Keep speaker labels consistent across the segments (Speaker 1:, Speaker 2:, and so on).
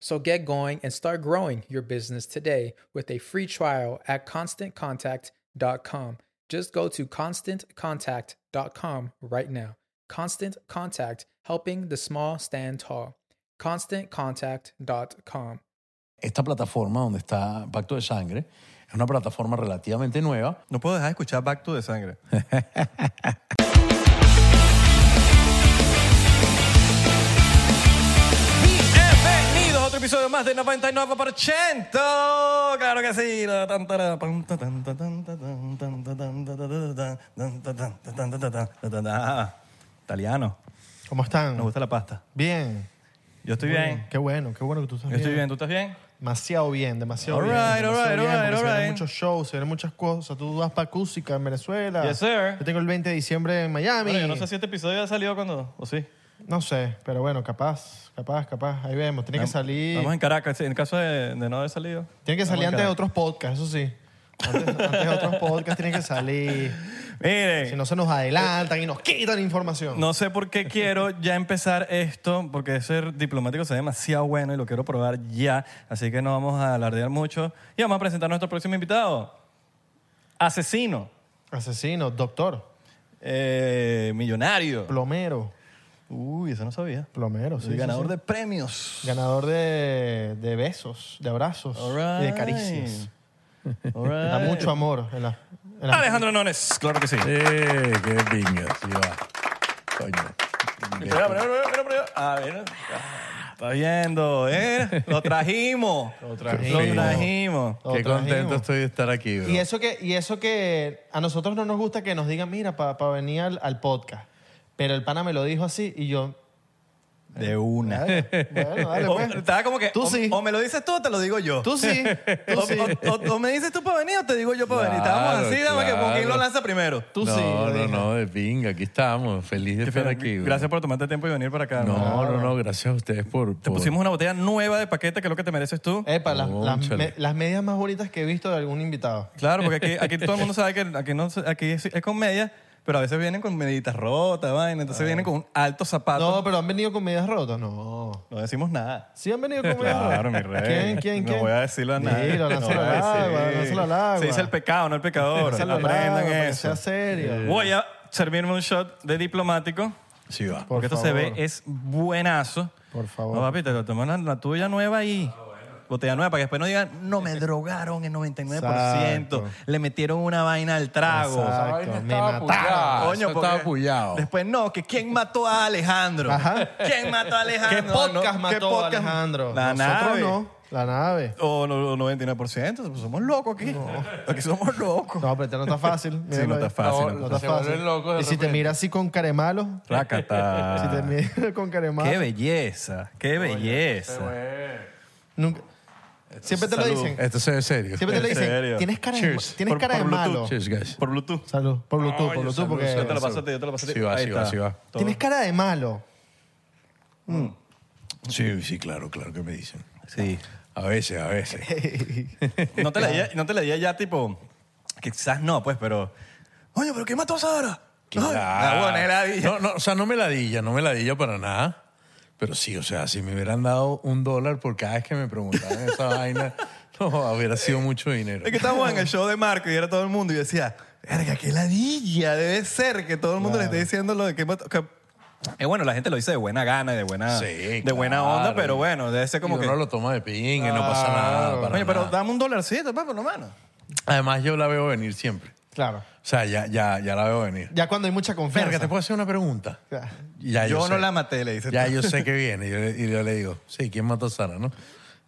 Speaker 1: So get going and start growing your business today with a free trial at constantcontact.com. Just go to constantcontact.com right now. Constant Contact, helping the small stand tall. ConstantContact.com.
Speaker 2: esta plataforma donde está Pacto de Sangre es una plataforma relativamente nueva.
Speaker 3: No puedo dejar de escuchar Bacto de Sangre. Bienvenidos a otro episodio más de 99%. Claro que sí. Tan, tarara, pam, ta, tan, ta, tan, ta, tan, tan, ta, tan, ta, ta, ta, tan, ta, tan, ta, tan, ta, tan, ta, tan, ta. Ah, Italiano.
Speaker 4: ¿Cómo están?
Speaker 3: Nos gusta la pasta.
Speaker 4: Bien.
Speaker 3: Yo estoy bien.
Speaker 4: Qué bueno, qué bueno que tú estás
Speaker 3: Yo estoy bien. ¿Tú estás bien?
Speaker 4: Demasiado bien, demasiado
Speaker 3: All
Speaker 4: bien.
Speaker 3: right, all
Speaker 4: demasiado
Speaker 3: right, all
Speaker 4: bien,
Speaker 3: right,
Speaker 4: porque
Speaker 3: all
Speaker 4: se vienen
Speaker 3: right.
Speaker 4: muchos shows, se vienen muchas cosas. Tú vas para Cúsica en Venezuela.
Speaker 3: Yes, sir.
Speaker 4: Yo tengo el 20 de diciembre en Miami.
Speaker 3: Bueno, yo no sé si este episodio ha salido cuando. ¿O sí?
Speaker 4: No sé, pero bueno, capaz, capaz, capaz. Ahí vemos. Tiene que salir,
Speaker 3: Estamos en Caracas. En caso de, de no haber salido.
Speaker 4: tiene que
Speaker 3: estamos
Speaker 4: salir
Speaker 3: en
Speaker 4: antes de
Speaker 3: Caracas.
Speaker 4: otros podcasts, eso sí. Antes, antes de otros podcasts tiene que salir.
Speaker 3: Miren.
Speaker 4: Si no se nos adelantan y nos quitan información.
Speaker 3: No sé por qué quiero ya empezar esto, porque ser diplomático se ve demasiado bueno y lo quiero probar ya. Así que no vamos a alardear mucho. Y vamos a presentar a nuestro próximo invitado. Asesino.
Speaker 4: Asesino, doctor,
Speaker 3: eh, millonario.
Speaker 4: plomero.
Speaker 3: Uy, eso no sabía.
Speaker 4: Plomero, sí.
Speaker 3: Soy
Speaker 4: sí,
Speaker 3: ganador
Speaker 4: sí.
Speaker 3: de premios.
Speaker 4: Ganador de, de besos, de abrazos
Speaker 3: All
Speaker 4: y de
Speaker 3: right.
Speaker 4: caricias.
Speaker 3: All right.
Speaker 4: Da mucho amor. en la- en la-
Speaker 3: Alejandro Nones, claro que sí.
Speaker 2: ¡Eh, qué pinga! Sí va. Coño.
Speaker 3: Mira, mira, mira, mira, mira. Ah, mira. Ah, Está viendo, ¿eh? Lo trajimos. Lo
Speaker 4: trajimos.
Speaker 3: Lo trajimos.
Speaker 4: Lo
Speaker 2: Qué
Speaker 4: trajimos.
Speaker 2: contento estoy de estar aquí, bro.
Speaker 4: Y eso, que, y eso que a nosotros no nos gusta que nos digan, mira, para venir al, al podcast. Pero el pana me lo dijo así y yo,
Speaker 3: De una.
Speaker 4: Bueno, dale,
Speaker 3: O-
Speaker 4: pues.
Speaker 3: estaba como que,
Speaker 2: Tú
Speaker 3: o,
Speaker 2: sí.
Speaker 3: o me lo dices tú o te lo digo yo.
Speaker 2: Tú sí, tú
Speaker 3: o,
Speaker 2: sí.
Speaker 3: o- o- o me dices tú para venir o te digo yo para venir. Estábamos
Speaker 2: Claro,
Speaker 3: así, dame que
Speaker 2: claro.
Speaker 3: porque lo lanza primero.
Speaker 2: Tú
Speaker 4: No,
Speaker 2: sí.
Speaker 4: no,
Speaker 2: lo dije.
Speaker 4: no,
Speaker 2: de pinga, aquí estamos. Feliz de
Speaker 3: Gracias por tomarte tiempo y venir para acá.
Speaker 2: No,
Speaker 3: ¿no?
Speaker 2: no, no, gracias a ustedes por.
Speaker 3: Te pusimos una botella nueva de paquete que es lo que te mereces tú.
Speaker 2: Eh.
Speaker 4: Epa, las, las,
Speaker 2: Cónchale.
Speaker 4: me- las medias más bonitas que he visto de algún invitado.
Speaker 3: Claro, porque aquí, aquí todo el mundo sabe que aquí, no, aquí es, es comedia, pero a veces vienen con meditas rotas,
Speaker 2: Ah.
Speaker 3: vaina. Entonces vienen con un alto zapato.
Speaker 4: No, pero han venido con medias rotas. No.
Speaker 3: No, decimos nada.
Speaker 4: Sí han venido con medias
Speaker 3: Claro,
Speaker 4: rotas.
Speaker 3: mi rey.
Speaker 4: ¿Quién, quién, quién?
Speaker 3: No voy a decirlo a nadie.
Speaker 4: Mira,
Speaker 3: no voy
Speaker 4: lánzalo
Speaker 3: a
Speaker 4: al agua,
Speaker 3: decir.
Speaker 4: lánzalo al agua.
Speaker 3: Se dice el pecado, no el pecador.
Speaker 4: Lánzalo al
Speaker 3: Aprendan
Speaker 4: agua, para que
Speaker 3: eso. Eh.
Speaker 4: sea serio.
Speaker 3: Voy a servirme un shot de diplomático.
Speaker 2: Sí, va.
Speaker 3: porque esto se
Speaker 4: favor.
Speaker 3: ve, es buenazo.
Speaker 4: Por favor.
Speaker 3: No, papi, te lo tomas la, la tuya nueva y
Speaker 4: Ah,
Speaker 3: botella nueva, para que después no digan, no me drogaron en 99%,
Speaker 4: Exacto.
Speaker 3: le metieron una vaina al trago. Ah,
Speaker 4: Exacto.
Speaker 2: Vaina
Speaker 4: me
Speaker 2: estaba
Speaker 4: mataron.
Speaker 2: apoyada,
Speaker 3: Coño,
Speaker 2: eso
Speaker 3: porque
Speaker 2: estaba apoyado.
Speaker 3: Después, no, que quién mató a Alejandro. ¿Quién mató a Alejandro?
Speaker 4: ¿Qué podcast
Speaker 3: No, ¿qué
Speaker 4: mató
Speaker 3: podcast?
Speaker 4: Alejandro?
Speaker 3: La
Speaker 4: Nosotros
Speaker 3: nave.
Speaker 4: no. La nave.
Speaker 3: O no- no, 99%, pues somos locos aquí. Aquí somos locos.
Speaker 4: No, pero este no está fácil. míralo
Speaker 3: no está
Speaker 4: ahí.
Speaker 3: fácil,
Speaker 4: No,
Speaker 3: no
Speaker 4: no
Speaker 2: está fácil. Se
Speaker 4: está fácil.
Speaker 2: vuelven locos de
Speaker 4: Y si te
Speaker 2: repente.
Speaker 4: mira así con caremalo, si te
Speaker 3: Rácata.
Speaker 4: mira con caremalo,
Speaker 3: Qué belleza, qué belleza.
Speaker 4: nunca- siempre te lo
Speaker 3: Salud.
Speaker 4: dicen.
Speaker 2: Esto se ve serio.
Speaker 4: Siempre te lo
Speaker 3: ¿En serio?
Speaker 4: dicen. Tienes cara de,
Speaker 2: Cheers.
Speaker 4: tienes
Speaker 3: Por-
Speaker 4: cara
Speaker 3: por
Speaker 4: de
Speaker 3: Bluetooth.
Speaker 4: malo.
Speaker 2: Cheers, guys.
Speaker 3: Por Bluetooth.
Speaker 4: Salud, por Bluetooth, por Bluetooth, porque
Speaker 3: Yo te lo paso a ti, yo te lo paso a ti.
Speaker 2: Sí va,
Speaker 3: Ahí
Speaker 2: sí va,
Speaker 3: está.
Speaker 2: sí va.
Speaker 4: tienes cara de malo.
Speaker 2: Sí, sí, claro, claro que me dicen.
Speaker 3: Sí.
Speaker 2: A veces, a veces.
Speaker 3: No te, leía, no te leía ya, tipo, que quizás no, pues, pero. Oye, pero ¿qué mató a Sara?
Speaker 2: Claro.
Speaker 3: la buena
Speaker 2: No, no, o sea, no me ladilla, no me ladilla para nada. Pero sí, o sea, si me hubieran dado un dólar por cada vez que me preguntaban esa vaina, no, hubiera sido mucho dinero.
Speaker 3: Es que estábamos en el show de Marco y era todo el mundo y yo decía, verga, qué ladilla, debe ser que todo el mundo le esté diciendo lo de que... mató- que- Eh, bueno, la gente lo dice de buena gana y de buena,
Speaker 2: Sí,
Speaker 3: de
Speaker 2: claro.
Speaker 3: buena onda, pero bueno, debe ser
Speaker 2: Como
Speaker 3: como que...
Speaker 2: uno lo toma de pingue, no pasa nada. para
Speaker 3: Oye, pero
Speaker 2: nada.
Speaker 3: dame un dolarcito, pues, por lo menos.
Speaker 2: Además, yo la veo venir siempre.
Speaker 4: Claro.
Speaker 2: O sea, ya, ya, ya la veo venir.
Speaker 4: Ya cuando hay mucha confianza.
Speaker 2: Verga, ¿te puedo hacer una pregunta?
Speaker 4: Ya.
Speaker 2: Ya
Speaker 3: yo no
Speaker 2: sé.
Speaker 3: la maté, le dice.
Speaker 2: Ya yo sé que viene. Y yo, le- y yo le digo, sí, ¿quién mató a Sara, no?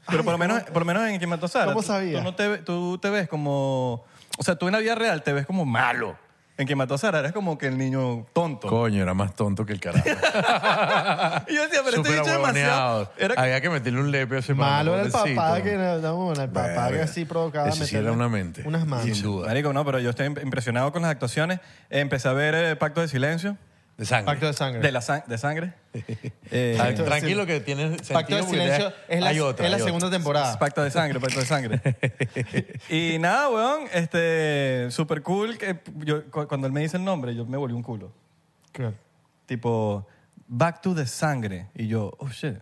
Speaker 3: Pero por lo menos, por lo menos en quien mató a Sara.
Speaker 4: ¿Cómo
Speaker 3: tú-
Speaker 4: sabía?
Speaker 3: Tú, no te, ve- tú te ves como... O sea, tú en la vida real te ves como malo. En quien mató a Sara eres como que el niño tonto.
Speaker 2: Coño, era más tonto que el carajo.
Speaker 3: y yo decía, pero este
Speaker 2: Súper
Speaker 3: bicho es demasiado...
Speaker 2: huevoneado.
Speaker 3: Era
Speaker 2: Había que meterle un lepe a ese
Speaker 4: Malo era el
Speaker 2: pobrecito.
Speaker 4: papá que era, no, el papá que
Speaker 2: Verga.
Speaker 4: así provocaba.
Speaker 2: Ese sí
Speaker 4: meterle
Speaker 2: era una mente.
Speaker 4: Unas manos.
Speaker 2: Sin duda.
Speaker 3: Marico, no, pero yo estoy imp- impresionado con las actuaciones. Empecé a ver el Pacto de Silencio,
Speaker 2: De sangre.
Speaker 4: Pacto de sangre.
Speaker 3: de, la sang- de sangre. Eh,
Speaker 2: Ah, Tranquilo que tiene sentido.
Speaker 4: Pacto de
Speaker 2: porque
Speaker 4: silencio
Speaker 2: ya
Speaker 4: es la,
Speaker 2: hay otra,
Speaker 4: es la
Speaker 2: hay otra.
Speaker 4: segunda temporada.
Speaker 3: Pacto de sangre, pacto de sangre. y nada, weón, este, super cool. Que yo, cu- cuando él me dice el nombre, yo me volví un culo.
Speaker 4: Claro.
Speaker 3: Tipo, Back to the Sangre. Y yo, oh shit.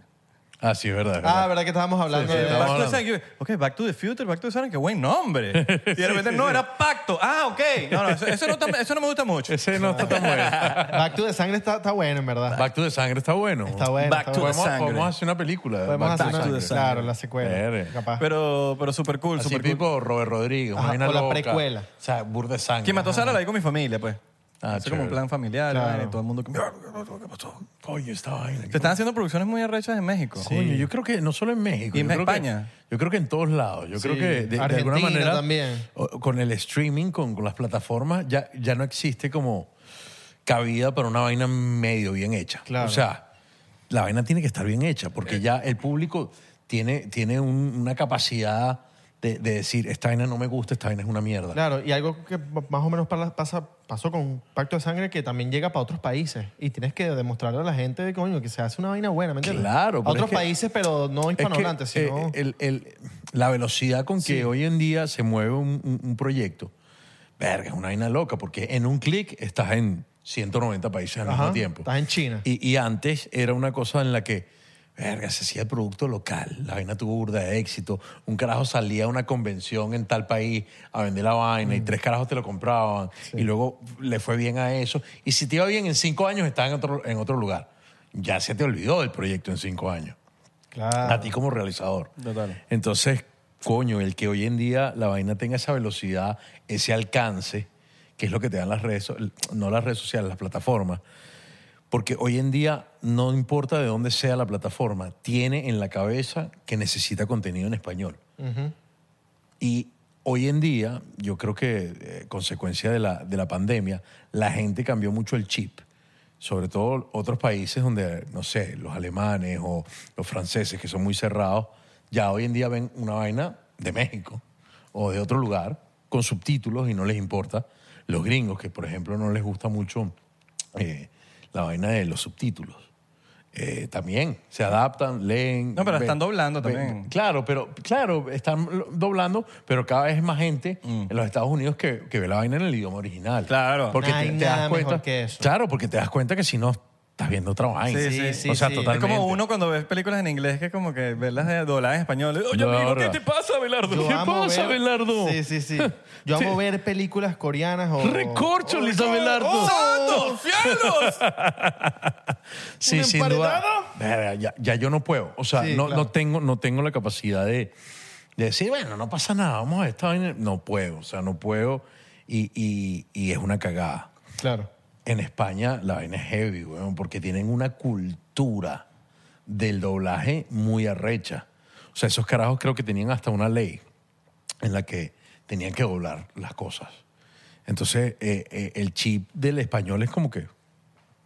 Speaker 2: Ah, sí, es verdad. es
Speaker 4: Ah,
Speaker 2: verdad.
Speaker 4: verdad que estábamos hablando de...
Speaker 3: Back to the
Speaker 2: hablando.
Speaker 3: Sangre. Y yo, Ok, Back to the Future, Back to the Sangre, qué buen nombre. Y de repente, no, era Pacto. Ah, ok. No, no, eso, eso no, tam- eso no me gusta mucho.
Speaker 2: Ese no está tan bueno.
Speaker 4: Back to the Sangre está, está bueno, en verdad.
Speaker 2: Pacto de sangre está bueno.
Speaker 4: Está bueno.
Speaker 3: Back
Speaker 4: está
Speaker 3: to
Speaker 4: bueno.
Speaker 3: the
Speaker 2: Podemos,
Speaker 3: Sangre.
Speaker 2: podemos hacer una película.
Speaker 4: Podemos
Speaker 2: Back to
Speaker 4: hacer
Speaker 2: the
Speaker 4: una...
Speaker 3: the Sangre.
Speaker 4: Claro, la secuela.
Speaker 2: Verga.
Speaker 4: Capaz.
Speaker 3: Pero, pero super cool,
Speaker 2: Así
Speaker 3: super cool.
Speaker 2: tipo Robert Rodríguez. una
Speaker 4: Ajá,
Speaker 2: vaina
Speaker 4: o la
Speaker 2: loca.
Speaker 4: precuela.
Speaker 2: O sea, burda de sangre.
Speaker 3: Quien mató a
Speaker 2: Ajá.
Speaker 3: Sara la vi con mi familia, pues.
Speaker 2: Ah,
Speaker 3: Hice como un
Speaker 2: chévere.
Speaker 3: plan familiar,
Speaker 4: Claro.
Speaker 3: vaina, y todo el mundo...
Speaker 2: ¿Qué pasó? Coño, esta vaina.
Speaker 3: Se están haciendo producciones muy arrechas en México.
Speaker 2: Coño, yo creo que no solo en México.
Speaker 3: Y en
Speaker 2: yo creo que-
Speaker 3: España.
Speaker 2: yo creo que en todos lados. Yo creo
Speaker 4: Sí,
Speaker 2: que de- de, alguna
Speaker 4: Argentina
Speaker 2: manera.
Speaker 4: también.
Speaker 2: o- Con el streaming, con, con las plataformas, ya, ya no existe como cabida para una vaina medio bien hecha.
Speaker 4: Claro. Eh.
Speaker 2: O sea, la vaina tiene que estar bien hecha porque ya el público tiene, tiene un- una capacidad de, de decir: esta vaina no me gusta, esta vaina es una mierda.
Speaker 4: Claro, y algo que pa- más o menos pala- pasa, pasó con Pacto de Sangre que también llega para otros países y tienes que demostrarle a la gente coño, que se hace una vaina buena, ¿me entiendes?
Speaker 2: Claro,
Speaker 4: A
Speaker 2: pero
Speaker 4: otros
Speaker 2: es que-
Speaker 4: países, pero no
Speaker 2: Es que,
Speaker 4: hispanohablantes,
Speaker 2: eh,
Speaker 4: sino...
Speaker 2: el- el- la velocidad con que hoy en día se mueve un, un- un proyecto, verga, es una vaina loca, porque en un clic estás en 190 países al
Speaker 4: Ajá,
Speaker 2: mismo tiempo.
Speaker 4: estás en China.
Speaker 2: Y, y antes era una cosa en la que, verga, se hacía producto local, la vaina tuvo burda de éxito, un carajo salía a una convención en tal país a vender la vaina
Speaker 4: Mm.
Speaker 2: y tres carajos te lo compraban y luego le fue bien a eso. Y si te iba bien en cinco años, estabas en otro, en otro lugar. Ya se te olvidó del proyecto en cinco años
Speaker 4: claro.
Speaker 2: a ti como realizador.
Speaker 3: Total.
Speaker 2: Entonces, coño, el que hoy en día la vaina tenga esa velocidad, ese alcance, que es lo que te dan las redes, so- no las redes sociales, las plataformas. Porque hoy en día no importa de dónde sea la plataforma, tiene en la cabeza que necesita contenido en español. Y hoy en día, yo creo que eh, consecuencia de la, de la pandemia, la gente cambió mucho el chip. sobre todo otros países donde, no sé, los alemanes o los franceses que son muy cerrados, ya hoy en día ven una vaina de México o de otro lugar con subtítulos y no les importa. Los gringos, que por ejemplo no les gusta mucho eh, la vaina de los subtítulos, eh, también se adaptan, leen.
Speaker 3: No, pero
Speaker 2: ven-
Speaker 3: están doblando
Speaker 2: ven-
Speaker 3: también.
Speaker 2: Claro, pero claro, están lo- doblando, pero cada vez más gente en los Estados Unidos que, que ve la vaina en el idioma original.
Speaker 3: Mm. Claro.
Speaker 2: Porque
Speaker 4: No hay
Speaker 2: te, te
Speaker 4: nada
Speaker 2: das
Speaker 4: mejor
Speaker 2: cuenta.
Speaker 4: que eso.
Speaker 2: Claro, porque te das cuenta que si no estás viendo otra vaina.
Speaker 3: Sí, sí, sí,
Speaker 2: O sea,
Speaker 4: sí.
Speaker 3: Es
Speaker 2: totalmente.
Speaker 3: como uno cuando ves películas en inglés que es como que verlas eh, dobladas en español. Oye,
Speaker 2: No,
Speaker 3: amigo, ¿qué
Speaker 2: ahora.
Speaker 3: te pasa, Belardo?
Speaker 4: Yo
Speaker 2: ¿Qué
Speaker 4: amo
Speaker 2: pasa,
Speaker 4: ver-
Speaker 2: Belardo?
Speaker 4: Sí, sí, sí. Yo amo ver películas coreanas o...
Speaker 2: Recorcho,
Speaker 3: Oh,
Speaker 2: Lisa Belardo.
Speaker 3: ¡Santos! ¡Fielos!
Speaker 2: Sí,
Speaker 4: ¿Un
Speaker 2: sin duda.
Speaker 4: emparedado?
Speaker 2: Verga, Ya, ya yo no puedo. O sea,
Speaker 4: Sí,
Speaker 2: no,
Speaker 4: claro.
Speaker 2: no, tengo, no tengo la capacidad de, de decir, bueno, no pasa nada, vamos a ver esta vaina. No puedo, o sea, no puedo. Y, y- y es una cagada.
Speaker 4: Claro.
Speaker 2: En España la vaina es heavy, weón, porque tienen una cultura del doblaje muy arrecha. O sea, esos carajos creo que tenían hasta una ley en la que tenían que doblar las cosas. Entonces, eh, eh, el chip del español es como que,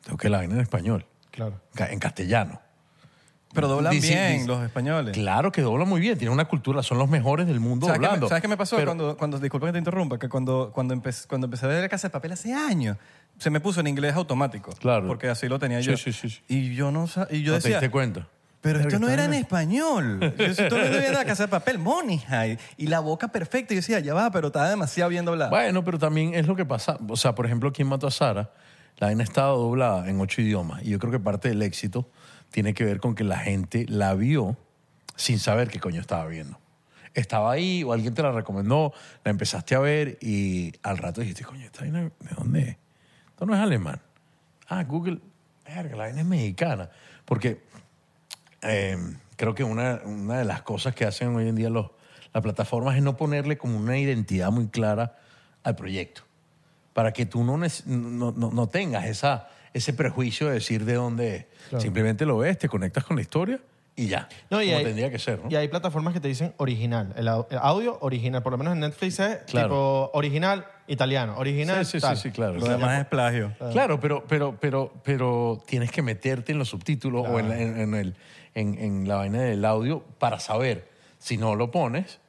Speaker 2: tengo que la vaina en español
Speaker 4: Claro.
Speaker 2: ca- en castellano.
Speaker 3: Pero doblan
Speaker 2: Dice-
Speaker 3: bien
Speaker 2: dice-
Speaker 3: los españoles.
Speaker 2: Claro que dobla muy bien, tiene una cultura, son los mejores del mundo
Speaker 3: ¿Sabes qué, me,
Speaker 2: doblando.
Speaker 3: sabes qué me pasó?
Speaker 2: Pero-
Speaker 3: cuando, cuando, disculpa que te interrumpa, que cuando, cuando, empecé, cuando empecé a ver la casa de papel hace años, se me puso en inglés automático.
Speaker 2: Claro.
Speaker 3: Porque así lo tenía
Speaker 2: Sí,
Speaker 3: yo.
Speaker 2: sí, sí, sí.
Speaker 3: Y yo no sa- y yo
Speaker 2: ¿No te
Speaker 3: decía,
Speaker 2: diste cuenta?
Speaker 3: Pero
Speaker 2: Verga,
Speaker 3: esto no
Speaker 2: está
Speaker 3: era en
Speaker 2: bien.
Speaker 3: español. Yo si tú viendo la casa de papel, Monija, y, y la boca perfecta. Y yo decía, ya va, pero estaba demasiado bien doblada.
Speaker 2: Bueno, pero también es lo que pasa. O sea, por ejemplo, ¿Quién mató a Sara? La vaina estaba doblada en ocho idiomas. Y yo creo que parte del éxito tiene que ver con que la gente la vio sin saber qué coño estaba viendo. Estaba ahí o alguien te la recomendó, la empezaste a ver y al rato dijiste, coño, ¿esta vaina de dónde es? Esto no es alemán. Ah, Google, verga, la vaina es mexicana. Porque eh, creo que una, una de las cosas que hacen hoy en día los, las plataformas es no ponerle como una identidad muy clara al proyecto. Para que tú no, nec- no, no- no tengas esa, ese prejuicio de decir de dónde es. Simplemente lo ves, te conectas con la historia y ya.
Speaker 4: No, y
Speaker 2: como
Speaker 4: hay-
Speaker 2: tendría que ser, ¿no?
Speaker 4: Y hay plataformas que te dicen original. El, au- el audio original. Por lo menos en Netflix es
Speaker 2: Claro.
Speaker 4: tipo original italiano. Original
Speaker 2: Sí, sí,
Speaker 4: tal.
Speaker 2: sí, sí, claro.
Speaker 3: Lo demás es plagio.
Speaker 2: Claro, pero, pero, pero, pero tienes que meterte en los subtítulos o en la, en- en el, en, en la vaina del audio para saber. Si no lo pones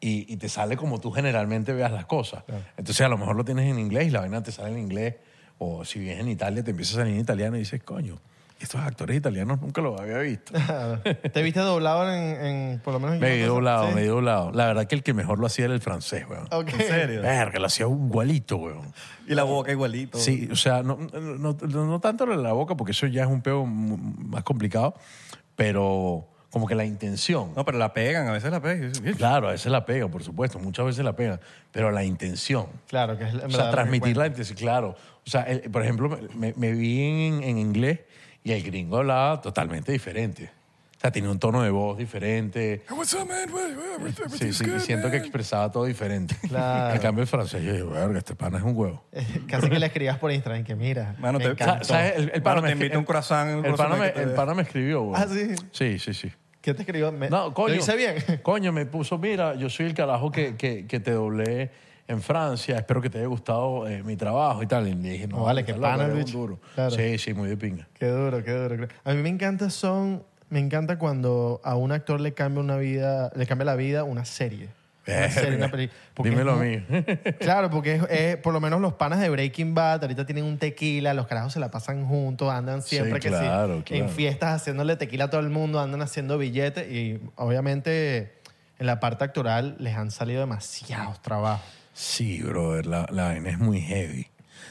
Speaker 2: y, y te sale como tú generalmente veas las cosas. Entonces a lo mejor lo tienes en inglés y la vaina te sale en inglés. O si vienes en Italia, te empieza a salir en italiano y dices, coño, estos actores italianos nunca los había visto.
Speaker 4: ¿Te viste doblado en, en- por lo menos en
Speaker 2: medio doblado,
Speaker 4: Sí.
Speaker 2: medio doblado. La verdad que el que mejor lo hacía era el francés, weón.
Speaker 4: Ok.
Speaker 3: En serio.
Speaker 2: Verga, lo hacía igualito, weón.
Speaker 3: Y la boca igualito.
Speaker 2: Sí, o sea, no, no, no- no tanto lo de la boca, porque eso ya es un peo mu- más complicado, pero como que la intención.
Speaker 3: No, pues, pero la pegan, a veces la pegan.
Speaker 2: Claro, a veces la pega, por supuesto, muchas veces la pega, pero la intención.
Speaker 4: Claro, que es en
Speaker 2: O
Speaker 4: verdad lo
Speaker 2: sea,
Speaker 4: que
Speaker 2: transmitir
Speaker 4: cuenta.
Speaker 2: la intención, claro. O sea, el- por ejemplo, me, me vi en, en inglés y el gringo hablaba totalmente diferente. O sea, tenía un tono de voz diferente. Sí, sí, y siento que expresaba todo diferente.
Speaker 4: Claro.
Speaker 2: En cambio, el francés, yo digo, verga, este pana es un huevo.
Speaker 4: eh, Casi que le escribas por Instagram que mira.
Speaker 3: Mano,
Speaker 4: me
Speaker 3: te-
Speaker 4: encanta.
Speaker 2: Sa- ¿sabes? El, el pana
Speaker 3: Bueno,
Speaker 2: me
Speaker 3: te
Speaker 2: escri-
Speaker 3: invito
Speaker 2: el-
Speaker 3: un croissant, un
Speaker 2: El
Speaker 3: croissant
Speaker 2: pana me,
Speaker 3: que te
Speaker 2: el
Speaker 3: dé.
Speaker 2: pana me escribió, güey.
Speaker 4: Ah, ¿sí?
Speaker 2: Sí, sí, sí.
Speaker 4: ¿Qué te escribió? Me-
Speaker 2: No, coño.
Speaker 4: ¿Lo hice bien?
Speaker 2: Coño, me puso, mira, yo soy el carajo que, que, que te doblé en Francia, espero que te haya gustado eh, mi trabajo y tal. Y le dije, no,
Speaker 4: No, vale,
Speaker 2: está
Speaker 4: qué
Speaker 2: loco,
Speaker 4: pana,
Speaker 2: eres un
Speaker 4: bicho.
Speaker 2: duro.
Speaker 4: Claro.
Speaker 2: Sí, sí, muy de pinga.
Speaker 4: Qué duro, qué duro. qué- A mí me encanta son, me encanta cuando a un actor le cambia una vida, le cambia la vida una serie. Una serie, una película. Porque
Speaker 2: Dímelo
Speaker 4: es
Speaker 2: a
Speaker 4: mu-
Speaker 2: mí.
Speaker 4: Claro, porque es, es- por lo menos los panas de Breaking Bad ahorita tienen un tequila, los carajos se la pasan juntos, andan siempre que sí,
Speaker 2: claro, claro.
Speaker 4: en fiestas haciéndole tequila a todo el mundo, andan haciendo billetes y obviamente en la parte actoral les han salido demasiados trabajos.
Speaker 2: Sí, brother, la, la vaina es muy heavy.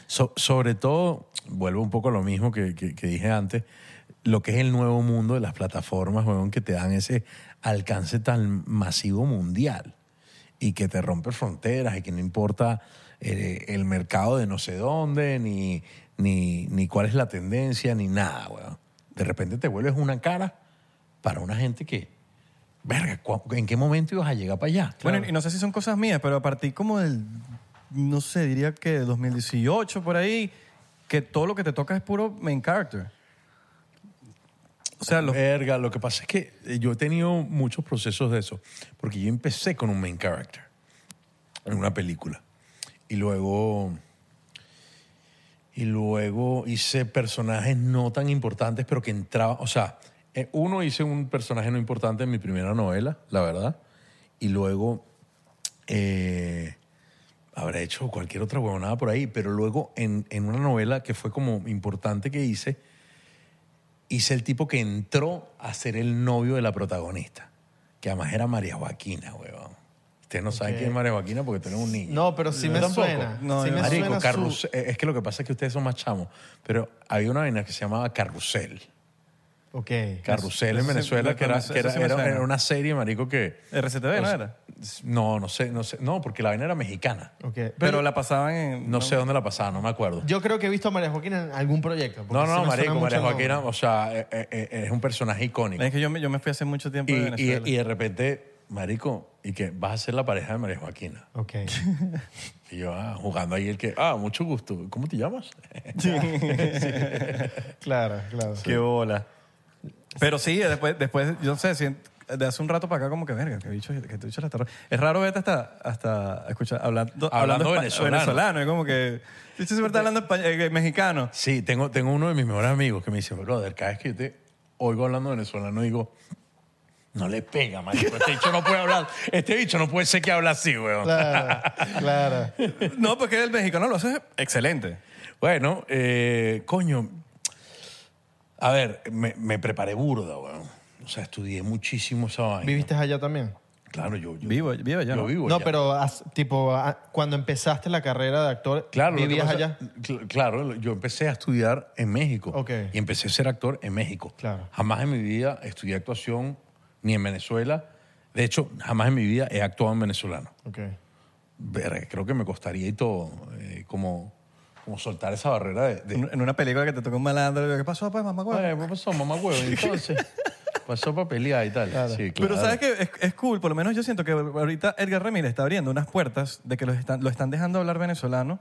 Speaker 2: So- sobre todo, vuelvo un poco a lo mismo que, que- que dije antes, lo que es el nuevo mundo de las plataformas, weón, que te dan ese alcance tan masivo mundial y que te rompe fronteras y que no importa eh, el mercado de no sé dónde, ni, ni, ni cuál es la tendencia, ni nada, weón. De repente te vuelves una cara para una gente que, verga, ¿cu- ¿en qué momento ibas a llegar para allá?
Speaker 3: Bueno, y no sé si son cosas mías, pero a partir como del, no sé, diría que 2018 por ahí, que todo lo que te toca es puro main character. O sea, los,
Speaker 2: Verga, lo que pasa es que eh, yo he tenido muchos procesos de eso, porque yo empecé con un main character en una película y luego Y luego hice personajes no tan importantes, pero que entraban. O sea, eh, uno hice un personaje no importante en mi primera novela, la verdad. Y luego eh, habré hecho cualquier otra huevonada por ahí. Pero luego en, en una novela que fue como importante que hice, hice el tipo que entró a ser el novio de la protagonista, que además era María Joaquina, huevón. Ustedes no saben quién es María Joaquina porque tenemos un niño.
Speaker 4: No, pero sí
Speaker 2: Yo
Speaker 4: me
Speaker 2: tampoco.
Speaker 4: suena.
Speaker 3: No,
Speaker 4: sí
Speaker 3: yo
Speaker 4: me
Speaker 3: no.
Speaker 2: Marico,
Speaker 4: suena su-
Speaker 2: carrus- eh, es que lo que pasa es que ustedes son más chamos, pero había una vaina que se llamaba Carrusel.
Speaker 4: Ok.
Speaker 2: Carrusel en
Speaker 3: Eso sí,
Speaker 2: Venezuela,
Speaker 3: me-
Speaker 2: que, era,
Speaker 3: eso
Speaker 2: que era,
Speaker 3: sí me
Speaker 2: era-
Speaker 3: suena.
Speaker 2: era una serie, marico, que...
Speaker 3: RCTV, ¿no
Speaker 2: Pues,
Speaker 3: era?
Speaker 2: No, no sé, no sé. No, porque la vaina era mexicana.
Speaker 4: ok.
Speaker 3: Pero, la pasaban en...
Speaker 2: No, sé dónde la pasaba, no me acuerdo.
Speaker 4: Yo creo que he visto a María Joaquina en algún proyecto. porque
Speaker 2: no,
Speaker 4: sí
Speaker 2: no, no,
Speaker 4: me suena
Speaker 2: marico,
Speaker 4: mucho
Speaker 2: María
Speaker 4: el nombre.
Speaker 2: Joaquina, o sea, eh, eh, eh, es un personaje icónico.
Speaker 3: Es que yo me, yo me fui hace mucho tiempo
Speaker 2: Y,
Speaker 3: de
Speaker 2: y-
Speaker 3: Venezuela.
Speaker 2: y de repente, marico, y que vas a ser la pareja de María Joaquina.
Speaker 4: Ok.
Speaker 2: Y yo, ah, jugando ahí el que, ah, mucho gusto. ¿Cómo te llamas?
Speaker 4: claro, claro.
Speaker 3: Qué
Speaker 2: Eh,
Speaker 3: bola. Pero sí, después, después yo no sé, si- de hace un rato para acá como que, verga, que bicho, que este bicho la está ro-". Es raro verte hasta, hasta escuchar, hablando,
Speaker 2: Hablando
Speaker 3: espa-
Speaker 2: venezolano.
Speaker 3: venezolano. Es como que, este siempre está hablando español, eh, mexicano.
Speaker 2: Sí, tengo, tengo uno de mis mejores amigos que me dice, brother, cada vez que yo te oigo hablando venezolano, digo, no le pega, marico. Este bicho no puede hablar. Este bicho no puede ser que habla así, weón.
Speaker 4: Claro, claro.
Speaker 3: No, porque el mexicano lo hace excelente.
Speaker 2: Bueno, eh, coño. A ver, me, me preparé burda, weón. O sea, estudié muchísimo esa vaina.
Speaker 4: ¿Viviste allá también?
Speaker 2: Claro, yo, yo
Speaker 3: Vivo, vivo ya.
Speaker 2: yo vivo
Speaker 4: No,
Speaker 2: allá.
Speaker 4: pero as- tipo, ah, cuando empezaste la carrera de actor,
Speaker 2: Claro, lo que
Speaker 4: ¿vivías
Speaker 2: pasa-
Speaker 4: allá?
Speaker 2: cl- Claro, yo empecé a estudiar en México.
Speaker 4: Ok.
Speaker 2: Y empecé a ser actor en México.
Speaker 4: Claro.
Speaker 2: Jamás en mi vida estudié actuación ni en Venezuela. De hecho, jamás en mi vida he actuado en venezolano.
Speaker 4: Ok.
Speaker 2: Verga, creo que me costaría y todo, eh, como, como soltar esa barrera de... de,
Speaker 3: En en una película que te tocó un malandro, ¿qué pasó, pues, mamá? güey?
Speaker 2: "Oye, ¿qué pasó, mamá huevo? Y Entonces, pasó para pelear y tal. Sí, claro.
Speaker 3: Pero sabes que es, es cool, por lo menos yo siento que ahorita Edgar Ramírez está abriendo unas puertas de que los están, lo están dejando hablar venezolano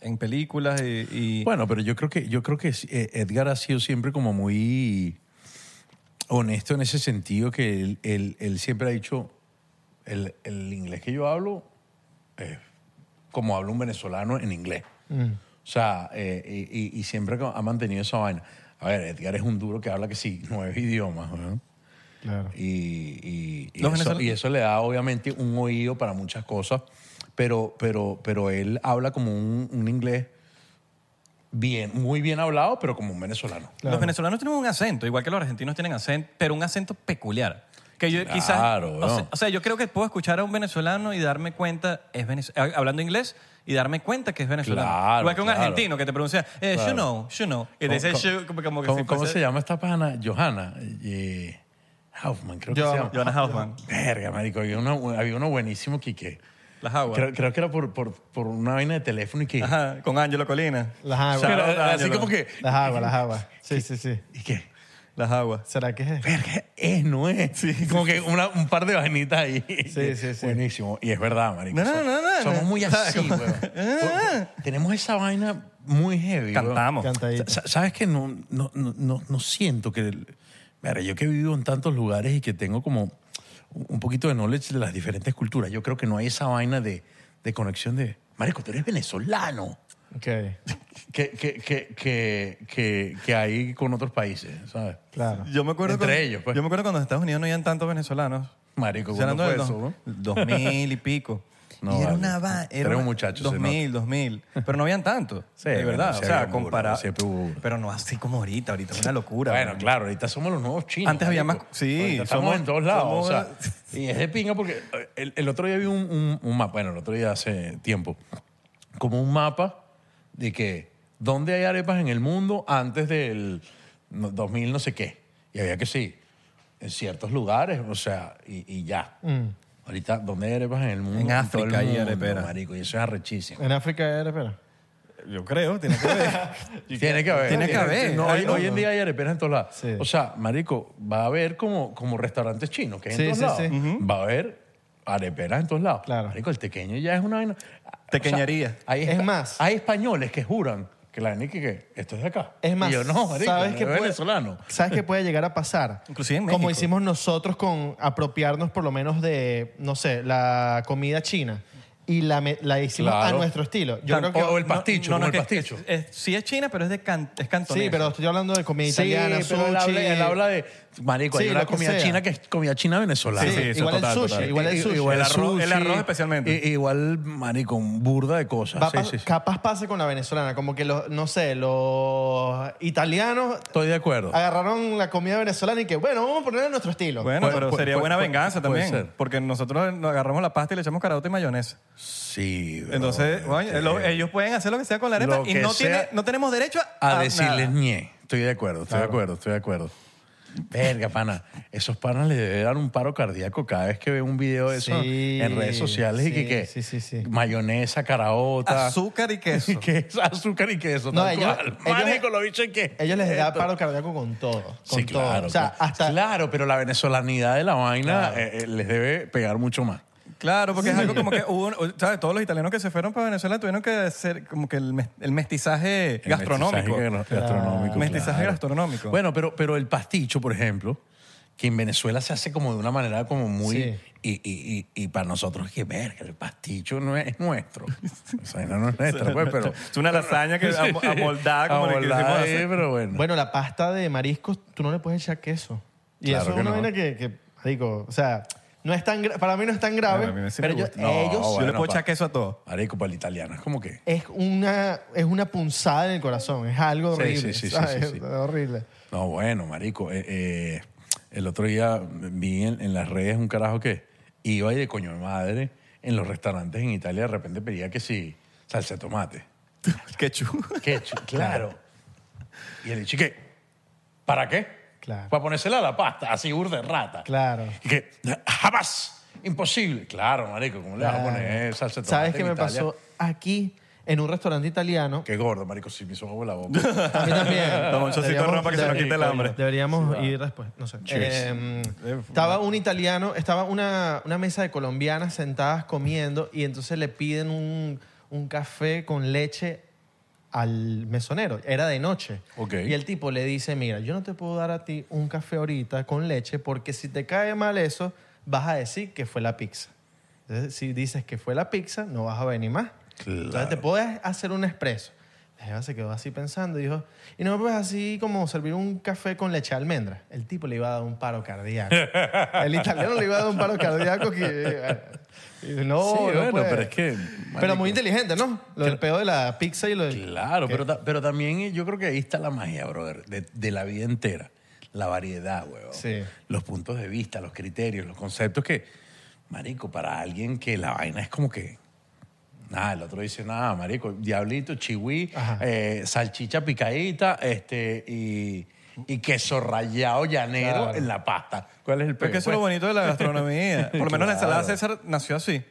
Speaker 3: en películas y... y-
Speaker 2: Bueno, pero yo creo que yo creo que eh, Edgar ha sido siempre como muy honesto en ese sentido que él, él- él siempre ha dicho el, el inglés que yo hablo es como habla un venezolano en inglés.
Speaker 4: Mm,
Speaker 2: O sea, eh, y, y- y siempre ha mantenido esa vaina. A ver, Edgar es un duro que habla que sí, nueve idiomas, ¿no?
Speaker 4: Claro.
Speaker 2: Y, y- y
Speaker 3: Los
Speaker 2: eso,
Speaker 3: venezolanos-
Speaker 2: y eso le da obviamente un oído para muchas cosas, pero, pero, pero él habla como un, un inglés bien, muy bien hablado, pero como un venezolano.
Speaker 3: Los venezolanos tienen un acento, igual que los argentinos tienen acento, pero un acento peculiar. Que yo quizás.
Speaker 2: Claro,
Speaker 3: o,
Speaker 2: weón.
Speaker 3: sea, o sea, yo creo que puedo escuchar a un venezolano y darme cuenta, es venez- eh, hablando inglés, y darme cuenta que es venezolano.
Speaker 2: Claro,
Speaker 3: igual que un
Speaker 2: claro.
Speaker 3: argentino que te pronuncia, eh, you know, you know. Y te dice,
Speaker 2: ¿Cómo-
Speaker 3: you, como, como que
Speaker 2: ¿Cómo,
Speaker 3: si
Speaker 2: cómo
Speaker 3: fuese-
Speaker 2: se llama esta pana? Johanna. eh, Hoffman, creo que se
Speaker 4: Johanna.
Speaker 2: llama.
Speaker 3: Johanna Hoffman.
Speaker 2: Verga, marico, había uno, había uno buenísimo que... que
Speaker 3: Las aguas.
Speaker 2: creo, creo que era por, por, por una vaina de teléfono y que...
Speaker 3: Ah, Ajá, con Ángelo Colina.
Speaker 4: Las aguas.
Speaker 2: o sea,
Speaker 3: Pero-
Speaker 2: era así
Speaker 3: Ángelo.
Speaker 2: como que...
Speaker 4: Las aguas, las aguas. Sí, sí, sí.
Speaker 2: ¿Y qué?
Speaker 3: Las aguas.
Speaker 4: ¿Será que es?
Speaker 2: verga, es, no es. Como que una- un par de vaginitas ahí.
Speaker 4: Sí, sí, sí.
Speaker 2: Buenísimo. Y es verdad, marico.
Speaker 3: No, no,
Speaker 2: Som-
Speaker 3: no, no, no.
Speaker 2: Somos muy así, weón. Pues, Tenemos esa vaina muy heavy, weón.
Speaker 3: Cantamos.
Speaker 4: Cantadita.
Speaker 2: Sa- ¿Sabes que no, no, no, no, no siento que... el- Mira, yo que he vivido en tantos lugares y que tengo como un poquito de knowledge de las diferentes culturas, yo creo que no hay esa vaina de, de conexión de... Marico, tú eres venezolano.
Speaker 4: Ok.
Speaker 2: Que, que, que, que, que, que hay con otros países, ¿sabes?
Speaker 4: Claro.
Speaker 3: Yo me acuerdo
Speaker 2: Entre
Speaker 3: cuando-
Speaker 2: ellos, pues.
Speaker 3: Yo me acuerdo cuando en Estados Unidos no habían tantos venezolanos.
Speaker 2: Marico,
Speaker 3: Estoy
Speaker 2: ¿cuándo
Speaker 3: hablando
Speaker 2: fue
Speaker 3: del
Speaker 2: eso,
Speaker 3: dos-
Speaker 2: weón?
Speaker 3: 2000 y pico.
Speaker 2: No,
Speaker 3: y era
Speaker 2: vale.
Speaker 3: una va-
Speaker 2: Era un muchacho, se
Speaker 3: 2000, 2000. Pero no habían tanto.
Speaker 2: Sí,
Speaker 3: de
Speaker 2: bueno,
Speaker 3: verdad.
Speaker 2: sí
Speaker 3: o sea,
Speaker 2: había burro,
Speaker 3: comparado.
Speaker 2: siempre hubo burro.
Speaker 3: Pero no así como ahorita. Ahorita es una locura.
Speaker 2: Bueno,
Speaker 3: weón.
Speaker 2: claro, ahorita somos los nuevos chinos.
Speaker 3: Antes había
Speaker 2: marico.
Speaker 3: más- sí,
Speaker 2: Ahorita estamos
Speaker 3: somos-
Speaker 2: en todos lados.
Speaker 3: somos-
Speaker 2: o sea, y es de pinga porque eh, el, el otro día vi un, un- un mapa, bueno, el otro día hace tiempo, como un mapa de que dónde hay arepas en el mundo antes del no- 2000 no sé qué. Y había que sí, en ciertos lugares, o sea, y, y ya. Ahorita, ¿dónde hay arepas en el mundo?
Speaker 3: Mm. En
Speaker 2: todo el
Speaker 3: África hay
Speaker 2: mundo,
Speaker 3: areperas.
Speaker 2: marico, y eso es arrechísimo.
Speaker 4: En África era, espera.
Speaker 3: Yo creo, tiene que ver.
Speaker 2: Tiene que haber.
Speaker 3: Tiene que haber.
Speaker 2: No, hoy,
Speaker 3: Ay, no,
Speaker 2: hoy en
Speaker 3: no.
Speaker 2: día hay areperas en todos lados.
Speaker 4: Sí.
Speaker 2: O sea, marico, va a haber como, como restaurantes chinos que hay
Speaker 4: Sí,
Speaker 2: en todos
Speaker 4: sí,
Speaker 2: lados.
Speaker 4: sí.
Speaker 2: Va a haber areperas en todos lados.
Speaker 4: Claro.
Speaker 2: Marico, el tequeño ya es una vaina.
Speaker 3: Tequeñería.
Speaker 2: hay
Speaker 4: Es
Speaker 2: espa-
Speaker 4: más.
Speaker 2: Hay españoles que juran que la gente que, que esto es de acá.
Speaker 4: Es más,
Speaker 2: Y yo no, marico,
Speaker 4: ¿sabes
Speaker 2: no
Speaker 4: qué
Speaker 2: es
Speaker 4: puede-
Speaker 2: venezolano.
Speaker 4: ¿Sabes qué puede llegar a pasar?
Speaker 3: Inclusive en
Speaker 4: Como
Speaker 3: México.
Speaker 4: hicimos nosotros con apropiarnos por lo menos de, no sé, la comida china. Y y la, me- la hicimos
Speaker 2: Claro.
Speaker 4: a nuestro estilo. Yo
Speaker 2: Tan-
Speaker 4: creo que...
Speaker 2: o el pasticho,
Speaker 3: No, no,
Speaker 2: como el
Speaker 3: que-
Speaker 2: pasticho.
Speaker 3: es- es- sí es China, pero es, de can- es cantonés.
Speaker 4: sí, pero estoy hablando de comida
Speaker 2: Sí,
Speaker 4: italiana,
Speaker 2: pero él habla,
Speaker 4: sushi.
Speaker 2: él habla de. Marico,
Speaker 4: Sí,
Speaker 2: hay una
Speaker 4: lo que
Speaker 2: comida
Speaker 4: sea.
Speaker 2: china que es comida china venezolana.
Speaker 4: Sí,
Speaker 3: Sí, eso,
Speaker 4: igual
Speaker 3: total,
Speaker 4: el sushi,
Speaker 3: total.
Speaker 4: igual el
Speaker 2: I-
Speaker 4: sushi.
Speaker 2: Igual
Speaker 3: El arroz- el
Speaker 2: sushi,
Speaker 3: arroz especialmente.
Speaker 2: i- igual, marico, burda de cosas.
Speaker 4: Va
Speaker 2: Ah, Sí,
Speaker 4: pa-
Speaker 2: sí, sí.
Speaker 4: Capaz pase con la venezolana, como que los, no sé, los italianos
Speaker 2: Estoy de acuerdo.
Speaker 4: agarraron la comida venezolana y que, bueno, vamos a ponerle nuestro estilo.
Speaker 3: Bueno,
Speaker 2: Puede-
Speaker 3: pero
Speaker 2: puede-
Speaker 3: sería
Speaker 2: puede-
Speaker 3: buena
Speaker 2: puede-
Speaker 3: venganza
Speaker 2: puede
Speaker 3: también.
Speaker 2: ser.
Speaker 3: Porque nosotros nos agarramos la pasta y le echamos caraota y mayonesa.
Speaker 2: Sí, bro,
Speaker 3: Entonces, coño,
Speaker 2: este,
Speaker 3: lo- ellos pueden hacer lo que sea con la arepa
Speaker 2: Lo
Speaker 3: y
Speaker 2: que
Speaker 3: no, tiene-
Speaker 2: sea
Speaker 3: no tenemos derecho a,
Speaker 2: A decirles
Speaker 3: nada.
Speaker 2: ñe. Estoy de acuerdo, estoy de acuerdo, estoy de acuerdo. Verga, pana. Esos panas les debe dar un paro cardíaco cada vez que ven un video de eso
Speaker 4: Sí,
Speaker 2: en redes sociales y
Speaker 4: sí,
Speaker 2: que, que
Speaker 4: sí, sí, sí.
Speaker 2: mayonesa, caraota.
Speaker 3: azúcar y queso.
Speaker 2: Y que es azúcar y queso.
Speaker 4: No,
Speaker 2: tal
Speaker 4: ellos-
Speaker 2: cual.
Speaker 4: ellos-
Speaker 2: Marico, lo bicho en qué.
Speaker 4: Ellos les da paro cardíaco con todo. Con
Speaker 2: Sí,
Speaker 4: todo.
Speaker 2: claro.
Speaker 4: o sea,
Speaker 2: claro.
Speaker 4: hasta
Speaker 2: Claro, pero la venezolanidad de la vaina eh, eh, les debe pegar mucho más.
Speaker 3: Claro, porque es algo como que hubo, ¿sabes? Todos los italianos que se fueron para Venezuela tuvieron que hacer como que el, mes- el mestizaje
Speaker 2: El
Speaker 3: gastronómico.
Speaker 2: mestizaje gastro- gastronómico,
Speaker 3: Mestizaje
Speaker 2: claro.
Speaker 3: gastronómico.
Speaker 2: Bueno, pero, pero el pasticho, por ejemplo, que en Venezuela se hace como de una manera como muy...
Speaker 4: Sí.
Speaker 2: Y, y, y, y para nosotros, que verga, el pasticho no es nuestro. O sea, no, no es nuestra, pues, pero...
Speaker 3: es una lasaña que amo- amoldada como la que
Speaker 2: Amoldada,
Speaker 3: hicimos
Speaker 2: eh,
Speaker 3: hace-
Speaker 2: pero bueno.
Speaker 4: Bueno, la pasta de mariscos, tú no le puedes echar queso. Y
Speaker 2: Claro
Speaker 4: eso es
Speaker 2: que
Speaker 4: una
Speaker 2: no.
Speaker 4: vaina que, que, marico, o sea, no es tan gra- para mí no es tan
Speaker 3: Bueno,
Speaker 4: grave,
Speaker 3: a mí sí me
Speaker 4: pero yo-
Speaker 3: gusta.
Speaker 2: No,
Speaker 4: ellos
Speaker 3: Yo le
Speaker 2: bueno,
Speaker 3: puedo
Speaker 2: pa-
Speaker 3: echar queso a todo.
Speaker 2: Marico, para el italiano, es como que...
Speaker 4: es una es una punzada en el corazón, es algo
Speaker 2: Sí,
Speaker 4: horrible,
Speaker 2: sí, sí, sí,
Speaker 4: ¿sabes?
Speaker 2: sí, sí.
Speaker 4: Es horrible.
Speaker 2: No, bueno, marico. eh, eh, el otro día vi en, en las redes un carajo que iba y de coño de madre en los restaurantes en Italia de repente pedía que sí, salsa de tomate.
Speaker 3: Ketchup.
Speaker 2: pues, Ketchup, claro. Y el dicho que, ¿para qué?
Speaker 4: Claro.
Speaker 2: Para ponérsela a la pasta, así burda de rata.
Speaker 4: Claro.
Speaker 2: Y que, jamás, imposible. Claro, marico, ¿cómo le vas a
Speaker 4: Claro.
Speaker 2: poner salsa de tomate
Speaker 4: ¿Sabes qué
Speaker 2: en
Speaker 4: me
Speaker 2: Italia?
Speaker 4: pasó aquí en un restaurante italiano?
Speaker 2: Qué gordo, marico, si me hizo agua la boca.
Speaker 4: A mí también.
Speaker 3: Toma un chocito de
Speaker 4: Deberíamos-
Speaker 3: ron para que se nos quite el hambre.
Speaker 4: Deberíamos ir después, no sé. Eh, estaba un italiano, estaba una, una mesa de colombianas sentadas comiendo y entonces le piden un, un café con leche al mesonero. Era de noche.
Speaker 2: Ok.
Speaker 4: Y el tipo le dice, mira, yo no te puedo dar a ti un café ahorita con leche porque si te cae mal eso, vas a decir que fue la pizza. Entonces, si dices que fue la pizza, no vas a venir más. Entonces, te puedes hacer un expreso. La jeva se quedó así pensando y dijo, y no me puedes así como servir un café con leche de almendra. El tipo le iba a dar un paro cardíaco. El italiano le iba a dar un paro cardíaco que... eh, y dice, no,
Speaker 2: Sí,
Speaker 4: no
Speaker 2: bueno,
Speaker 4: puede".
Speaker 2: pero es que,
Speaker 4: Pero
Speaker 2: marico.
Speaker 4: muy inteligente, ¿no? Lo del pedo de la pizza y lo del...
Speaker 2: Claro,
Speaker 4: que-
Speaker 2: pero, ta- pero también eh, yo creo que ahí está la magia, brother, de, de la vida entera. La variedad, huevón.
Speaker 4: Sí.
Speaker 2: Los puntos de vista, los criterios, los conceptos que, marico, para alguien que la vaina es como que. Nada, el otro dice, nada, marico, diablito, chihui,
Speaker 4: Ajá.
Speaker 2: eh, salchicha picadita, este, y, y queso rallado llanero
Speaker 4: Claro.
Speaker 2: en la pasta. ¿Cuál es el
Speaker 3: Pero es que eso es lo
Speaker 2: Pues,
Speaker 3: bonito de la gastronomía. Por lo menos la ensalada
Speaker 2: Claro.
Speaker 3: César nació así,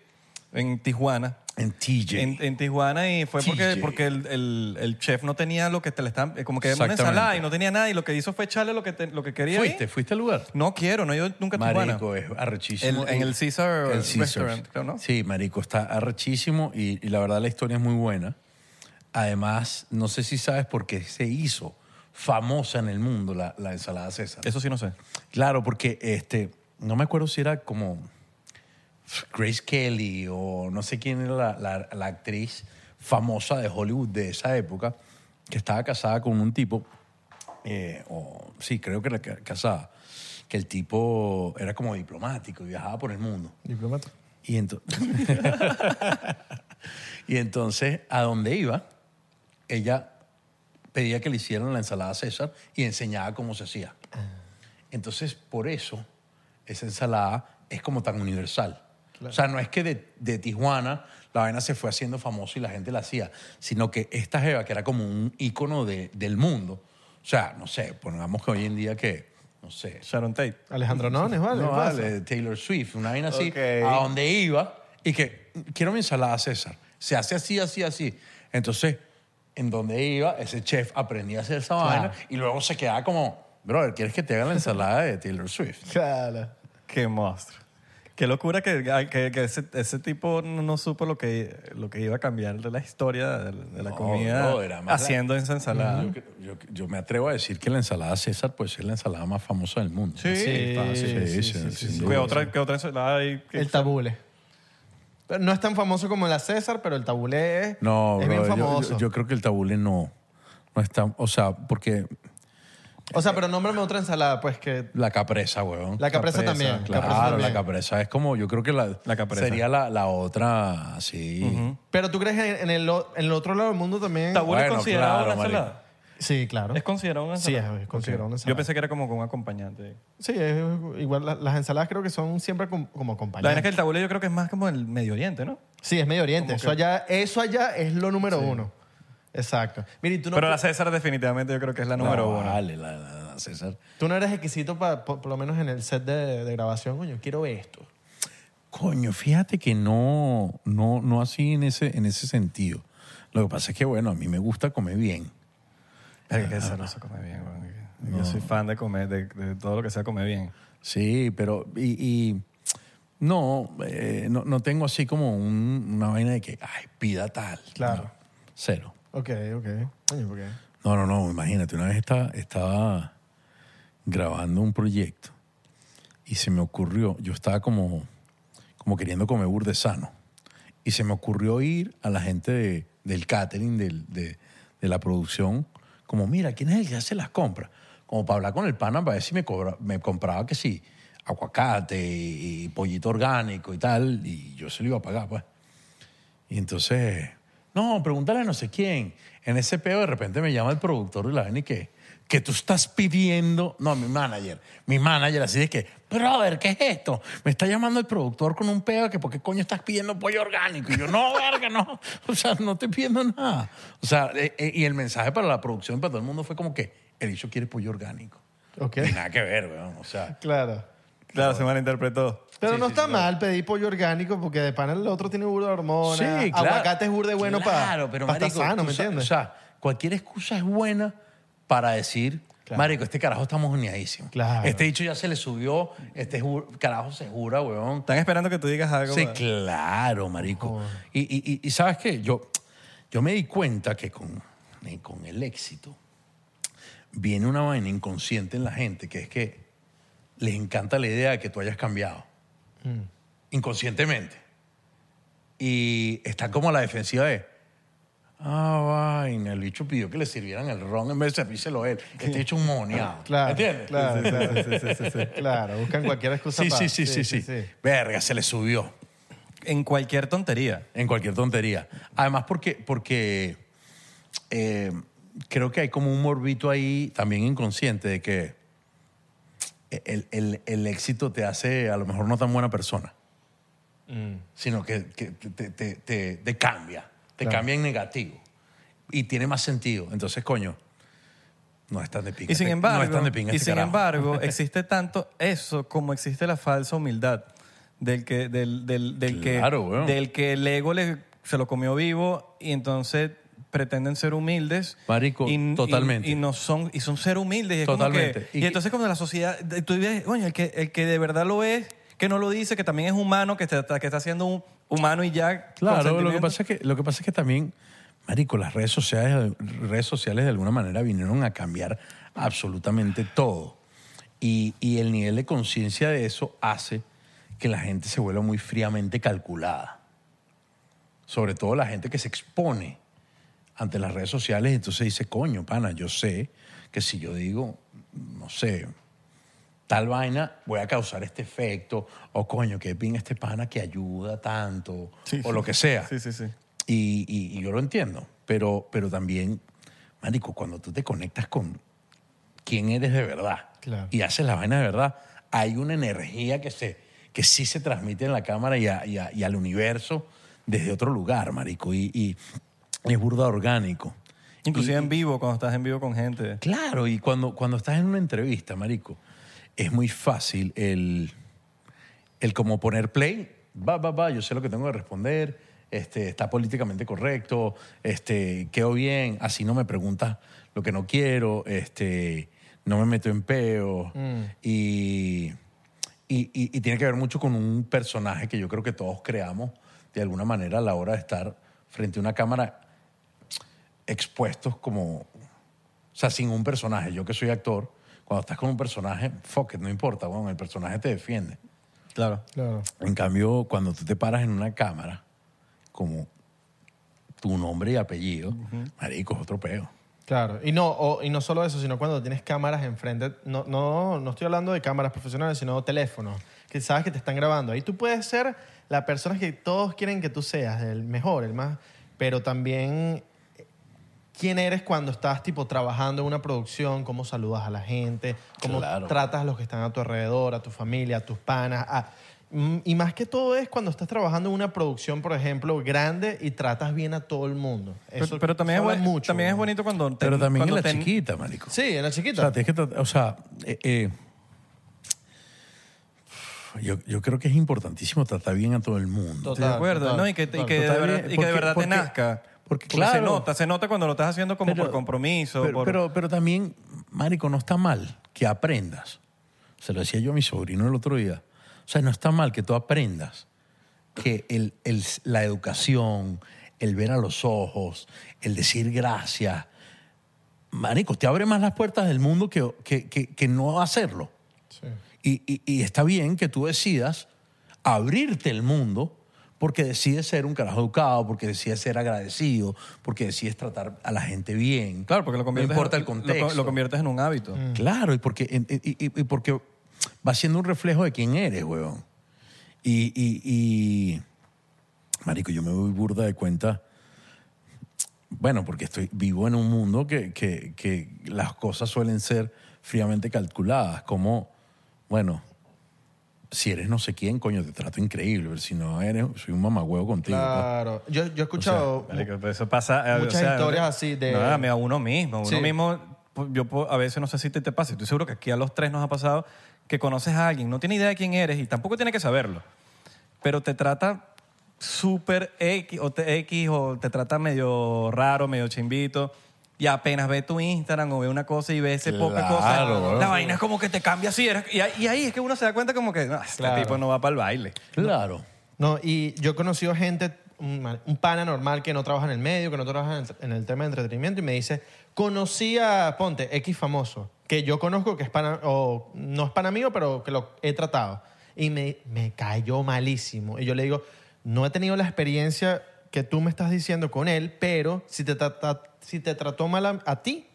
Speaker 3: en Tijuana.
Speaker 2: En TJ.
Speaker 3: En, en Tijuana y fue porque,
Speaker 2: TJ.
Speaker 3: porque el, el- el chef no tenía lo que te le están como que una
Speaker 2: Exactamente.
Speaker 3: ensalada y no tenía nada y lo que hizo fue echarle lo que, te- lo que quería. ahí.
Speaker 2: ¿Fuiste? ¿Fuiste al lugar?
Speaker 3: No quiero, no he ido nunca a Tijuana.
Speaker 2: Marico, es arrechísimo.
Speaker 3: El- en el Caesar Restaurant, creo, ¿no?
Speaker 2: Sí, Marico, está arrechísimo y, y la verdad la historia es muy buena. Además, no sé si sabes por qué se hizo famosa en el mundo la, la ensalada César.
Speaker 3: Eso sí no sé.
Speaker 2: Claro, porque este, no me acuerdo si era como Grace Kelly o no sé quién era la, la- la actriz famosa de Hollywood de esa época que estaba casada con un tipo, eh, o sí, creo que era ca- casada, que el tipo era como diplomático y viajaba por el mundo.
Speaker 4: Diplomata.
Speaker 2: Y, ento- y entonces, a donde iba, ella pedía que le hicieran la ensalada César y enseñaba cómo se hacía. Entonces, por eso, esa ensalada es como tan universal. O sea, no es que de, de Tijuana la vaina se fue haciendo famosa y la gente la hacía, sino que esta jeva, que era como un ícono de- del mundo, o sea, no sé, pongamos que hoy en día que, no sé,
Speaker 3: Sharon Tate.
Speaker 4: Alejandro Nones, ¿vale?
Speaker 2: no,
Speaker 4: ¿Qué pasa?
Speaker 2: vale, Taylor Swift, una vaina así,
Speaker 3: Ok.
Speaker 2: a donde iba y que quiero mi ensalada César. Se hace así, así, así. Entonces, en donde iba, ese chef aprendía a hacer esa vaina y luego se quedaba como, brother, ¿quieres que te hagan la ensalada de Taylor Swift?
Speaker 4: Claro.
Speaker 3: Qué monstruo. Qué locura que, que- que ese, ese tipo no, no supo lo que, lo que iba a cambiar de la historia de, de la
Speaker 2: No,
Speaker 3: comida
Speaker 2: brother, además la-
Speaker 3: haciendo esa ensalada.
Speaker 2: Yo, yo- yo me atrevo a decir que la ensalada César pues es la ensalada más famosa del mundo.
Speaker 3: Sí,
Speaker 2: sí,
Speaker 4: sí,
Speaker 2: sí, sin
Speaker 4: sí, sí,
Speaker 3: ¿Qué
Speaker 2: duda.
Speaker 3: otra, qué otra ensalada hay? que-
Speaker 4: El tabule. Pero no es tan famoso como la César, pero el tabulé es,
Speaker 2: No, brother,
Speaker 4: es bien
Speaker 2: yo- yo,
Speaker 4: famoso.
Speaker 2: yo creo que el tabule no. No está. O sea, porque
Speaker 4: o sea, pero nómbrame otra ensalada, pues que
Speaker 2: la capresa, weón.
Speaker 4: La capresa también,
Speaker 2: Claro,
Speaker 4: capresa también.
Speaker 2: la capresa es como. Yo creo que la,
Speaker 3: La capresa.
Speaker 2: sería la, la otra, sí.
Speaker 4: Pero tú crees que en el, o- en el otro lado del mundo también.
Speaker 3: ¿Tabú es
Speaker 2: Bueno, claro,
Speaker 3: considerado una
Speaker 2: marico.
Speaker 3: ensalada?
Speaker 4: Sí, claro.
Speaker 3: ¿Es considerado una
Speaker 4: Sí,
Speaker 3: ensalada?
Speaker 4: es considerado
Speaker 3: Ok.
Speaker 4: una ensalada.
Speaker 3: Yo pensé que era como con un acompañante.
Speaker 4: Sí, es igual la- las ensaladas creo que son siempre com-
Speaker 3: La
Speaker 4: como
Speaker 3: verdad es
Speaker 4: acompañantes.
Speaker 3: que el tabule yo creo que es más como el Medio Oriente, ¿no?
Speaker 4: Sí, es Medio Oriente. Eso allá, eso allá es lo número uno. Exacto. Mira, y tú no,
Speaker 3: Pero la César definitivamente yo creo que es la número
Speaker 2: No,
Speaker 3: uno.
Speaker 2: Vale, la, la- la César.
Speaker 4: tú no eres exquisito para, por, por lo menos en el set de, de grabación, coño. Quiero esto.
Speaker 2: Coño, fíjate que no, no, no así en ese, en ese sentido. Lo que pasa es que, bueno, a mí me gusta comer bien.
Speaker 3: Es que César no se come bien, güey. Yo soy fan de comer, de, de todo lo que sea comer bien.
Speaker 2: Sí, pero. Y, y no, eh, no, no tengo así como un- una vaina de que, ay, pida tal.
Speaker 4: Claro.
Speaker 2: No, cero.
Speaker 4: Ok, ok. Coño, ¿por qué?
Speaker 2: No, no, no, imagínate, una vez estaba, estaba grabando un proyecto y se me ocurrió, yo estaba como, como queriendo comer burde sano y se me ocurrió ir a la gente de- del catering, del- de, de la producción, como, mira, ¿quién es el que hace las compras? Como para hablar con el pana para ver si me, cobra- me compraba que sí, aguacate y, y pollito orgánico y tal, y yo se lo iba a pagar, pues. Y entonces, no, pregúntale a no sé quién. En ese peo de repente me llama el productor y la ven y que, que tú estás pidiendo, no, mi manager, mi manager así de que, brother, ¿qué es esto? Me está llamando el productor con un peo de que, ¿por qué coño estás pidiendo pollo orgánico? Y yo, no, verga, no, o sea, no te pidiendo nada. O sea, eh, eh, y el mensaje para la producción y para todo el mundo fue como que, el hecho quiere pollo orgánico.
Speaker 4: Ok.
Speaker 2: Y nada que ver, weón, o sea.
Speaker 4: Claro.
Speaker 3: Claro, se malinterpretó.
Speaker 4: Pero
Speaker 2: Sí,
Speaker 4: no
Speaker 2: sí,
Speaker 4: está
Speaker 2: sí,
Speaker 4: mal pedir pollo orgánico porque de pan el otro tiene burda de hormonas.
Speaker 2: Sí, claro.
Speaker 4: Aguacate es burda de bueno
Speaker 2: claro,
Speaker 4: para,
Speaker 2: pero
Speaker 4: para estar
Speaker 2: marico,
Speaker 4: sano,
Speaker 2: tú
Speaker 4: ¿me
Speaker 2: sa-
Speaker 4: entiendes?
Speaker 2: O sea, cualquier excusa es buena para decir, marico, este carajo está mojoneadísimo.
Speaker 4: Claro.
Speaker 2: Este dicho ya se le subió, este ju- carajo se jura, weón.
Speaker 3: Están esperando que tú digas algo.
Speaker 2: Sí,
Speaker 3: güey.
Speaker 2: claro, marico. Y, y- y- y ¿sabes qué? Yo, yo me di cuenta que con, eh, con el éxito viene una vaina inconsciente en la gente, que es que les encanta la idea de que tú hayas cambiado. Mm. Inconscientemente. Y están como a la defensiva de... Ah, vaina, el bicho pidió que le sirvieran el ron en vez de servírselo él. Este bicho es un mojoneado.
Speaker 4: claro.
Speaker 2: ¿Entiendes?
Speaker 4: Claro, claro. Claro, buscan cualquier excusa
Speaker 2: Sí,
Speaker 4: para-
Speaker 2: sí, sí, sí, sí, Verga, se le subió
Speaker 3: En cualquier tontería.
Speaker 2: en cualquier tontería. Además, porque, porque eh, creo que hay como un morbito ahí también inconsciente de que el, el- el éxito te hace a lo mejor no tan buena persona,
Speaker 3: Mm.
Speaker 2: sino que, que te, te- te- te cambia, te cambia en negativo y tiene más sentido. Entonces, coño, no están de pinga.
Speaker 3: Y sin
Speaker 2: este-
Speaker 3: embargo,
Speaker 2: no están de pinga
Speaker 3: y
Speaker 2: este
Speaker 3: sin
Speaker 2: carajo.
Speaker 3: embargo existe tanto eso como existe la falsa humildad del que, del, del, del
Speaker 2: Claro,
Speaker 3: que,
Speaker 2: weón.
Speaker 3: del que el ego le- se lo comió vivo y entonces pretenden ser humildes.
Speaker 2: Marico,
Speaker 3: y- y-
Speaker 2: totalmente.
Speaker 3: Y, no son, y son ser humildes. Y es como
Speaker 2: Totalmente.
Speaker 3: que-
Speaker 2: Y
Speaker 3: y
Speaker 2: que-
Speaker 3: entonces como la sociedad, de- tú ves, coño, el que, el que de verdad lo es, que no lo dice, que también es humano, que está, que está siendo un humano y ya. con
Speaker 2: Claro, lo que,
Speaker 3: sentimientos.
Speaker 2: pasa es que, lo que pasa es que también, marico, las redes sociales, redes sociales de alguna manera vinieron a cambiar absolutamente todo. Y, y el nivel de conciencia de eso hace que la gente se vuelva muy fríamente calculada. Sobre todo la gente que se expone ante las redes sociales, entonces dice, coño, pana, yo sé que si yo digo, no sé, tal vaina, voy a causar este efecto, o coño, qué pinga este pana que ayuda tanto, o lo que sea.
Speaker 3: Sí, sí, sí.
Speaker 2: Y, y- y yo lo entiendo, pero, pero también, marico, cuando tú te conectas con quién eres de verdad
Speaker 4: Claro.
Speaker 2: y haces la vaina de verdad, hay una energía que, se, que sí se transmite en la cámara y, a- y a- y al universo desde otro lugar, marico, y, y es burda orgánico.
Speaker 3: Inclusive en vivo, cuando estás en vivo con gente.
Speaker 2: Claro, y cuando, cuando estás en una entrevista, marico, es muy fácil el, el como poner play, va, va, va, yo sé lo que tengo que responder, este, está políticamente correcto, este, quedo bien, así no me preguntas lo que no quiero, este, no me meto en peo y, y- y- y tiene que ver mucho con un personaje que yo creo que todos creamos de alguna manera a la hora de estar frente a una cámara expuestos como, o sea, sin un personaje. Yo que soy actor, cuando estás con un personaje, fuck it, no importa, bueno, el personaje te defiende.
Speaker 3: Claro.
Speaker 4: Claro.
Speaker 2: En cambio, cuando tú te paras en una cámara, como tu nombre y apellido, marico, es otro peo.
Speaker 4: Claro, y no, o- y no solo eso, sino cuando tienes cámaras enfrente, no, no, no estoy hablando de cámaras profesionales, sino teléfonos, que sabes que te están grabando. Ahí tú puedes ser la persona que todos quieren que tú seas, el mejor, el más, pero también eh, quién eres cuando estás tipo trabajando en una producción, cómo saludas a la gente, cómo
Speaker 2: Claro.
Speaker 4: tratas a los que están a tu alrededor, a tu familia, a tus panas. a- Mm, y más que todo es cuando estás trabajando en una producción, por ejemplo, grande y tratas bien a todo el mundo.
Speaker 3: Pero-
Speaker 4: Eso
Speaker 3: pero, también, es,
Speaker 4: habla
Speaker 3: buen-
Speaker 4: mucho,
Speaker 3: también es
Speaker 4: weón.
Speaker 3: bonito cuando... te-
Speaker 2: Pero también en
Speaker 3: cuando
Speaker 2: la
Speaker 3: te-
Speaker 2: chiquita, marico.
Speaker 4: Sí, era
Speaker 2: O
Speaker 4: chiquita.
Speaker 2: sea, tienes que tratar- o sea, eh, eh, yo, yo creo que es importantísimo tratar bien a todo el mundo.
Speaker 3: Total, de acuerdo,
Speaker 4: total,
Speaker 3: ¿no? Y que, y
Speaker 4: total.
Speaker 3: que de
Speaker 2: Total,
Speaker 3: verdad,
Speaker 2: bien,
Speaker 3: y que de
Speaker 2: porque-
Speaker 3: verdad
Speaker 2: porque-
Speaker 3: te nazca.
Speaker 2: porque,
Speaker 3: se
Speaker 2: claro.
Speaker 3: nota, se nota cuando lo estás haciendo como por compromiso.
Speaker 2: Pero,
Speaker 3: por-
Speaker 2: pero, pero también, marico, no está mal que aprendas. Se lo decía yo a mi sobrino el otro día. O sea, no está mal que tú aprendas que el, el- la educación, el ver a los ojos, el decir gracias, marico, te abre más las puertas del mundo que, que, que- que no hacerlo. Y, y- y está bien que tú decidas abrirte el mundo porque decides ser un carajo educado, porque decides ser agradecido, porque decides tratar a la gente bien.
Speaker 3: claro, porque lo
Speaker 2: No
Speaker 3: conviertes,
Speaker 2: importa
Speaker 3: en,
Speaker 2: el contexto.
Speaker 3: Lo, lo conviertes en un hábito.
Speaker 4: Mm.
Speaker 2: Claro, y porque, en- y, y- y porque va siendo un reflejo de quién eres, weón. Y, y- y- Marico, yo me doy burda de cuenta. Bueno, porque estoy vivo en un mundo que, que- que las cosas suelen ser fríamente calculadas. Como, bueno, si eres no sé quién, coño, te trato increíble. Pero si no eres, soy un mamagüevo contigo. pues. pa.
Speaker 4: Claro. Yo, yo he escuchado.
Speaker 3: Marico, pero eso pasa. eh,
Speaker 4: Muchas historias así de-
Speaker 3: No, a uno mismo. Uno
Speaker 4: Sí.
Speaker 3: mismo, po- yo po- a veces no sé si te, te pasa. Estoy seguro que aquí a los tres nos ha pasado que conoces a alguien, no tiene idea de quién eres y tampoco tiene que saberlo. Pero te trata súper X o te, X o te trata medio raro, medio chimbito. Y apenas ve tu Instagram o ve una cosa y ve ese poca
Speaker 2: Claro,
Speaker 3: cosa.
Speaker 2: bro.
Speaker 3: La vaina es como que te cambia así. eres- Y, ahí- y ahí es que uno se da cuenta como que "Ah, este
Speaker 4: Claro.
Speaker 3: tipo no va para el baile.
Speaker 2: Claro.
Speaker 4: No, y yo he conocido gente, un, man- un pana normal que no trabaja en el medio, que no trabaja en el, en el tema de entretenimiento, y me dice: Conocí a Ponte, X famoso, que yo conozco, que es pana, o no es pana mío, pero que lo he tratado. Y me, me cayó malísimo. Y yo le digo: No he tenido la experiencia que tú me estás diciendo con él, pero si te, trata- si te trató mal a, a ti,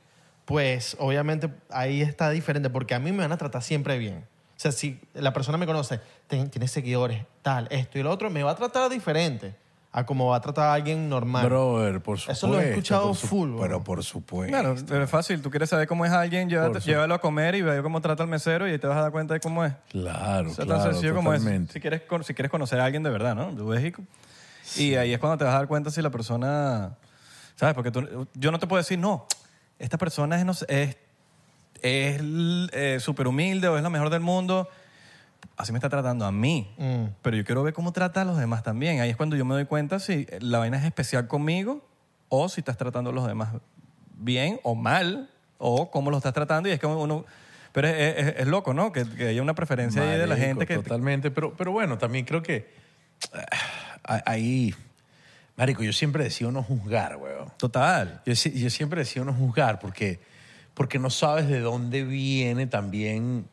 Speaker 4: pues obviamente ahí está diferente, porque a mí me van a tratar siempre bien. O sea, si la persona me conoce, "Ten- tiene seguidores, tal, esto y lo otro, me va a tratar diferente a como va a tratar a alguien normal.
Speaker 2: Brother, por supuesto.
Speaker 4: Eso lo he escuchado
Speaker 2: por su-
Speaker 4: full, bro.
Speaker 2: Pero por supuesto.
Speaker 3: Claro, pero es fácil. Tú quieres saber cómo es alguien, llévate-
Speaker 2: pues. Por su-
Speaker 3: llévalo a comer y ve cómo trata el mesero y ahí te vas a dar cuenta de cómo es.
Speaker 2: Claro,
Speaker 3: O sea,
Speaker 2: claro,
Speaker 3: tan sencillo como es.
Speaker 2: totalmente.
Speaker 3: Si quieres, con- si quieres conocer a alguien de verdad, ¿no? Tú ves y, y ahí es cuando te vas a dar cuenta si la persona... ¿Sabes? Porque tú- yo no te puedo decir, no, esta persona es, no sé, es, es súper humilde o es la mejor del mundo. Así me está tratando a mí.
Speaker 4: Mm.
Speaker 3: Pero yo quiero ver cómo trata a los demás también. Ahí es cuando yo me doy cuenta si la vaina es especial conmigo o si estás tratando a los demás bien o mal o cómo los estás tratando. Y es que uno... Pero es, es- es loco, ¿no? Que, que haya una preferencia ahí de la
Speaker 2: Marico,
Speaker 3: gente que...
Speaker 2: Totalmente, pero, pero bueno, también creo que ah, ahí... Marico, yo siempre decido no juzgar, weón.
Speaker 3: Total.
Speaker 2: Yo, si- yo siempre decido no juzgar porque, porque no sabes de dónde viene también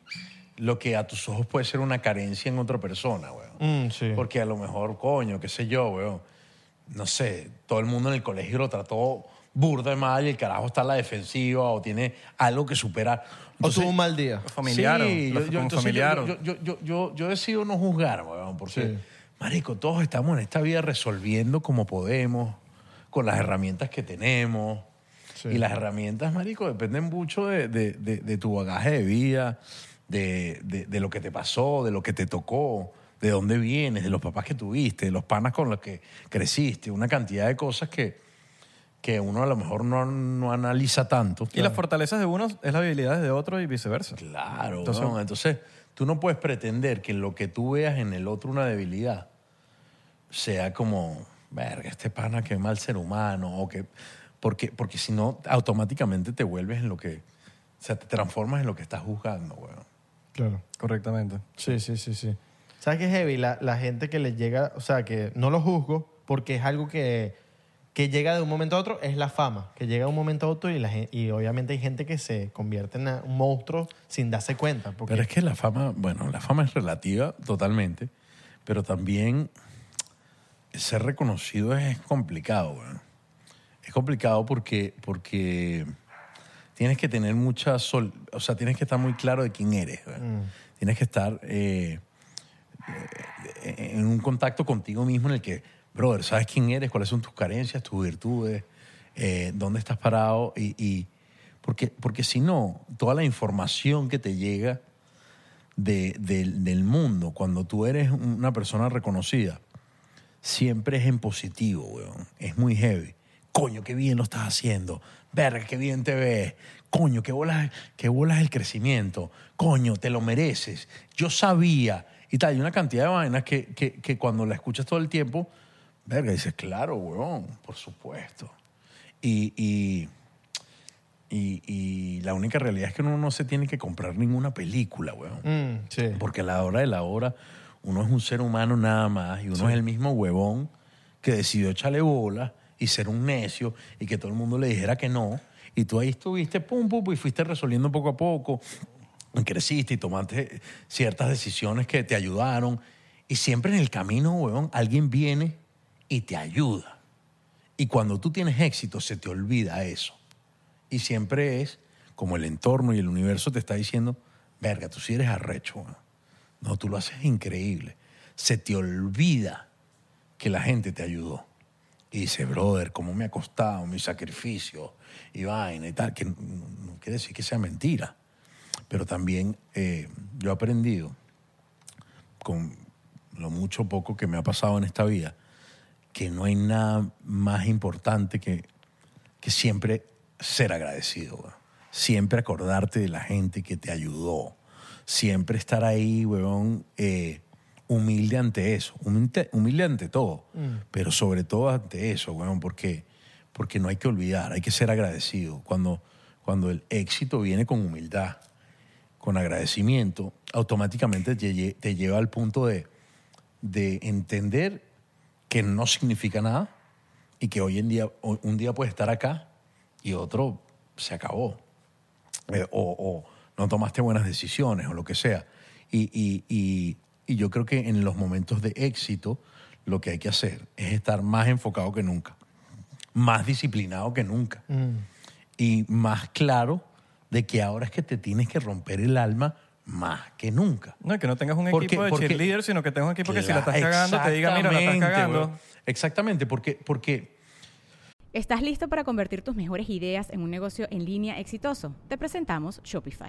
Speaker 2: lo que a tus ojos puede ser una carencia en otra persona, weón.
Speaker 4: Mm, sí.
Speaker 2: Porque a lo mejor, coño, qué sé yo, weón. No sé, todo el mundo en el colegio lo trató burda de mal y el carajo está a la defensiva o tiene algo que superar.
Speaker 4: o
Speaker 2: Entonces-
Speaker 4: tuvo un mal día.
Speaker 3: Familiar.
Speaker 2: Sí,
Speaker 3: la-
Speaker 2: yo, yo-
Speaker 3: como
Speaker 2: entonces
Speaker 3: familiar.
Speaker 2: yo, yo, yo, yo- yo- yo decido no juzgar, weón, porque,
Speaker 4: Sí.
Speaker 2: marico, todos estamos en esta vida resolviendo como podemos, con las herramientas que tenemos.
Speaker 4: Sí.
Speaker 2: Y las herramientas, marico, dependen mucho de, de- de- de tu bagaje de vida, de, de- de lo que te pasó, de lo que te tocó, de dónde vienes, de los papás que tuviste, de los panas con los que creciste, una cantidad de cosas que, que uno a lo mejor no, no analiza tanto.
Speaker 3: Y las fortalezas de uno es las habilidades de otro y viceversa.
Speaker 2: Claro,
Speaker 3: Entonces-
Speaker 2: entonces, entonces tú no puedes pretender que lo que tú veas en el otro una debilidad sea como, verga, este pana que mal ser humano, o que, porque, porque si no, automáticamente te vuelves en lo que, o sea, te transformas en lo que estás juzgando, weón.
Speaker 4: Claro.
Speaker 3: Correctamente.
Speaker 4: Sí, sí, sí, sí. ¿Sabes qué es heavy? La, la gente que le llega, o sea, que no lo juzgo porque es algo que que llega de un momento a otro es la fama, que llega de un momento a otro y, la gen- y obviamente hay gente que se convierte en a- un monstruo sin darse cuenta. Porque
Speaker 2: Pero es que la fama, bueno, la fama es relativa totalmente, pero también ser reconocido es complicado, weón. Es complicado porque, porque tienes que tener mucha sol, o sea, tienes que estar muy claro de quién eres, weón. Tienes que estar eh, eh, en un contacto contigo mismo en el que, brother, sabes quién eres, cuáles son tus carencias, tus virtudes, eh, dónde estás parado y, y- porque, porque si no, toda la información que te llega de- del- del mundo, cuando tú eres una persona reconocida, siempre es en positivo, weón. Es muy heavy. Coño, qué bien lo estás haciendo. Verga, qué bien te ves. Coño, qué bolas, qué bolas el crecimiento. Coño, te lo mereces. Yo sabía. Y tal, hay una cantidad de vainas que, que- que cuando la escuchas todo el tiempo, verga, dices, claro, weón, por supuesto. Y, y, y, y la única realidad es que uno no se tiene que comprar ninguna película, weón.
Speaker 4: Mm, sí.
Speaker 2: Porque a la hora de la hora, uno es un ser humano nada más y uno es el mismo huevón que decidió echarle bola y ser un necio y que todo el mundo le dijera que no. Y tú ahí estuviste, pum, pum, pum, y fuiste resolviendo poco a poco. Y creciste y tomaste ciertas decisiones que te ayudaron. Y siempre en el camino, huevón, alguien viene y te ayuda. Y cuando tú tienes éxito, se te olvida eso. Y siempre es como el entorno y el universo te está diciendo, verga, tú sí eres arrecho. weón. No, tú lo haces increíble. Se te olvida que la gente te ayudó. Y dices, brother, cómo me ha costado mi sacrificio y vaina y tal. Que no, no quiere decir que sea mentira. Pero también eh, yo he aprendido con lo mucho o poco que me ha pasado en esta vida, que no hay nada más importante que, que siempre ser agradecido, weón. siempre acordarte de la gente que te ayudó, siempre estar ahí, weón, eh, humilde ante eso, humilde, humilde ante todo, pero sobre todo ante eso, weón, porque, porque no hay que olvidar, hay que ser agradecido. Cuando, cuando el éxito viene con humildad, con agradecimiento, automáticamente te, lle- te lleva al punto de, de entender que no significa nada y que hoy en día, o- un día puedes estar acá y otro se acabó. Eh, o, o no tomaste buenas decisiones o lo que sea. Y, y- y- y yo creo que en los momentos de éxito lo que hay que hacer es estar más enfocado que nunca, más disciplinado que nunca y más claro de que ahora es que te tienes que romper el alma más que nunca.
Speaker 3: No, y que no tengas un
Speaker 2: Porque-
Speaker 3: equipo de
Speaker 2: porque-
Speaker 3: cheerleader, sino que tengas un equipo que si la estás
Speaker 2: Claro,
Speaker 3: cagando te diga, mira, la estás
Speaker 2: exactamente,
Speaker 3: cagando.
Speaker 2: weón. Exactamente, porque, porque
Speaker 5: ¿Estás listo para convertir tus mejores ideas en un negocio en línea exitoso? Te presentamos Shopify.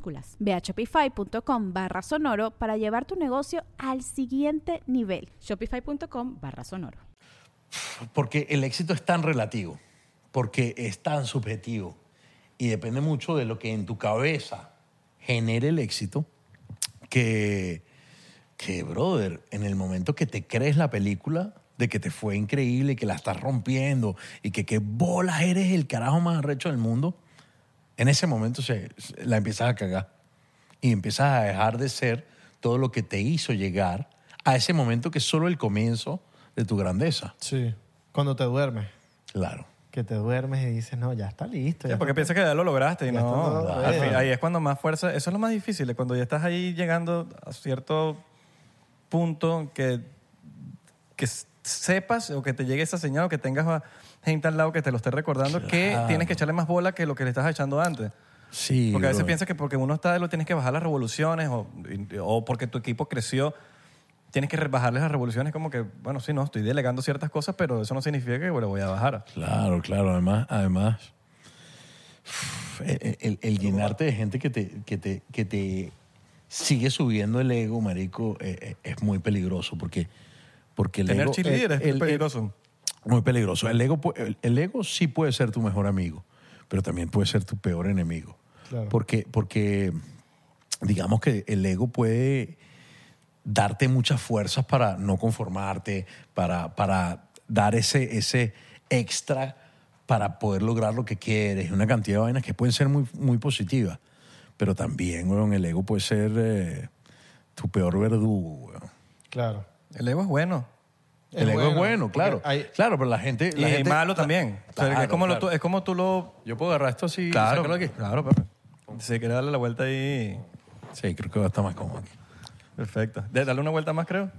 Speaker 6: Ve a shopify.com barra sonoro para llevar tu negocio al siguiente nivel.
Speaker 5: Shopify.com barra sonoro.
Speaker 2: porque el éxito es tan relativo, porque es tan subjetivo y depende mucho de lo que en tu cabeza genere el éxito, que, que brother, en el momento que te crees la película de que te fue increíble y que la estás rompiendo y que qué bolas eres el carajo más arrecho del mundo, en ese momento se, se- la empiezas a cagar y empiezas a dejar de ser todo lo que te hizo llegar a ese momento que es solo el comienzo de tu grandeza.
Speaker 4: Sí. Cuando te duermes,
Speaker 2: Claro.
Speaker 4: que te duermes y dices, no, ya está listo.
Speaker 3: Sí,
Speaker 4: ya
Speaker 3: porque
Speaker 4: está".
Speaker 3: piensas que ya lo lograste y
Speaker 4: Ya está
Speaker 3: no.
Speaker 4: todo
Speaker 3: Al fin,
Speaker 4: bien.
Speaker 3: ahí es cuando más fuerza. Eso es lo más difícil, cuando ya estás ahí llegando a cierto punto que, que s- sepas o que te llegue esa señal o que tengas a gente al lado que te lo esté recordando que
Speaker 2: Claro.
Speaker 3: tienes que echarle más bola que lo que le estás echando antes.
Speaker 2: Sí.
Speaker 3: Porque a veces
Speaker 2: brother.
Speaker 3: piensas que porque uno está, lo tienes que bajar las revoluciones o, y- o porque tu equipo creció. tienes que re- bajarle las revoluciones como que, bueno, sí, no, estoy delegando ciertas cosas, pero eso no significa que le voy a bajar.
Speaker 2: Claro, claro. Además, además uf, el, el- el llenarte de gente que te, que te, que te sigue subiendo el ego, marico, eh, eh, es muy peligroso porque, porque el
Speaker 3: Tener
Speaker 2: ego...
Speaker 3: cheerleader
Speaker 2: el-
Speaker 3: es
Speaker 2: el-
Speaker 3: peligroso.
Speaker 2: Muy peligroso. El ego, pu- el, el ego sí puede ser tu mejor amigo, pero también puede ser tu peor enemigo.
Speaker 4: Claro.
Speaker 2: Porque, porque digamos que el ego puede darte muchas fuerzas para no conformarte, para, para dar ese, ese extra para poder lograr lo que quieres. Una cantidad de vainas que pueden ser muy, muy positivas. Pero también, weón, el ego puede ser eh, tu peor verdugo, weón.
Speaker 4: Claro.
Speaker 3: El ego es bueno.
Speaker 4: Es
Speaker 2: El ego es
Speaker 4: bueno,
Speaker 2: bueno, claro.
Speaker 4: porque hay-
Speaker 2: claro, pero la gente.
Speaker 3: Y
Speaker 2: La
Speaker 3: es
Speaker 2: gente-
Speaker 3: malo también. O sea,
Speaker 2: Claro,
Speaker 3: es, como lo
Speaker 2: claro.
Speaker 3: tú- es como tú lo...
Speaker 2: Yo puedo agarrar esto así.
Speaker 3: Claro,
Speaker 2: sacarlo aquí.
Speaker 3: claro, papi. Si quieres darle la vuelta ahí,
Speaker 2: Sí, creo que va a estar más cómodo aquí.
Speaker 3: perfecto. De- Dale una vuelta más, creo.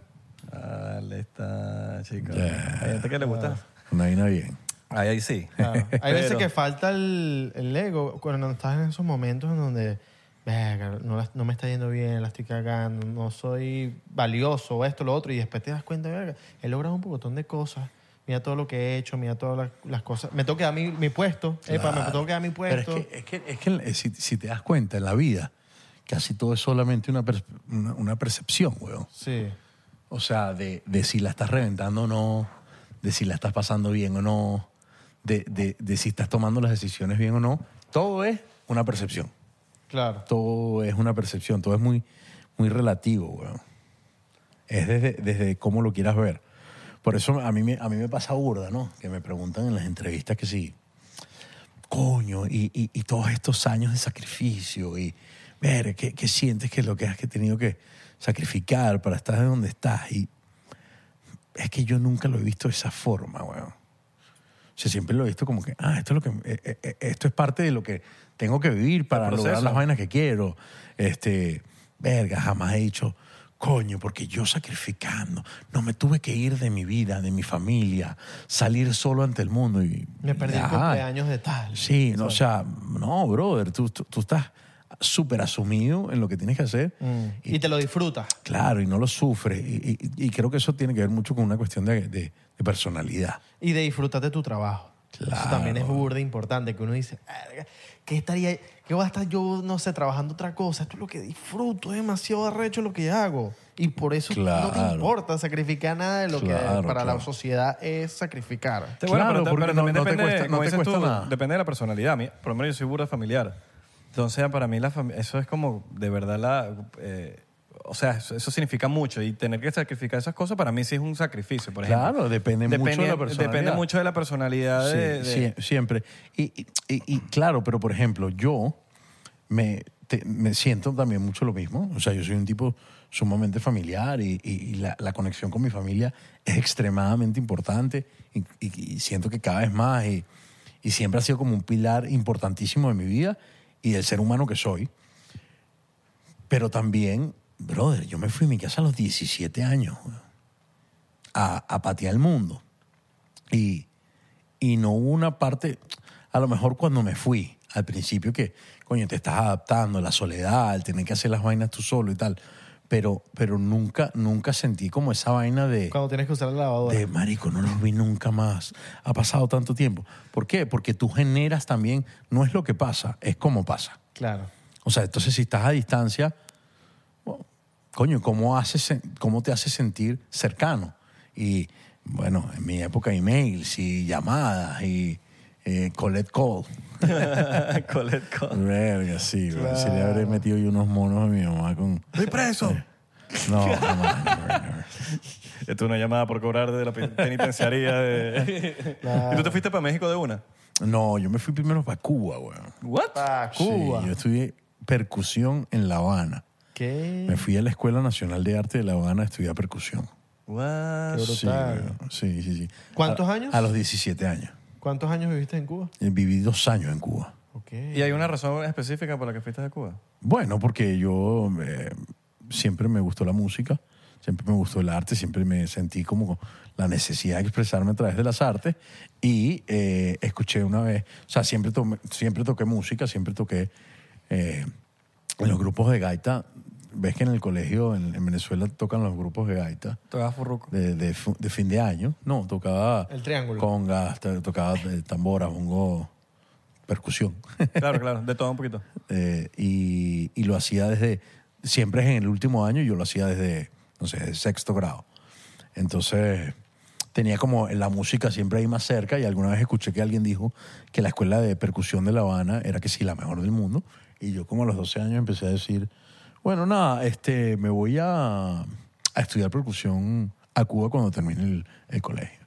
Speaker 3: Dale, está, chico.
Speaker 2: Ya. Ah.
Speaker 3: Hay gente que le gusta.
Speaker 2: Una vaina bien.
Speaker 3: Ahí, ahí sí.
Speaker 4: Claro. Hay veces
Speaker 3: Pero-
Speaker 4: que falta el, el ego cuando estás en esos momentos en donde "Verga, no, la- no me está yendo bien, la estoy cagando, no soy valioso, esto, lo otro, y después te das cuenta, verga, he logrado un montón de cosas. Mira todo lo que he hecho, mira todas las, las cosas. Me tengo que dar mi, mi puesto. Epa, me tengo que dar mi
Speaker 2: Pero es
Speaker 4: puesto.
Speaker 2: que, es que, es que eh, si, si te das cuenta, en la vida casi todo es solamente una, pers- una, una percepción, weón.
Speaker 4: Sí.
Speaker 2: O sea, de, de si la estás reventando o no, de si la estás pasando bien o no, de, de, de si estás tomando las decisiones bien o no. Todo es una percepción.
Speaker 4: Claro.
Speaker 2: Todo es una percepción, todo es muy, muy relativo, weón. Es desde, desde cómo lo quieras ver. Por eso a mí, me, a mí me pasa burda, ¿no? Que me preguntan en las entrevistas que sí, coño, y, y- y todos estos años de sacrificio, y ver, ¿qué, qué sientes que es lo que has que tenido que sacrificar para estar de donde estás? Y es que yo nunca lo he visto de esa forma, weón. O sea, siempre lo he visto como que, ah, esto es, lo que, eh, eh, eh, esto es parte de lo que tengo que vivir para
Speaker 3: proceso.
Speaker 2: lograr las vainas que quiero. Este, verga, jamás he dicho, coño, porque yo sacrificando, no me tuve que ir de mi vida, de mi familia, salir solo ante el mundo. Y,
Speaker 4: Me perdí el
Speaker 2: Ajá.
Speaker 4: cumpleaños de tal.
Speaker 2: Sí, no, o sea, no, brother, tú, tú- tú estás súper asumido en lo que tienes que hacer.
Speaker 4: Mm. Y te lo disfrutas.
Speaker 2: Claro, y no lo sufres. Y, y- y creo que eso tiene que ver mucho con una cuestión de, de- de personalidad.
Speaker 4: y de disfrutar de tu trabajo. Eso también es burda importante, que uno dice, "Verga, ¿qué estaría, qué va a estar yo, no sé, trabajando otra cosa? Esto es lo que disfruto, es demasiado arrecho lo que hago. Y por eso no
Speaker 2: Claro.
Speaker 4: te importa sacrificar nada de lo
Speaker 2: Claro,
Speaker 4: que para
Speaker 2: claro.
Speaker 4: la sociedad es sacrificar.
Speaker 3: Te- bueno,
Speaker 2: Claro,
Speaker 3: pero, te-
Speaker 2: porque
Speaker 3: pero
Speaker 2: no-
Speaker 3: también
Speaker 2: no te
Speaker 3: depende,
Speaker 2: cuesta- no
Speaker 3: como
Speaker 2: te
Speaker 3: dices
Speaker 2: cuesta
Speaker 3: tú,
Speaker 2: nada.
Speaker 3: depende de la personalidad. A mí, por lo menos yo soy burda familiar. Entonces, para mí, la fami- eso es como, de verdad, la... eh, o sea, eso, eso significa mucho y tener que sacrificar esas cosas para mí sí es un sacrificio, por ejemplo.
Speaker 2: Claro, depende mucho de la
Speaker 3: Depende
Speaker 2: personalidad.
Speaker 3: mucho de la personalidad
Speaker 2: Sí,
Speaker 3: de- de-
Speaker 2: sí, siempre. Y, y- y- y claro, pero por ejemplo, yo me, te- me siento también mucho lo mismo. O sea, yo soy un tipo sumamente familiar y, y- y la, la conexión con mi familia es extremadamente importante y, y- y siento que cada vez más y, y siempre ha sido como un pilar importantísimo de mi vida y del ser humano que soy. Pero también, brother, yo me fui a mi casa a los 17 años weón, a, a patear el mundo. Y, y no hubo una parte, a lo mejor cuando me fui al principio, que coño, te estás adaptando, la soledad, el tener que hacer las vainas tú solo y tal. Pero, pero nunca, nunca sentí como esa vaina de,
Speaker 4: Cuando tienes que usar la lavadora.
Speaker 2: de marico, no los vi nunca más. Ha pasado tanto tiempo. ¿Por qué? Porque tú generas también, no es lo que pasa, es cómo pasa.
Speaker 4: Claro.
Speaker 2: O sea, entonces si estás a distancia, bueno, coño, ¿cómo, haces, sen- ¿cómo te hace sentir cercano? Y bueno, en mi época emails y llamadas y eh, collect call.
Speaker 3: Colette Cole.
Speaker 2: Verga, sí, güey. Si le habré metido yo unos monos a mi mamá con... Eh,
Speaker 3: ¡Estoy preso!
Speaker 2: No, jamás, brother.
Speaker 3: Esto es una llamada por cobrar de la pen- penitenciaría. de- ¿Y tú te fuiste para México de una?
Speaker 2: No, yo me fui primero para Cuba, güey.
Speaker 3: ¿What?
Speaker 4: Ah,
Speaker 2: Sí,
Speaker 4: Cuba.
Speaker 2: yo estudié percusión en La Habana.
Speaker 4: ¿Qué?
Speaker 2: Me fui a la Escuela Nacional de Arte de La Habana a estudiar percusión.
Speaker 3: What?
Speaker 4: Qué
Speaker 2: Sí,
Speaker 4: brutal.
Speaker 2: güey. sí, sí, sí.
Speaker 4: ¿Cuántos
Speaker 2: A-
Speaker 4: años?
Speaker 2: A los 17 años.
Speaker 4: ¿Cuántos años viviste en Cuba?
Speaker 2: Eh, Viví dos años en Cuba.
Speaker 4: Ok.
Speaker 3: ¿Y hay una razón específica por la que fuiste a Cuba?
Speaker 2: Bueno, porque yo eh, siempre me gustó la música, siempre me gustó el arte, siempre me sentí como la necesidad de expresarme a través de las artes y eh, escuché una vez, o sea, siempre, tomé- siempre toqué música, siempre toqué eh, en los grupos de gaita ves que en el colegio en, en Venezuela tocan los grupos de gaita
Speaker 3: Tocaba furruco.
Speaker 2: de, de fu- de fin de año. No, tocaba
Speaker 4: El triángulo.
Speaker 2: congas, to- tocaba eh, tambora, bongo, percusión.
Speaker 3: Claro, claro, de todo un poquito.
Speaker 2: Eh, y, y lo hacía desde, siempre es en el último año, yo lo hacía desde, no sé, desde sexto grado. Entonces tenía como la música siempre ahí más cerca y alguna vez escuché que alguien dijo que la escuela de percusión de La Habana era que sí, la mejor del mundo. Y yo como a los 12 años empecé a decir, bueno, nada, este, me voy a, a estudiar percusión a Cuba cuando termine el, el colegio.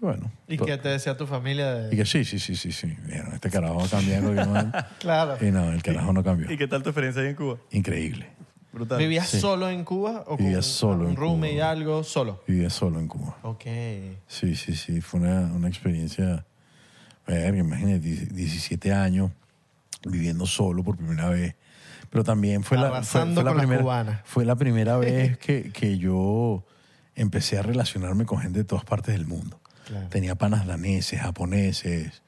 Speaker 2: Y bueno.
Speaker 4: Y
Speaker 2: to-
Speaker 4: que te decía tu familia de-
Speaker 2: y que sí, sí, sí, sí, sí. Vieron, este carajo va a cambiar. lo que no-
Speaker 4: Claro.
Speaker 2: Y no, el carajo no cambió.
Speaker 3: ¿Y qué tal tu experiencia ahí en Cuba?
Speaker 2: Increíble.
Speaker 3: Brutal.
Speaker 4: ¿Vivías
Speaker 2: Sí.
Speaker 4: solo en Cuba o
Speaker 2: Vivía
Speaker 4: con
Speaker 2: solo
Speaker 4: un
Speaker 2: en
Speaker 4: roommate y
Speaker 2: Cuba.
Speaker 4: algo? Solo.
Speaker 2: Vivía solo en Cuba.
Speaker 4: Ok.
Speaker 2: Sí, sí, sí. Fue una, una experiencia. verga, imagínate, 17 años viviendo solo por primera vez. Pero también fue la, fue,
Speaker 4: Arrasando
Speaker 2: fue la
Speaker 4: con las
Speaker 2: primera,
Speaker 4: cubanas.
Speaker 2: fue la primera vez que, que yo empecé a relacionarme con gente de todas partes del mundo.
Speaker 4: Claro.
Speaker 2: Tenía panas daneses, japoneses,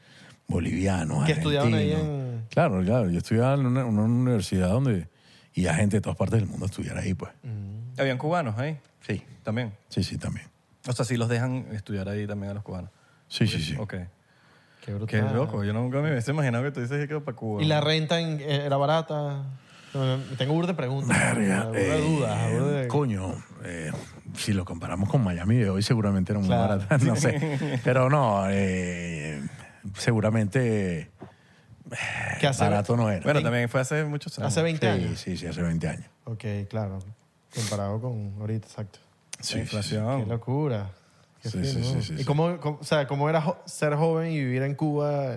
Speaker 2: bolivianos,
Speaker 4: Que estudiaban ahí
Speaker 2: argentinos.
Speaker 4: en-
Speaker 2: Claro, claro. Yo estudiaba en una, una universidad donde... Y a gente de todas partes del mundo a estudiar ahí, pues.
Speaker 4: Mm.
Speaker 3: ¿Habían cubanos ahí?
Speaker 2: Sí.
Speaker 3: También.
Speaker 2: Sí, sí, también.
Speaker 3: O sea, sí los dejan estudiar ahí también a los cubanos.
Speaker 2: Sí,
Speaker 4: Pues
Speaker 2: sí, sí.
Speaker 3: Ok.
Speaker 4: Qué brutal.
Speaker 3: Qué loco. Yo nunca me hubiese imaginado que tú dices que iba para Cuba.
Speaker 4: ¿Y la renta en- era barata? Eh, Tengo burda de preguntas.
Speaker 2: Verga,
Speaker 4: burda de
Speaker 2: eh,
Speaker 4: dudas. burda de-
Speaker 2: Coño, eh, si lo comparamos con Miami de hoy, seguramente era muy
Speaker 4: Claro.
Speaker 2: barata. No sé. Pero no, eh, seguramente eh,
Speaker 4: ¿Qué hace?
Speaker 2: barato no era.
Speaker 3: Bueno, también fue hace muchos años.
Speaker 4: Hace 20
Speaker 2: sí,
Speaker 4: años.
Speaker 2: sí, sí, hace 20 años.
Speaker 4: Ok, claro. Comparado con ahorita, exacto.
Speaker 2: Sí, sí, sí.
Speaker 3: Inflación.
Speaker 4: Qué locura. Qué
Speaker 2: Sí, sí,
Speaker 4: fino.
Speaker 2: sí, sí,
Speaker 4: ¿Y
Speaker 2: sí.
Speaker 4: Cómo, cómo- o sea, cómo era jo- ser joven y vivir en Cuba?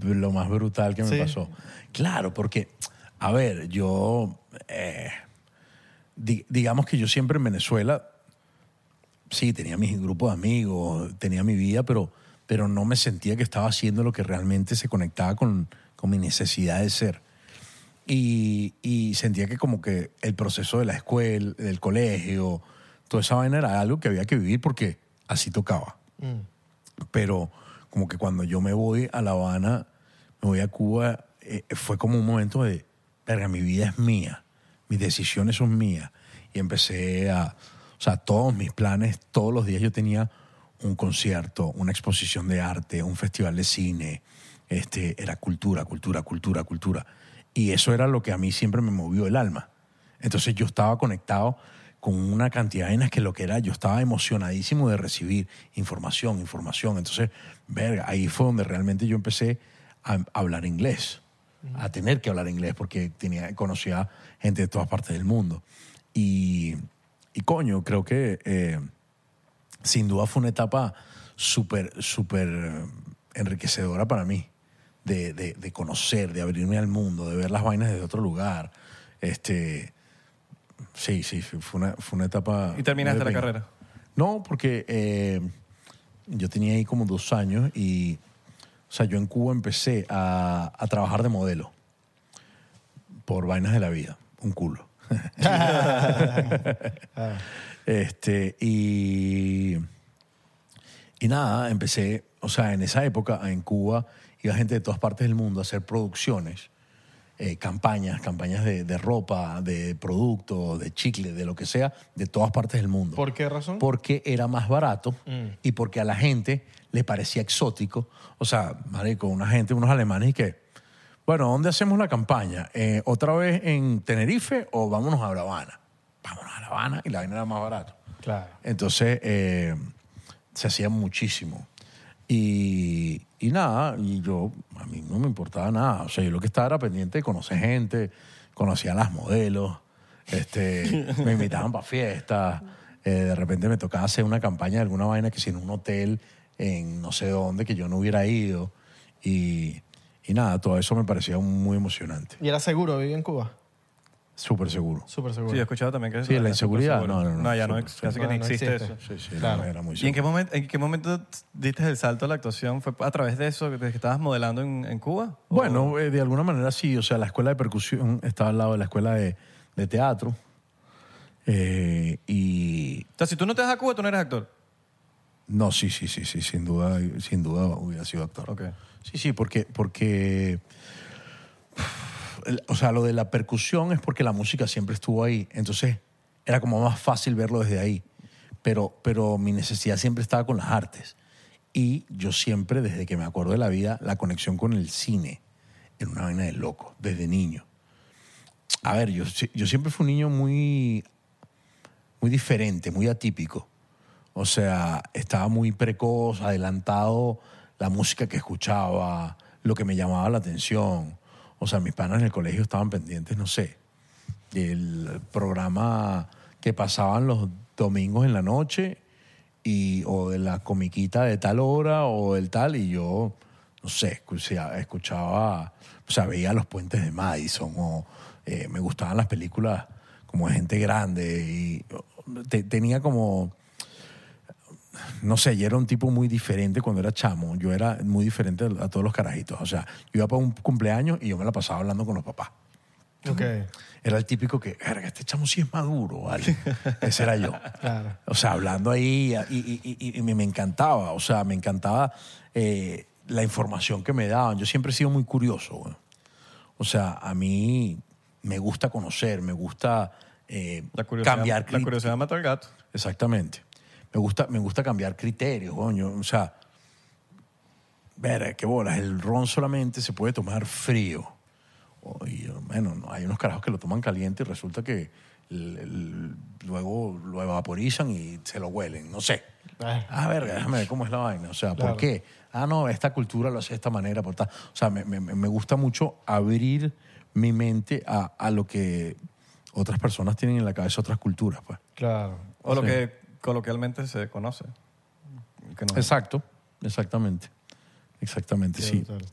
Speaker 2: lo más brutal que me
Speaker 4: Sí.
Speaker 2: pasó. Claro, porque, a ver, yo, eh, di- digamos que yo siempre en Venezuela, sí, tenía mis grupos de amigos, tenía mi vida, pero, pero no me sentía que estaba haciendo lo que realmente se conectaba con, con mi necesidad de ser. Y, y sentía que como que el proceso de la escuela, del colegio, toda esa vaina era algo que había que vivir porque así tocaba pero como que cuando yo me voy a La Habana, me voy a Cuba, eh, fue como un momento de, verga, mi vida es mía, mis decisiones son mías. Y empecé a, o sea, todos mis planes, todos los días yo tenía un concierto, una exposición de arte, un festival de cine, este, era cultura, cultura, cultura, cultura. Y eso era lo que a mí siempre me movió el alma. Entonces yo estaba conectado con una cantidad de vainas que lo que era, yo estaba emocionadísimo de recibir información, información. Entonces, verga, ahí fue donde realmente yo empecé a a hablar inglés, a tener que hablar inglés, porque tenía, conocía gente de todas partes del mundo. Y, y coño, creo que... eh, sin duda fue una etapa súper, súper eh, enriquecedora para mí. De, de- de conocer, de abrirme al mundo, de ver las vainas desde otro lugar. Este, sí, sí, fue fue una, fue una etapa.
Speaker 3: ¿Y terminaste
Speaker 2: muy de
Speaker 3: la
Speaker 2: pinga.
Speaker 3: carrera?
Speaker 2: No, porque eh, yo tenía ahí como dos años y. O sea, yo en Cuba empecé a, a trabajar de modelo por vainas de la vida. Un culo. Este, y, y nada, empecé, o sea, en esa época en Cuba iba gente de todas partes del mundo a hacer producciones, eh, campañas, campañas de, de ropa, de producto, de chicle, de lo que sea, de todas partes del mundo.
Speaker 4: ¿Por qué razón?
Speaker 2: Porque era más barato y porque a la gente le parecía exótico. O sea, marico, una gente, unos alemanes y que, bueno, ¿dónde hacemos la campaña? Eh, ¿Otra vez en Tenerife o vámonos a La Habana? Vámonos a La Habana y la vaina era más barato.
Speaker 4: Claro.
Speaker 2: Entonces, eh, se hacía muchísimo. Y, y nada, y yo, a mí no me importaba nada. O sea, yo lo que estaba era pendiente de conocer gente, conocía a las modelos, este, me invitaban para fiestas. eh, de repente me tocaba hacer una campaña de alguna vaina que si en un hotel en no sé dónde que yo no hubiera ido. Y, y nada, todo eso me parecía muy emocionante.
Speaker 4: ¿Y era seguro vivir en Cuba?
Speaker 2: Súper seguro.
Speaker 4: Súper seguro.
Speaker 3: Sí, yo he escuchado también que...
Speaker 2: Sí, la inseguridad, no, no, no.
Speaker 3: ya no,
Speaker 2: Súper,
Speaker 3: ex-
Speaker 2: súper.
Speaker 3: casi que
Speaker 4: No,
Speaker 3: ni
Speaker 4: no
Speaker 3: existe,
Speaker 4: existe.
Speaker 3: eso.
Speaker 2: Sí, sí,
Speaker 4: Claro.
Speaker 2: era, era muy
Speaker 3: ¿Y en qué,
Speaker 2: seguro.
Speaker 3: momento, en qué momento t- diste el salto a la actuación? ¿Fue a través de eso, de que estabas modelando en, en Cuba? ¿O-
Speaker 2: Bueno, eh, de alguna manera sí. O sea, la escuela de percusión estaba al lado de la escuela de, de teatro. Eh, y.
Speaker 3: O sea, si tú no te vas a Cuba, tú no eres actor.
Speaker 2: No, sí, sí, sí, sí, sin duda, sin duda hubiera sido actor.
Speaker 3: Ok.
Speaker 2: Sí, sí, porque, porque el- o sea, lo de la percusión es porque la música siempre estuvo ahí. Entonces, era como más fácil verlo desde ahí. Pero, pero mi necesidad siempre estaba con las artes. Y yo siempre, desde que me acuerdo de la vida, la conexión con el cine era una vaina de loco, desde niño. A ver, yo, si- yo siempre fui un niño muy, muy diferente, muy atípico. O sea, estaba muy precoz, adelantado la música que escuchaba, lo que me llamaba la atención. O sea, mis panas en el colegio estaban pendientes, no sé, del programa que pasaban los domingos en la noche y, o de la comiquita de tal hora o del tal, y yo, no sé, escuchaba, escuchaba o sea, veía los puentes de Madison o eh, me gustaban las películas como de gente grande y te- tenía como no sé, yo era un tipo muy diferente cuando era chamo. Yo era muy diferente a todos los carajitos. O sea, yo iba para un cumpleaños y yo me la pasaba hablando con los papás.
Speaker 4: Ok,
Speaker 2: Era el típico que, verga, este chamo sí es maduro, ¿vale? Ese era yo.
Speaker 4: claro.
Speaker 2: O sea, hablando ahí y, y- y- y me, me encantaba. O sea, me encantaba eh, la información que me daban. Yo siempre he sido muy curioso. güey. O sea, a mí me gusta conocer, me gusta eh,
Speaker 3: La curiosidad,
Speaker 2: cambiar
Speaker 3: la
Speaker 2: cri-
Speaker 3: curiosidad mata al gato.
Speaker 2: Exactamente. Me gusta, me gusta cambiar criterios, coño. O sea, ver, qué bolas. El ron solamente se puede tomar frío. O- Y bueno, no, hay unos carajos que lo toman caliente y resulta que el- el- luego lo evaporizan y se lo huelen. No sé.
Speaker 4: Ah.
Speaker 2: Ah, verga, déjame ver cómo es la vaina. O sea,
Speaker 4: Claro.
Speaker 2: ¿por qué? Ah, no, esta cultura lo hace de esta manera. Por tal. O sea, me, me- me gusta mucho abrir mi mente a, a lo que otras personas tienen en la cabeza, otras culturas, pues.
Speaker 4: Claro.
Speaker 3: O lo
Speaker 2: Sí.
Speaker 3: que coloquialmente se conoce. Que no-
Speaker 2: Exacto, exactamente. Exactamente, sí.
Speaker 4: Brutal.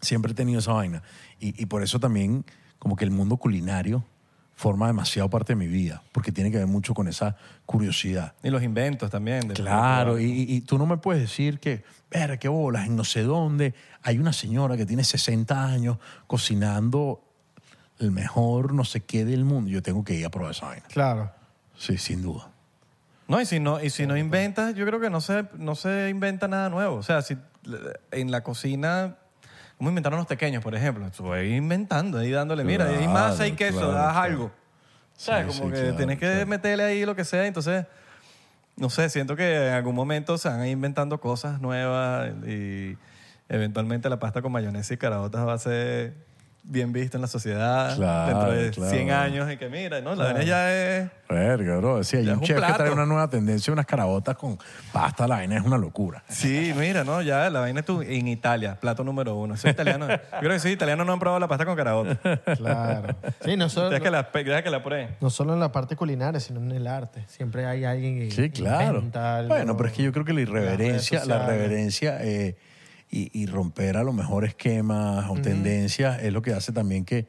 Speaker 2: Siempre he tenido esa vaina. Y, y por eso también, como que el mundo culinario forma demasiado parte de mi vida, porque tiene que ver mucho con esa curiosidad.
Speaker 3: Y los inventos también. de-
Speaker 2: Claro, y, y- y tú no me puedes decir que, ver, qué bolas, en no sé dónde hay una señora que tiene 60 años cocinando el mejor no sé qué del mundo. Yo tengo que ir a probar esa vaina.
Speaker 4: Claro.
Speaker 2: Sí, sin duda.
Speaker 3: No, y si no, y si no inventas, yo creo que no se, no se inventa nada nuevo. O sea, si en la cocina, ¿cómo inventaron los pequeños, por ejemplo? Estuve inventando, ahí dándole, mira, hay
Speaker 2: Claro,
Speaker 3: masa y queso,
Speaker 2: claro,
Speaker 3: haz
Speaker 2: claro.
Speaker 3: algo. ¿Sabes?
Speaker 2: Sí,
Speaker 3: Como
Speaker 2: sí,
Speaker 3: que
Speaker 2: claro,
Speaker 3: tienes que
Speaker 2: claro.
Speaker 3: meterle ahí lo que sea. Entonces, no sé, siento que en algún momento se van a ir inventando cosas nuevas y eventualmente la pasta con mayonesa y caraotas va a ser bien vista en la sociedad
Speaker 2: Claro,
Speaker 3: dentro de
Speaker 2: claro.
Speaker 3: 100 años y que mira, no, la verdad ya es...
Speaker 2: Verga, bro. Sí, hay
Speaker 3: Ya
Speaker 2: un
Speaker 3: es un
Speaker 2: chef que
Speaker 3: plato.
Speaker 2: trae una nueva tendencia, unas carabotas con pasta, la vaina es una locura.
Speaker 3: Sí, mira, no, ya la vaina es tú en Italia, plato número uno. Soy italiano. Yo creo que sí, italianos no han probado la pasta con caraota.
Speaker 4: Claro. Sí, no solo,
Speaker 3: Deja que la, pe- deja que la prueben.
Speaker 4: no solo en la parte culinaria, sino en el arte. Siempre hay alguien que
Speaker 2: Sí, claro.
Speaker 4: inventa algo.
Speaker 2: Bueno, pero es que yo creo que la irreverencia,
Speaker 4: Las redes
Speaker 2: la
Speaker 4: sociales.
Speaker 2: reverencia eh, y, y romper a lo mejor esquemas o tendencias es lo que hace también que,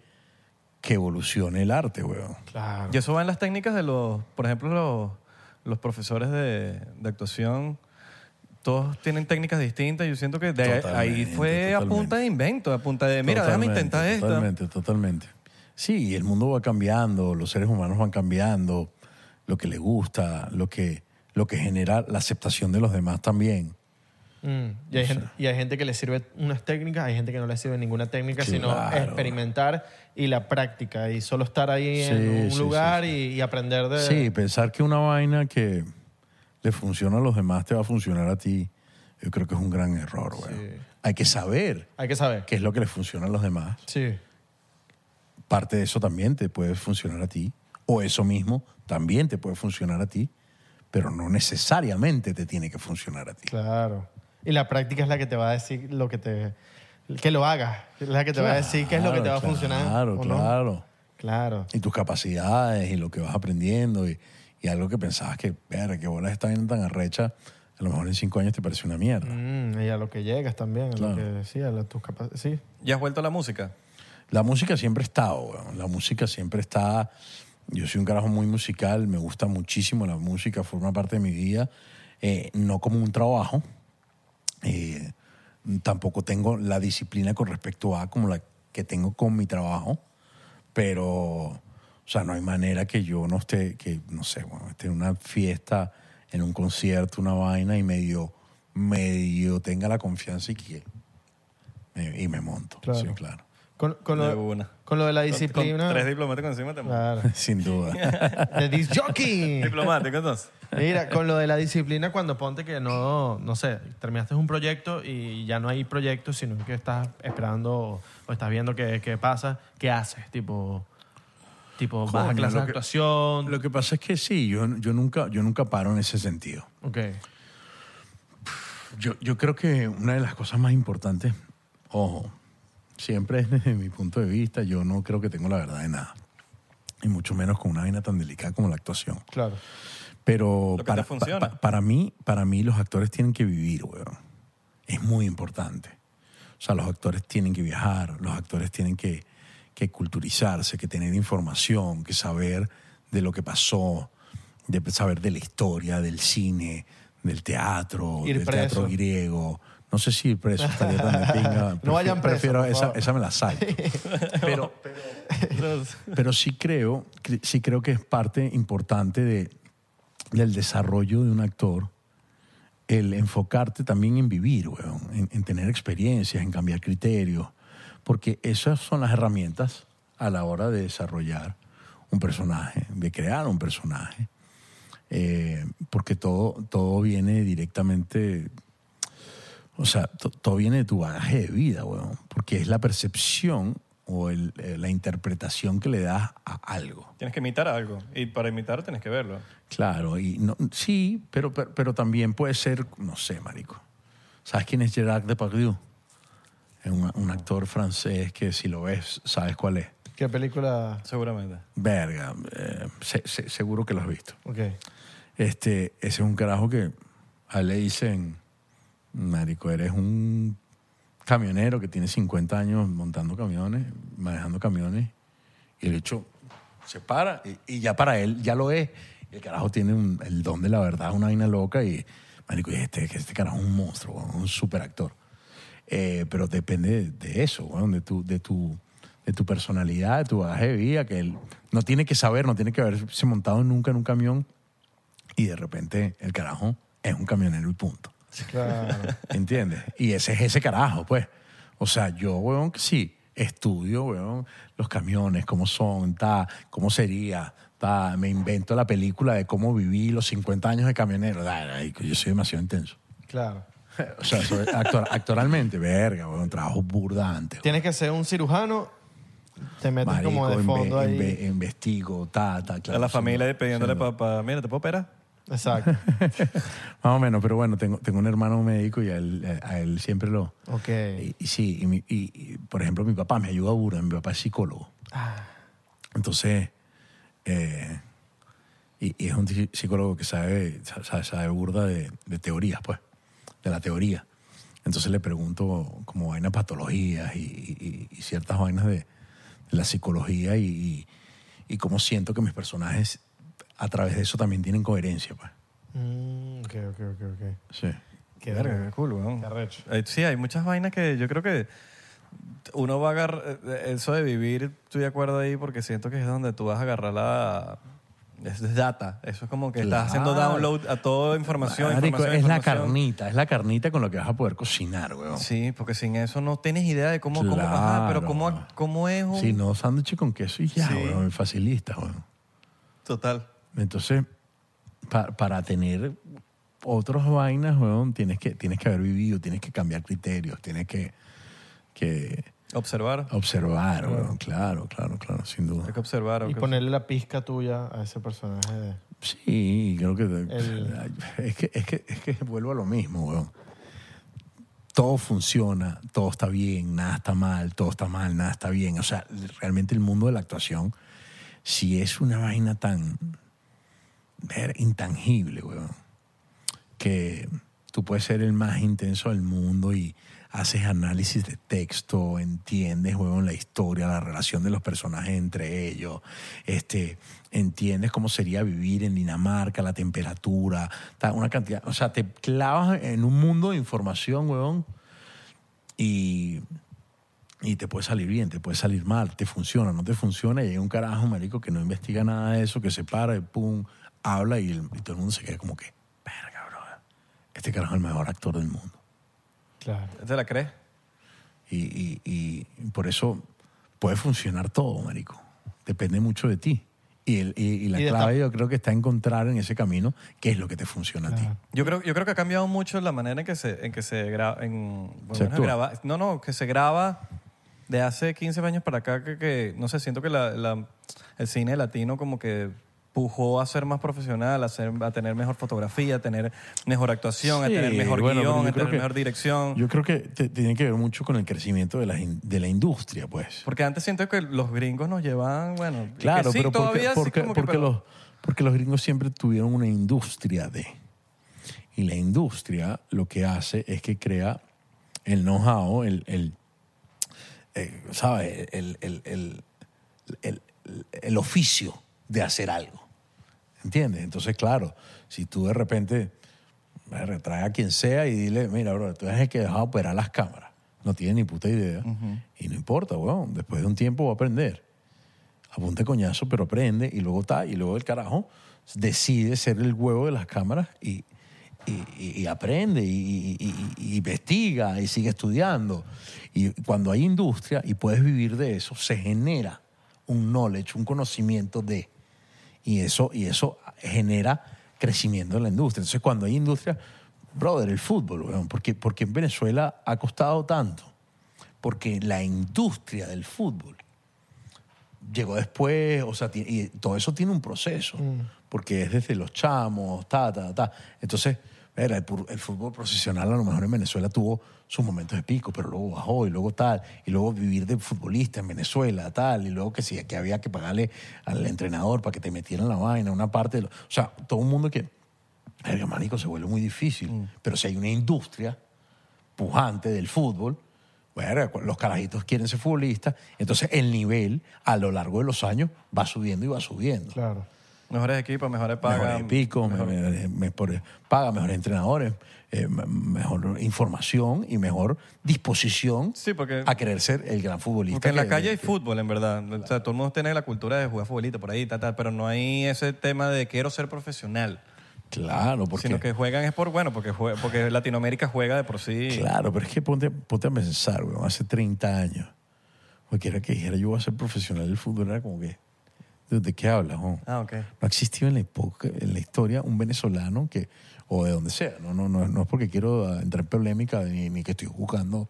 Speaker 2: que evolucione el arte, weón.
Speaker 4: Claro.
Speaker 3: Y eso va en las técnicas de los, por ejemplo, los, los profesores de, de actuación. Todos tienen técnicas distintas. Yo siento que de ahí- ahí
Speaker 2: Totalmente,
Speaker 3: fue a
Speaker 2: totalmente.
Speaker 3: punta de invento, a punta de, Eh, mira, déjame
Speaker 2: Totalmente,
Speaker 3: intentar esto.
Speaker 2: Totalmente, totalmente. Sí, y el mundo va cambiando, los seres humanos van cambiando, lo que les gusta, lo que, lo que genera la aceptación de los demás también.
Speaker 4: Mm, Y, hay gente, y hay gente que le sirve unas técnicas, hay gente que no le sirve ninguna técnica, sino
Speaker 2: Claro.
Speaker 4: experimentar y la práctica y solo estar ahí
Speaker 2: Sí,
Speaker 4: en un
Speaker 2: sí,
Speaker 4: lugar
Speaker 2: sí,
Speaker 4: Y, y aprender de...
Speaker 2: Sí, pensar que una vaina que le funciona a los demás te va a funcionar a ti, yo creo que es un gran error, güey. Hay que saber
Speaker 4: Hay que saber.
Speaker 2: qué es lo que le funciona a los demás.
Speaker 4: Sí,
Speaker 2: Parte de eso también te puede funcionar a ti, o eso mismo también te puede funcionar a ti, pero no necesariamente te tiene que funcionar a ti.
Speaker 4: claro. Y la práctica es la que te va a decir lo que te... Que lo hagas. Es la que te va a decir qué es lo que te va a
Speaker 2: Claro,
Speaker 4: funcionar.
Speaker 2: Claro,
Speaker 4: ¿o no?
Speaker 2: claro.
Speaker 4: Claro.
Speaker 2: Y tus capacidades y lo que vas aprendiendo y, y algo que pensabas que, verga, que bolas está bien tan arrecha, a lo mejor en cinco años te parece una mierda.
Speaker 4: Mm, y a lo que llegas también, a
Speaker 2: Claro.
Speaker 4: lo que sí, a la- tus capacidades. Sí.
Speaker 3: ¿Ya has vuelto a la música?
Speaker 2: La música siempre está, weón. la música siempre está. Yo soy un carajo muy musical, me gusta muchísimo la música, forma parte de mi vida, eh, no como un trabajo. Eh, tampoco tengo la disciplina con respecto a como la que tengo con mi trabajo, pero, o sea, no hay manera que yo no esté, que no sé, bueno, esté en una fiesta, en un concierto, una vaina y medio, medio tenga la confianza y que y me monto.
Speaker 4: Claro.
Speaker 2: Sí, claro.
Speaker 4: Con, con
Speaker 3: De
Speaker 4: lo,
Speaker 3: una.
Speaker 4: con lo de la
Speaker 3: Con- con
Speaker 4: disciplina.
Speaker 3: tres diplomáticos encima también.
Speaker 4: Claro.
Speaker 2: Sin duda.
Speaker 4: De disc jockey.
Speaker 3: Diplomático, entonces.
Speaker 4: Mira, con lo de la disciplina, cuando ponte que no, no sé, terminaste un proyecto y ya no hay proyecto, sino que estás esperando o estás viendo qué, qué pasa, ¿qué haces? Tipo, tipo vas a
Speaker 2: Coño,
Speaker 4: clases
Speaker 2: lo
Speaker 4: de
Speaker 2: que-
Speaker 4: actuación.
Speaker 2: Lo que pasa es que sí, yo, yo, nunca, yo nunca paro en ese sentido.
Speaker 4: Ok.
Speaker 2: Yo, yo creo que una de las cosas más importantes, ojo, siempre es desde mi punto de vista, yo no creo que tengo la verdad de nada. Y mucho menos con una vaina tan delicada como la actuación.
Speaker 4: Claro.
Speaker 2: Pero
Speaker 3: Lo que te
Speaker 2: para,
Speaker 3: funciona.
Speaker 2: pa- pa- para mí, para mí los actores tienen que vivir, weón. Es muy importante. O sea, los actores tienen que viajar, los actores tienen que, que culturizarse, que tener información, que saber de lo que pasó, de saber de la historia, del cine, del teatro,
Speaker 4: Ir
Speaker 2: del
Speaker 4: preso.
Speaker 2: teatro griego. No sé si ir preso estaría tan de pinga.
Speaker 4: No vayan preso,
Speaker 2: Prefiero
Speaker 4: por
Speaker 2: esa-
Speaker 4: favor.
Speaker 2: esa me la salto. Pero, pero sí creo, cre- sí creo que es parte importante de, del desarrollo de un actor el enfocarte también en vivir, weón, en, en tener experiencias, en cambiar criterios, porque esas son las herramientas a la hora de desarrollar un personaje, de crear un personaje, Eh, porque todo, todo viene directamente o sea, to- todo viene de tu bagaje de vida, weón. Porque es la percepción o el- eh, la interpretación que le das a algo.
Speaker 3: Tienes que imitar algo. Y para imitar tienes que verlo.
Speaker 2: Claro, y no, sí, pero, pero, pero también puede ser, no sé, marico. ¿Sabes quién es Gerard Depardieu? Es un, un actor francés que si lo ves, sabes cuál es.
Speaker 4: ¿Qué película?
Speaker 3: Seguramente.
Speaker 2: Verga, eh, se- se- seguro que lo has visto.
Speaker 4: Ok.
Speaker 2: Este, ese es un carajo que a él le dicen, marico, eres un camionero que tiene 50 años montando camiones, manejando camiones, y el hecho se para, y, y ya para él, ya lo es. El carajo tiene un- el don de la verdad, una vaina loca, y marico, y este, este carajo es un monstruo, weón, un superactor. Eh, pero depende de, de eso, weón, de tu, de tu de tu personalidad, de tu bagaje de vida, que él no tiene que saber, no tiene que haberse montado nunca en un camión y de repente el carajo es un camionero y punto.
Speaker 4: Claro.
Speaker 2: ¿Entiendes? Y ese es ese carajo, pues. O sea, yo, weón, que sí, estudio, weón, los camiones, cómo son, ta, cómo sería, ta, me invento la película de cómo viví los 50 años de camionero. Da, da, y que Yo soy demasiado intenso.
Speaker 4: claro.
Speaker 2: O sea, soy actor- actoralmente, verga, weón, trabajo burda antes.
Speaker 4: Tienes que ser un cirujano, te metes
Speaker 2: Marico,
Speaker 4: como de
Speaker 2: inve-
Speaker 4: fondo ahí.
Speaker 2: inve- investigo, ta, ta, claro.
Speaker 3: a la
Speaker 2: sí,
Speaker 3: familia
Speaker 2: no,
Speaker 3: pidiéndole
Speaker 2: sí, no.
Speaker 3: papá, mira, ¿te puedo operar?
Speaker 4: Exacto.
Speaker 2: Más o menos, pero bueno, tengo, tengo un hermano médico y a él, a él siempre lo...
Speaker 4: Ok.
Speaker 2: Y, y sí, y, mi- y- y, por ejemplo, mi papá me ayuda burda, mi papá es psicólogo. Entonces, eh, y, y es un ti- psicólogo que sabe, sa- sabe, sabe burda de, de teorías, pues, de la teoría. Entonces le pregunto como vainas patologías y, y- y- y ciertas vainas de, de la psicología y, y, y cómo siento que mis personajes a través de eso también tienen coherencia, pues.
Speaker 4: Mm, ok, ok, ok, ok.
Speaker 2: Sí.
Speaker 4: Qué verga.
Speaker 3: qué cool, weón.
Speaker 4: Qué arrecho.
Speaker 3: Eh, Sí, hay muchas vainas que yo creo que uno va a agarrar, eh, eso de vivir, estoy de acuerdo ahí porque siento que es donde tú vas a agarrar la... Es data, eso es como que estás haciendo
Speaker 2: Claro.
Speaker 3: download a toda información.
Speaker 2: Marico,
Speaker 3: información,
Speaker 2: es la
Speaker 3: información.
Speaker 2: carnita, es la carnita con la que vas a poder cocinar, weón.
Speaker 3: Sí, porque sin eso no tienes idea de cómo, cómo ajá, pero
Speaker 2: Claro.
Speaker 3: cómo, cómo es un...
Speaker 2: Si no, sándwich con queso y ya,
Speaker 3: Sí.
Speaker 2: weón, facilista, weón.
Speaker 3: Total.
Speaker 2: Entonces, pa- para tener otras vainas, weón, tienes que, tienes que haber vivido, tienes que cambiar criterios, tienes que, que
Speaker 3: Observar.
Speaker 4: Ah.
Speaker 2: observar, weón. Claro, claro, claro, sin duda.
Speaker 3: Hay que observar. hay
Speaker 4: Y
Speaker 3: que-
Speaker 4: ponerle la pizca tuya a ese personaje. de-
Speaker 2: Sí, creo que,
Speaker 4: El-
Speaker 2: es que, es que es que vuelvo a lo mismo, weón. Todo funciona, todo está bien, nada está mal, todo está mal, nada está bien. O sea, realmente el mundo de la actuación, si es una vaina tan ver, intangible, weón, que tú puedes ser el más intenso del mundo y haces análisis de texto, entiendes, weón, la historia, la relación de los personajes entre ellos, este, entiendes cómo sería vivir en Dinamarca, la temperatura, ta- una cantidad, o sea, te clavas en un mundo de información, weón, y, y te puede salir bien, te puede salir mal, te funciona, no te funciona, y hay un carajo, marico, que no investiga nada de eso, que se para y pum, habla y, el- y todo el mundo se queda como que, verga, bro, este carajo es el mejor actor del mundo.
Speaker 4: Claro.
Speaker 3: ¿Te la crees?
Speaker 2: Y, y- y por eso puede funcionar todo, marico. Depende mucho de ti. Y, el- y- y la
Speaker 4: Y de
Speaker 2: clave
Speaker 4: ta-
Speaker 2: yo creo que está encontrar en ese camino qué es lo que te funciona a ti.
Speaker 3: Yo creo, yo creo que ha cambiado mucho la manera en que se, en que se graba. En, por lo
Speaker 2: Se
Speaker 3: menos
Speaker 2: actúa.
Speaker 3: graba- no, no, que se graba de hace 15 años para acá que, que, no sé, siento que la- la- el cine latino como que pujó a ser más profesional, a, ser, a tener mejor fotografía, a tener mejor actuación, a
Speaker 2: Sí,
Speaker 3: tener mejor
Speaker 2: bueno, pero
Speaker 3: guión,
Speaker 2: yo
Speaker 3: a
Speaker 2: creo
Speaker 3: tener
Speaker 2: que-
Speaker 3: mejor dirección.
Speaker 2: Yo creo que te- tiene que ver mucho con el crecimiento de la, in- de la industria, pues.
Speaker 3: porque antes siento que los gringos nos llevaban, bueno, y que
Speaker 2: Claro,
Speaker 3: sí,
Speaker 2: pero porque,
Speaker 3: todavía sí
Speaker 2: porque,
Speaker 3: como que,
Speaker 2: porque
Speaker 3: pero-
Speaker 2: los, porque los gringos siempre tuvieron una industria de. Y la industria lo que hace es que crea el know-how, el, el eh, ¿sabes? El, el- el- el- el- el oficio de hacer algo. ¿Entiendes? Entonces, claro, si tú de repente verga, trae a quien sea y dile, mira, bro, tú eres el que dejaba operar las cámaras. No tiene ni puta idea. Y no importa, weón. Después de un tiempo va a aprender apunte coñazo, pero aprende y luego está, y luego el carajo decide ser el huevo de las cámaras y, y- y- y aprende y, y- y- y investiga y sigue estudiando. Y cuando hay industria y puedes vivir de eso, se genera un knowledge, un conocimiento de... Y eso, y eso genera crecimiento en la industria. Entonces, cuando hay industria, brother, el fútbol, weón, porque, porque en Venezuela ha costado tanto. Porque la industria del fútbol llegó después, o sea, ti- y todo eso tiene un proceso, porque es desde los chamos, ta, ta, ta. Entonces, mira, el, pur- el fútbol profesional a lo mejor en Venezuela tuvo sus momentos de pico, pero luego bajó y luego tal, y luego vivir de futbolista en Venezuela, tal, y luego que sí, que había que pagarle al entrenador para que te metieran la vaina, una parte, de lo- o sea, todo un mundo que, verga, marico, se vuelve muy difícil, pero si hay una industria pujante del fútbol. Bueno, los carajitos quieren ser futbolistas. Entonces el nivel a lo largo de los años va subiendo y va subiendo.
Speaker 4: Claro.
Speaker 3: mejores equipos, mejores pagas.
Speaker 2: Mejores picos, me- me- mejores paga, mejores entrenadores, eh, me- mejor información y mejor disposición
Speaker 3: Sí, porque-
Speaker 2: a querer ser el gran futbolista.
Speaker 3: Porque en la
Speaker 2: que-
Speaker 3: calle hay
Speaker 2: que-
Speaker 3: fútbol, en verdad. O sea, todo el mundo tiene la cultura de jugar futbolito por ahí, tal, tal, pero no hay ese tema de quiero ser profesional.
Speaker 2: Claro, porque...
Speaker 3: Sino que juegan es por, bueno, porque, jue- porque Latinoamérica juega de por sí.
Speaker 2: Claro, pero es que ponte, ponte a pensar, weón, hace 30 años, cualquiera que dijera yo voy a ser profesional del fútbol era como que, ¿de, de qué hablas? weón?
Speaker 3: Ah, ok.
Speaker 2: No ha existido en la, época- en la historia un venezolano que, o de donde sea, no, no, no, no es porque quiero ah, entrar en polémica ni, ni que estoy buscando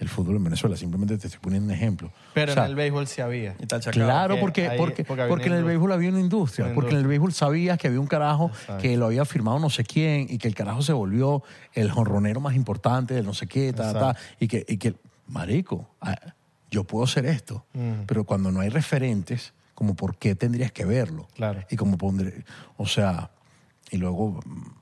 Speaker 2: el fútbol en Venezuela, simplemente te estoy poniendo un ejemplo.
Speaker 4: Pero
Speaker 2: O sea,
Speaker 4: en el béisbol sí había.
Speaker 3: Y tal, chacao.
Speaker 2: Claro,
Speaker 4: Que
Speaker 2: porque,
Speaker 4: ahí-
Speaker 2: porque,
Speaker 4: porque había una
Speaker 2: porque en el
Speaker 4: industria.
Speaker 2: béisbol había una industria,
Speaker 4: Una
Speaker 2: porque en el béisbol sabías que había un carajo que lo había firmado no sé quién y que el carajo se volvió el jonronero más importante del no sé qué, ta, ta, y que, y que, marico, ah, yo puedo hacer esto,
Speaker 4: Mm.
Speaker 2: pero cuando no hay referentes, como por qué tendrías que verlo.
Speaker 4: Claro.
Speaker 2: Y como pondré, o sea, y luego, mm,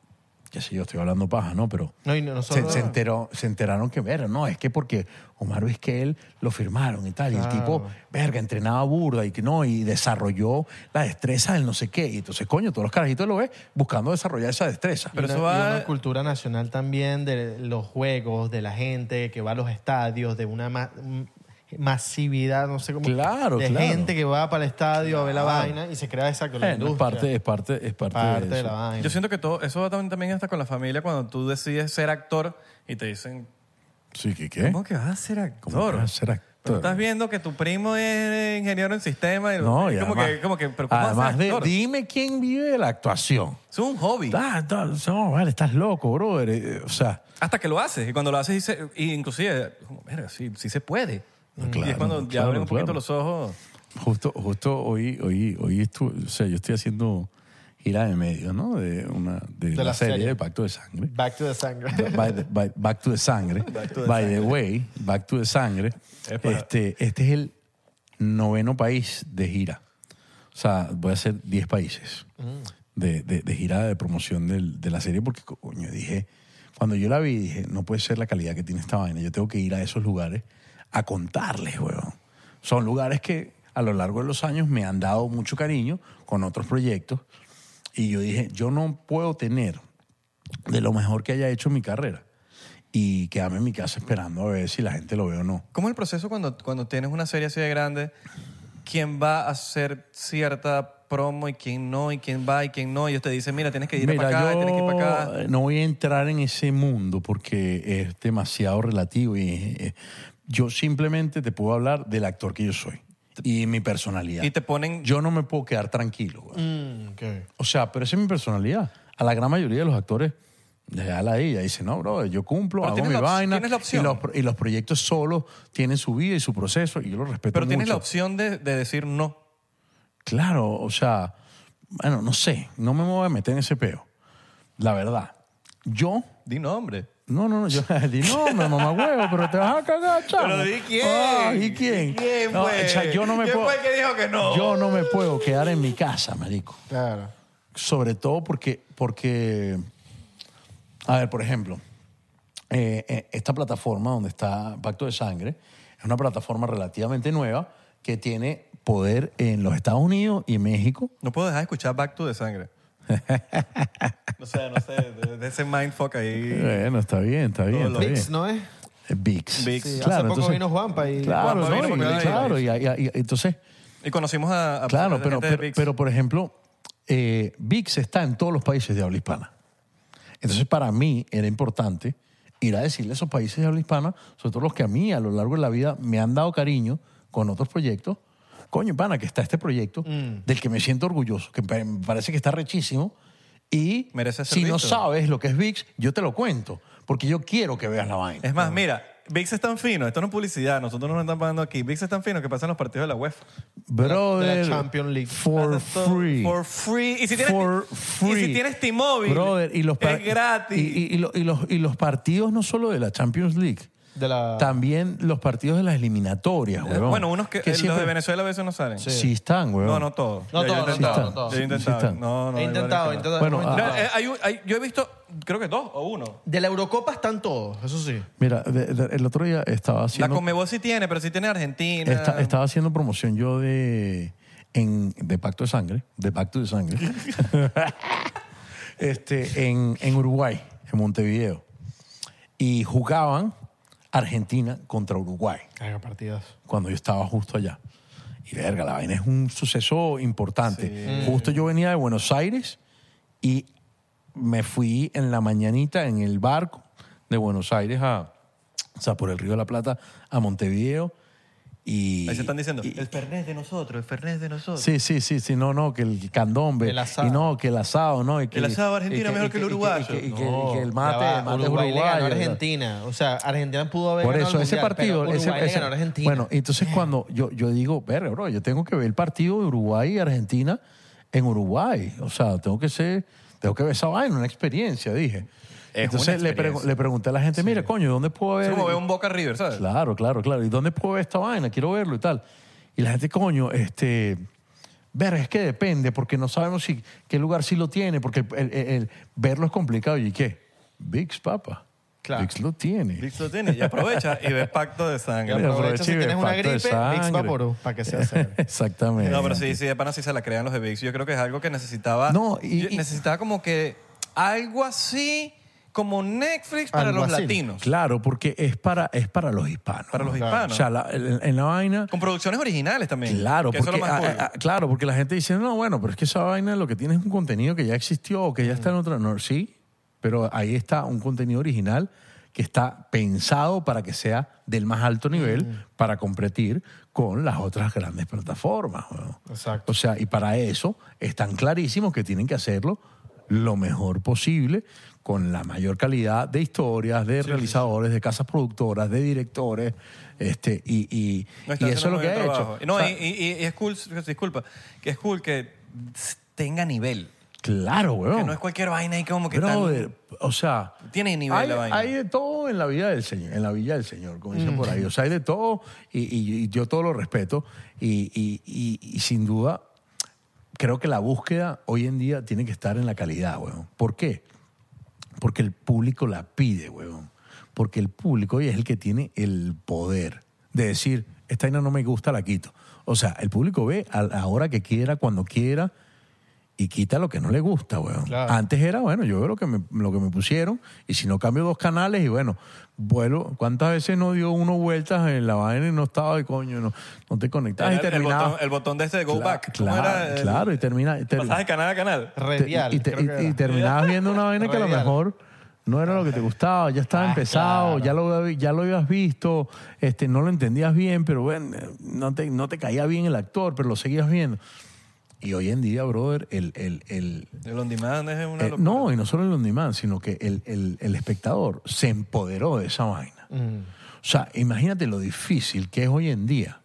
Speaker 2: qué sé yo, estoy hablando paja, ¿no? Pero...
Speaker 4: No, y no, no
Speaker 2: Se,
Speaker 4: solo-
Speaker 2: se enteró, se enteraron que, verga, no, es que porque Omar Vizquel lo firmaron y tal, y el tipo, verga, entrenaba burda y que no, y desarrolló la destreza del no sé qué. Y entonces, coño, todos los carajitos lo ves buscando desarrollar esa destreza.
Speaker 3: Pero
Speaker 4: y una,
Speaker 3: eso va-
Speaker 4: y una cultura nacional también de los juegos, de la gente que va a los estadios, de una ma- m- masividad, no sé cómo.
Speaker 2: Claro,
Speaker 4: de
Speaker 2: claro.
Speaker 4: gente que va para el estadio a ver la vaina y se crea esa
Speaker 2: Bueno, es
Speaker 4: industria.
Speaker 2: parte, es parte, es parte,
Speaker 4: parte
Speaker 2: de
Speaker 4: de
Speaker 2: eso.
Speaker 4: la vaina.
Speaker 3: Yo siento que todo, eso va tam- también hasta con la familia cuando tú decides ser actor y te dicen,
Speaker 2: Sí, que qué?
Speaker 3: ¿cómo que vas a ser
Speaker 2: ¿Eh? ¿Cómo
Speaker 3: actor?
Speaker 2: vas a ser actor?
Speaker 3: Pero estás viendo que tu primo es ingeniero en sistema y,
Speaker 2: No, y
Speaker 3: como,
Speaker 2: además-
Speaker 3: que, como que, pero ¿cómo vas a ser
Speaker 2: además de,
Speaker 3: actor?
Speaker 2: dime quién vive de la actuación.
Speaker 3: Es un hobby.
Speaker 2: Ah, no, no, vale, estás loco, brother. Eh, O sea,
Speaker 3: Hasta que lo haces. Y cuando lo haces, dice, y inclusive, como, verga, sí, sí se puede.
Speaker 2: No,
Speaker 3: y es
Speaker 2: Ah, claro,
Speaker 3: cuando ya
Speaker 2: claro,
Speaker 3: abren un poquito
Speaker 2: claro.
Speaker 3: los ojos.
Speaker 2: Justo, justo hoy, hoy, hoy estu- o sea, yo estoy haciendo gira de medios, ¿no? De una de, la,
Speaker 4: la
Speaker 2: serie,
Speaker 4: serie.
Speaker 2: de Pacto de Sangre.
Speaker 4: Back to the sangre.
Speaker 2: By the- by- back to the Sangre. By the way, Back to the Sangre. Este, este es el noveno país de gira. O sea, voy a hacer 10 países de, de- de gira de promoción del- de la serie porque, coño, dije, cuando yo la vi, dije, no puede ser la calidad que tiene esta vaina. Yo tengo que ir a esos lugares a contarles, weón. Son lugares que a lo largo de los años me han dado mucho cariño con otros proyectos. Y yo dije, yo no puedo tener de lo mejor que haya hecho en mi carrera y quedarme en mi casa esperando a ver si la gente lo ve o no.
Speaker 3: ¿Cómo es el proceso cuando, cuando tienes una serie así de grande? ¿Quién va a hacer cierta promo y quién no? ¿Y quién va y quién no? Y ellos te dicen, mira, tienes que ir
Speaker 2: Mira,
Speaker 3: para acá,
Speaker 2: yo
Speaker 3: tienes que ir para acá.
Speaker 2: No voy a entrar en ese mundo porque es demasiado relativo y eh, yo simplemente te puedo hablar del actor que yo soy. y mi personalidad.
Speaker 3: Y te ponen.
Speaker 2: Yo no me puedo quedar tranquilo. güey.
Speaker 4: Mm, Ok.
Speaker 2: O sea, pero esa es mi personalidad. A la gran mayoría de los actores le da la ella. Dice, no, bro, yo cumplo,
Speaker 3: Pero
Speaker 2: hago
Speaker 3: tienes
Speaker 2: mi
Speaker 3: la op-
Speaker 2: vaina.
Speaker 3: tienes la opción.
Speaker 2: Y los, pro- y los proyectos solos tienen su vida y su proceso. Y yo lo respeto
Speaker 3: Pero tienes
Speaker 2: mucho.
Speaker 3: la opción de, de decir no.
Speaker 2: Claro, o sea, bueno, no sé. No me voy a meter en ese peo. La verdad. Yo...
Speaker 3: Di nombre.
Speaker 2: No, no, no, yo di no, me mamá huevo, pero te vas a cagar, chavo.
Speaker 3: Pero di quién.
Speaker 2: Ah, ¿Y quién?
Speaker 3: ¿Y quién
Speaker 2: No,
Speaker 3: fue?
Speaker 2: o sea, yo no me
Speaker 3: ¿Quién
Speaker 2: puedo.
Speaker 3: fue el que dijo que no?
Speaker 2: Yo no me puedo quedar en mi casa, marico.
Speaker 4: Claro.
Speaker 2: Sobre todo porque, porque a ver, por ejemplo, eh, eh, esta plataforma donde está Pacto de Sangre es una plataforma relativamente nueva que tiene poder en los Estados Unidos y México.
Speaker 3: No puedo dejar de escuchar Back to the Sangre. no sé, no sé. De, de ese mindfuck ahí.
Speaker 2: Bueno, está bien, está bien.
Speaker 3: los
Speaker 2: está
Speaker 4: Vix,
Speaker 2: bien.
Speaker 4: ¿no es?
Speaker 2: Eh, VIX.
Speaker 3: VIX.
Speaker 4: Sí, hace poco vino Juanpa y-
Speaker 2: Claro,
Speaker 3: Juanpa
Speaker 2: ¿no?
Speaker 3: vino
Speaker 2: Y-
Speaker 3: porque-
Speaker 2: claro, y- y- y- entonces...
Speaker 3: Y conocimos a. a- a
Speaker 2: Claro,
Speaker 3: la
Speaker 2: pero,
Speaker 3: gente de
Speaker 2: pero,
Speaker 3: Vix.
Speaker 2: pero, por ejemplo, eh, VIX está en todos los países de habla hispana. Entonces, para mí era importante ir a decirle a esos países de habla hispana, sobre todo los que a mí a lo largo de la vida me han dado cariño con otros proyectos. Coño, pana, que está este proyecto
Speaker 3: Mm.
Speaker 2: del que me siento orgulloso, que pa- me parece que está rechísimo. Y
Speaker 3: Merece ser
Speaker 2: si no
Speaker 3: visto.
Speaker 2: sabes lo que es VIX, yo te lo cuento, porque yo quiero que veas la vaina.
Speaker 3: Es más, mira, VIX es tan fino. Esto no es publicidad. Nosotros no nos están pagando aquí. VIX es tan fino que pasan los partidos de la UEFA.
Speaker 2: Brother,
Speaker 4: Champions League.
Speaker 2: for
Speaker 3: Haces todo
Speaker 2: free.
Speaker 3: For free. Y si tienes,
Speaker 2: For free.
Speaker 3: Y si tienes T-Mobile.
Speaker 2: Brother, y los par-
Speaker 3: es gratis.
Speaker 2: Y, y- y lo- y los, y los partidos no solo de la Champions League,
Speaker 4: De la...
Speaker 2: también los partidos de las eliminatorias, huevón.
Speaker 3: bueno, unos que, eh, los
Speaker 2: siempre-
Speaker 3: de Venezuela a veces no salen.
Speaker 2: Sí están, huevón.
Speaker 3: No, no todos.
Speaker 4: No
Speaker 3: Yo- yo he
Speaker 4: todos, no
Speaker 3: intentado.
Speaker 2: todos, no todos.
Speaker 3: Yo he
Speaker 2: Sí
Speaker 3: intentado.
Speaker 2: están.
Speaker 3: No, no,
Speaker 4: He
Speaker 3: hay
Speaker 4: intentado, he
Speaker 3: varios que no.
Speaker 4: intentado.
Speaker 2: Bueno,
Speaker 4: hemos
Speaker 2: ah,
Speaker 3: No,
Speaker 4: intentado.
Speaker 3: eh, hay un- hay- yo he visto, creo que dos o uno.
Speaker 4: De la Eurocopa están todos, eso sí.
Speaker 2: Mira, de- de- el otro día estaba
Speaker 3: La
Speaker 2: haciendo,
Speaker 3: Conmebol sí tiene, pero sí tiene Argentina.
Speaker 2: esta- estaba haciendo promoción yo de, en, de Pacto de Sangre, de Pacto de Sangre, este, en, en Uruguay, en Montevideo. Y jugaban Argentina contra Uruguay.
Speaker 4: Caga partidas.
Speaker 2: cuando yo estaba justo allá. Y verga, la vaina es un suceso importante. Justo yo venía de Buenos Aires y me fui en la mañanita en el barco de Buenos Aires a, o sea, por el Río de la Plata a Montevideo. Y,
Speaker 3: Ahí se están diciendo,
Speaker 2: y-
Speaker 3: el Fernet de nosotros, el Fernet de nosotros.
Speaker 2: Sí, sí, sí, sí, no, no, que el candombe.
Speaker 4: El asado.
Speaker 2: Y no, que el asado, ¿no? y que-
Speaker 3: El asado
Speaker 2: y
Speaker 3: argentino mejor
Speaker 2: y
Speaker 3: que el
Speaker 2: y
Speaker 3: uruguayo.
Speaker 2: Y que, y que-
Speaker 4: No,
Speaker 2: y que el
Speaker 4: ya
Speaker 2: mate,
Speaker 4: va,
Speaker 2: el mate es
Speaker 4: Oh, Uruguay le ganó a
Speaker 2: uruguayo, ¿verdad?
Speaker 4: Argentina. O sea, Argentina pudo haber
Speaker 2: Por
Speaker 4: ganado
Speaker 2: eso,
Speaker 4: el
Speaker 2: ese
Speaker 4: mundial,
Speaker 2: partido.
Speaker 4: pero
Speaker 2: ese,
Speaker 4: Uruguay le
Speaker 2: ese-
Speaker 4: ganó a Argentina.
Speaker 2: Bueno, entonces cuando yo, yo digo, verga, bro, yo tengo que ver el partido de Uruguay y Argentina en Uruguay. O sea, tengo que ser. Tengo que ver esa vaina, una experiencia, dije.
Speaker 3: Es
Speaker 2: entonces
Speaker 3: una
Speaker 2: le pregu-
Speaker 3: experiencia.
Speaker 2: Le, pregunté a la gente, mira, coño, ¿dónde puedo
Speaker 3: Es
Speaker 2: ver?
Speaker 3: como ve un Boca River, ¿sabes?
Speaker 2: Claro, claro, claro. ¿Y dónde puedo ver esta vaina? Quiero verlo y tal. Y la gente, coño, este. Verga, es que depende, porque no sabemos si qué lugar sí lo tiene, porque el, el- el verlo es complicado. ¿Y qué? VIX, papa.
Speaker 4: Claro.
Speaker 2: VIX lo tiene.
Speaker 3: Vix lo tiene, y aprovecha y ve pacto de
Speaker 4: Y
Speaker 3: sangre.
Speaker 2: Claro.
Speaker 4: aprovecha si
Speaker 2: Aprovecha y
Speaker 4: tienes
Speaker 2: ve
Speaker 4: una
Speaker 2: Pacto de
Speaker 4: gripe, Vicks
Speaker 2: Sangre.
Speaker 4: Vaporub, para que se hace.
Speaker 2: Exactamente.
Speaker 3: No, pero sí, sí, de pana sí se la crean los de Vix. Yo creo que es algo que necesitaba.
Speaker 2: No, y-
Speaker 3: yo-
Speaker 2: y-
Speaker 3: necesitaba como que algo así, como Netflix para
Speaker 4: Algo
Speaker 3: los
Speaker 4: así.
Speaker 3: latinos,
Speaker 2: Claro, porque es para, es para los hispanos.
Speaker 3: para los
Speaker 4: Claro.
Speaker 3: hispanos.
Speaker 2: O sea, la- en, en la vaina.
Speaker 3: Con producciones originales también.
Speaker 2: Claro
Speaker 3: que
Speaker 2: porque,
Speaker 3: eso es lo más
Speaker 2: ah,
Speaker 3: cool.
Speaker 2: ah, claro, porque la gente dice, no, bueno, pero es que esa vaina lo que tiene es un contenido que ya existió o que ya
Speaker 3: Mm.
Speaker 2: está en otra. No, sí, pero ahí está un contenido original que está pensado para que sea del más alto nivel
Speaker 3: Mm.
Speaker 2: para competir con las otras grandes plataformas. weón.
Speaker 4: Exacto.
Speaker 2: O sea, y para eso están clarísimos que tienen que hacerlo lo mejor posible con la mayor calidad de historias, de realizadores, de casas productoras, de directores, este, y, y-
Speaker 3: No,
Speaker 2: y
Speaker 3: está
Speaker 2: eso es
Speaker 3: haciendo
Speaker 2: lo
Speaker 3: muy
Speaker 2: que
Speaker 3: buen
Speaker 2: ha hecho.
Speaker 3: trabajo. No,
Speaker 2: O sea,
Speaker 3: y, y- y es cool, disculpa, que es cool que tenga nivel.
Speaker 2: Claro, weón.
Speaker 3: Que no es cualquier vaina y como que tan-
Speaker 2: Brother, o sea,
Speaker 3: Tiene nivel
Speaker 2: hay,
Speaker 3: la vaina.
Speaker 2: hay de todo en la vida del señor, en la villa del señor, como dicen por ahí.
Speaker 3: Mm.
Speaker 2: O sea, hay de todo y, y- y yo todo lo respeto y, y- y- y sin duda creo que la búsqueda hoy en día tiene que estar en la calidad, weón. ¿Por qué? Porque el público la pide, weón. Porque el público hoy es el que tiene el poder de decir, esta vaina no me gusta, la quito. O sea, el público ve a la hora que quiera, cuando quiera, y quita lo que no le gusta, weón.
Speaker 4: Claro.
Speaker 2: Antes era, bueno, yo veo lo que, me, lo que me pusieron y si no cambio dos canales y bueno, vuelo. ¿Cuántas veces no dio uno vueltas en la vaina y no estaba de coño? No, no te conectabas y
Speaker 3: Era el- el,
Speaker 2: terminabas.
Speaker 3: botón, el botón de este de Go
Speaker 2: Cla-
Speaker 3: Back. ¿Cómo
Speaker 2: Claro,
Speaker 3: era el-
Speaker 2: claro, y termina. y ter-
Speaker 3: Pasabas de canal a canal.
Speaker 2: te-
Speaker 4: Redial,
Speaker 2: y, te-
Speaker 4: creo que
Speaker 2: y- y
Speaker 4: era.
Speaker 2: terminabas viendo una vaina que a lo
Speaker 4: Radial.
Speaker 2: mejor No era lo que te gustaba, ya estaba
Speaker 3: Ah,
Speaker 2: empezado,
Speaker 3: claro.
Speaker 2: ya, lo, ya lo habías visto, este, no lo entendías bien, pero bueno, no te, no te caía bien el actor, pero lo seguías viendo. Y hoy en día, brother, el, el, el,
Speaker 3: El on demand es una
Speaker 2: eh,
Speaker 3: locura.
Speaker 2: no, y no solo el on demand, sino que el, el- el espectador se empoderó de esa vaina. O sea, imagínate lo difícil que es hoy en día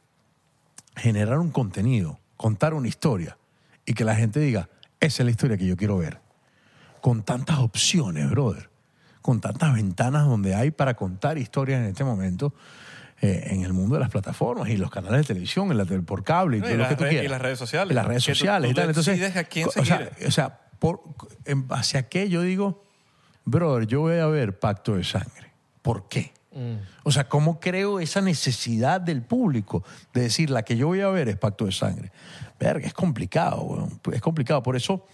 Speaker 2: generar un contenido, contar una historia y que la gente diga, esa es la historia que yo quiero ver. Con tantas opciones, brother. Con tantas ventanas donde hay para contar historias en este momento eh, en el mundo de las plataformas y los canales de televisión, en la tele- por cable y,
Speaker 3: No, y
Speaker 2: todo lo
Speaker 3: las
Speaker 2: que tú
Speaker 3: redes- y
Speaker 2: quieras.
Speaker 3: las redes sociales.
Speaker 2: Y las redes
Speaker 3: Que tú-
Speaker 2: sociales
Speaker 3: tú
Speaker 2: y tal. Entonces,
Speaker 3: decides a quién
Speaker 2: co- o sea,
Speaker 3: seguir.
Speaker 2: o sea, por, en base a qué yo digo, brother, yo voy a ver Pacto de Sangre. ¿Por qué? O sea, ¿cómo creo esa necesidad del público de decir la que yo voy a ver es Pacto de Sangre? Verga, es complicado, weón. es complicado. Por eso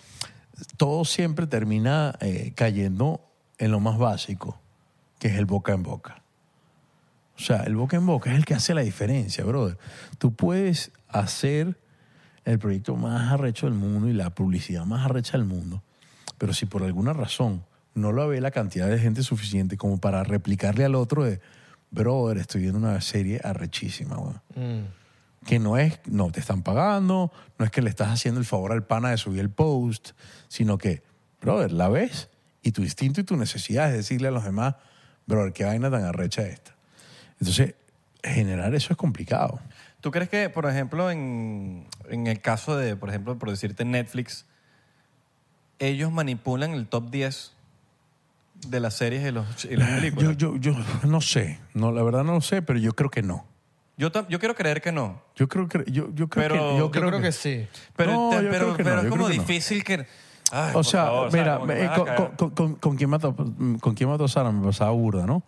Speaker 2: todo siempre termina eh, cayendo en lo más básico, que es el boca en boca. O sea, el boca en boca es el que hace la diferencia, brother. Tú puedes hacer el proyecto más arrecho del mundo y la publicidad más arrecha del mundo, pero si por alguna razón no lo ve la cantidad de gente suficiente como para replicarle al otro de, brother, estoy viendo una serie arrechísima, weón. Que no es, no te están pagando, no es que le estás haciendo el favor al pana de subir el post, sino que, brother, la ves y tu instinto y tu necesidad es decirle a los demás, brother, qué vaina tan arrecha esta. Entonces, generar eso es complicado.
Speaker 3: ¿Tú crees que, por ejemplo, en, en el caso de, por ejemplo, por decirte Netflix, ellos manipulan el top 10 de las series y, los, y las películas?
Speaker 2: Eh, Ah, Yo, yo, yo no sé, no, la verdad no lo sé, pero yo creo que no.
Speaker 3: Yo tam- yo quiero creer que no.
Speaker 2: Yo creo que yo, yo creo
Speaker 3: Pero-
Speaker 2: que yo
Speaker 3: yo
Speaker 2: creo, que,
Speaker 4: sí.
Speaker 3: Pero,
Speaker 2: No,
Speaker 3: te-
Speaker 2: yo
Speaker 3: pero,
Speaker 2: creo que no,
Speaker 3: pero es
Speaker 2: yo
Speaker 3: como
Speaker 2: creo que no.
Speaker 3: difícil que. Ay,
Speaker 2: o
Speaker 3: por
Speaker 2: sea,
Speaker 3: favor, ¿sabes?
Speaker 2: mira,
Speaker 3: Como que
Speaker 2: eh,
Speaker 3: vas a
Speaker 2: con, con,
Speaker 3: cagar.
Speaker 2: con, con- con quién mató, con quién mató a Sara me pasaba burda, ¿no?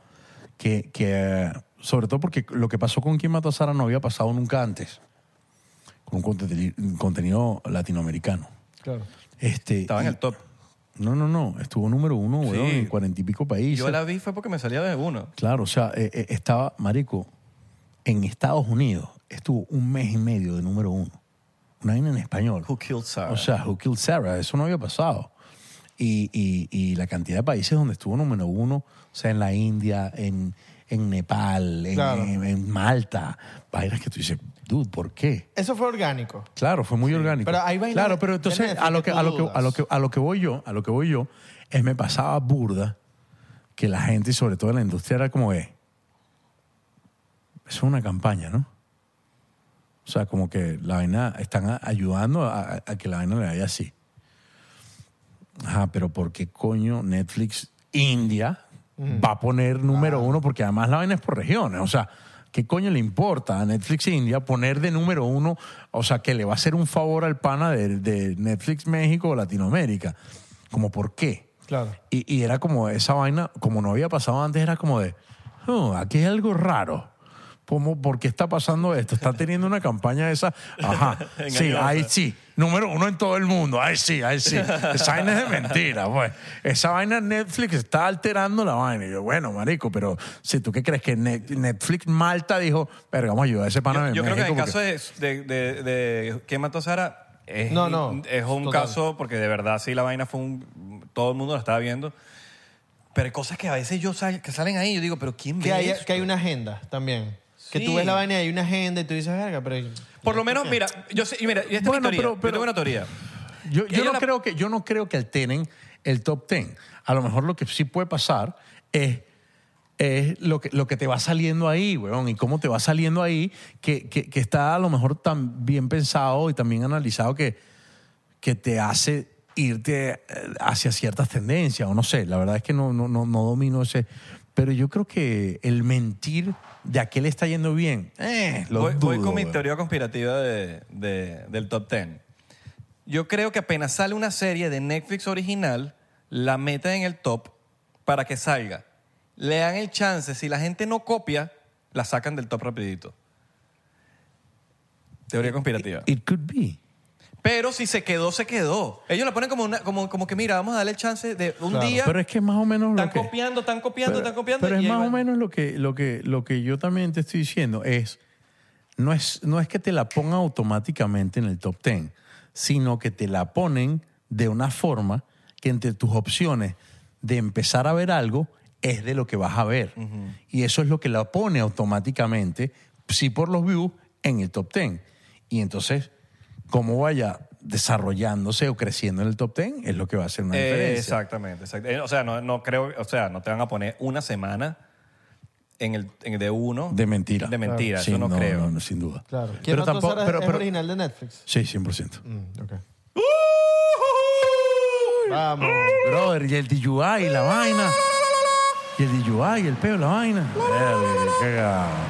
Speaker 2: Que, que, eh, sobre todo porque lo que pasó con quién mató a Sara no había pasado nunca antes. Con un conte- contenido latinoamericano.
Speaker 4: Claro.
Speaker 2: Este,
Speaker 3: Estaba en
Speaker 2: y-
Speaker 3: el top.
Speaker 2: No, no, no. Estuvo número uno,
Speaker 3: Sí.
Speaker 2: weón, en cuarenta y pico países.
Speaker 3: Yo la vi fue porque me salía de uno.
Speaker 2: Claro, o sea, eh, eh, estaba, marico, en Estados Unidos estuvo un mes y medio de número uno. Una vaina en español.
Speaker 3: Who Killed Sarah.
Speaker 2: O sea, Who Killed Sarah, eso no había pasado. Y, y- y la cantidad de países donde estuvo número uno, o sea, en la India, en, en Nepal, en,
Speaker 4: Claro.
Speaker 2: en- en Malta, vainas que tú dices, dude, ¿por qué?
Speaker 4: Eso fue orgánico.
Speaker 2: Claro, fue muy orgánico.
Speaker 4: pero hay vainas
Speaker 2: claro,
Speaker 4: de-
Speaker 2: pero
Speaker 4: de
Speaker 2: entonces
Speaker 4: Netflix
Speaker 2: a lo que
Speaker 4: que
Speaker 2: a
Speaker 4: tú
Speaker 2: lo que a lo que a lo que voy yo, a lo que voy yo es me pasaba burda que la gente y sobre todo en la industria era como es es una campaña, ¿no? O sea, como que la vaina están a- ayudando a, a- a que la vaina le vaya así. Ajá, pero ¿por qué coño Netflix India va a poner número uno? Porque además la vaina es por regiones. O sea, ¿qué coño le importa a Netflix India poner de número uno? O sea, que le va a hacer un favor al pana de, de Netflix México o Latinoamérica. Como, ¿por qué?
Speaker 4: Claro.
Speaker 2: Y, y era como esa vaina, como no había pasado antes, era como de, "Oh, aquí hay algo raro. ¿Cómo, ¿Por qué está pasando esto? Está teniendo una campaña esa. Ajá. Sí,
Speaker 3: Engañosa.
Speaker 2: ahí sí. Número uno en todo el mundo. Ahí sí, ahí sí. Esa vaina es de mentira, pues. Esa vaina Netflix está alterando la vaina. Y yo, bueno, marico, pero si tú qué crees que Ne- Netflix Malta dijo, verga, vamos a ayudar a ese pana
Speaker 3: Yo,
Speaker 2: de
Speaker 3: yo creo que en el
Speaker 2: México
Speaker 3: caso
Speaker 2: porque-".
Speaker 3: de, de, de, de ¿Quién mató a Sara? Es,
Speaker 4: No, no,
Speaker 3: Es un
Speaker 4: total.
Speaker 3: caso porque de verdad sí la vaina fue un. Todo el mundo la estaba viendo. Pero hay cosas que a veces yo sal- que salen ahí y yo digo, ¿pero quién ve
Speaker 4: Que hay,
Speaker 3: esto?
Speaker 4: que hay una agenda también. Que
Speaker 3: Sí.
Speaker 4: tú ves la vaina y hay una agenda y tú dices, verga, pero.
Speaker 3: Por lo menos, mira, yo sé, y mira, y esta
Speaker 2: Bueno,
Speaker 3: es mi
Speaker 2: pero-
Speaker 3: teoría. Yo
Speaker 2: pero-
Speaker 3: tengo una teoría.
Speaker 2: Yo, yo
Speaker 3: Ella
Speaker 2: no
Speaker 3: la-
Speaker 2: creo que, yo no creo que alteren el top 10. A lo mejor lo que sí puede pasar es, es lo, que, lo que te va saliendo ahí, weón, y cómo te va saliendo ahí, que, que- que está a lo mejor tan bien pensado y tan bien analizado que, que te hace irte eh, hacia ciertas tendencias, o no sé, la verdad es que no, no, no, no domino ese... Pero yo creo que el mentir de a qué le está yendo bien, eh, lo
Speaker 3: voy, voy
Speaker 2: dudo,
Speaker 3: con mi
Speaker 2: weón.
Speaker 3: teoría conspirativa de- de- del top 10. Yo creo que apenas sale una serie de Netflix original, la meten en el top para que salga. Le dan el chance. Si la gente no copia, la sacan del top rapidito. Teoría conspirativa.
Speaker 2: It could be.
Speaker 3: Pero si se quedó, se quedó. Ellos la ponen como, una, como, como que, mira, vamos a darle el chance de un
Speaker 4: Claro,
Speaker 3: día.
Speaker 2: Pero es que es más o menos
Speaker 3: están
Speaker 2: lo que...
Speaker 3: copiando, están copiando, están copiando.
Speaker 2: pero
Speaker 3: y
Speaker 2: es
Speaker 3: ahí
Speaker 2: más o
Speaker 3: van.
Speaker 2: menos lo que, lo, que, lo que yo también te estoy diciendo es no, es, no es que te la pongan automáticamente en el top 10, sino que te la ponen de una forma que entre tus opciones de empezar a ver algo es de lo que vas a ver. Y eso es lo que la pone automáticamente, sí por los views, en el top 10. Y entonces, cómo vaya desarrollándose o creciendo en el top 10 es lo que va a hacer una
Speaker 3: Eh,
Speaker 2: diferencia.
Speaker 3: exactamente, exact- eh, O sea, no, no creo, o sea, no te van a poner una semana en el, en- de uno.
Speaker 2: De mentira.
Speaker 3: De mentira,
Speaker 2: Sí,
Speaker 3: eso no, creo.
Speaker 2: no, no, sin duda.
Speaker 4: Claro. ¿Quién
Speaker 2: Pero
Speaker 4: pero
Speaker 2: tampoco- pero-
Speaker 4: es
Speaker 2: pero-
Speaker 4: original de Netflix?
Speaker 2: Sí, 100%.
Speaker 4: Mm, ok. Vamos.
Speaker 2: Brother, y el DUI, y la vaina. Y el DUI, y el peo, la vaina. Verga, qué cagado.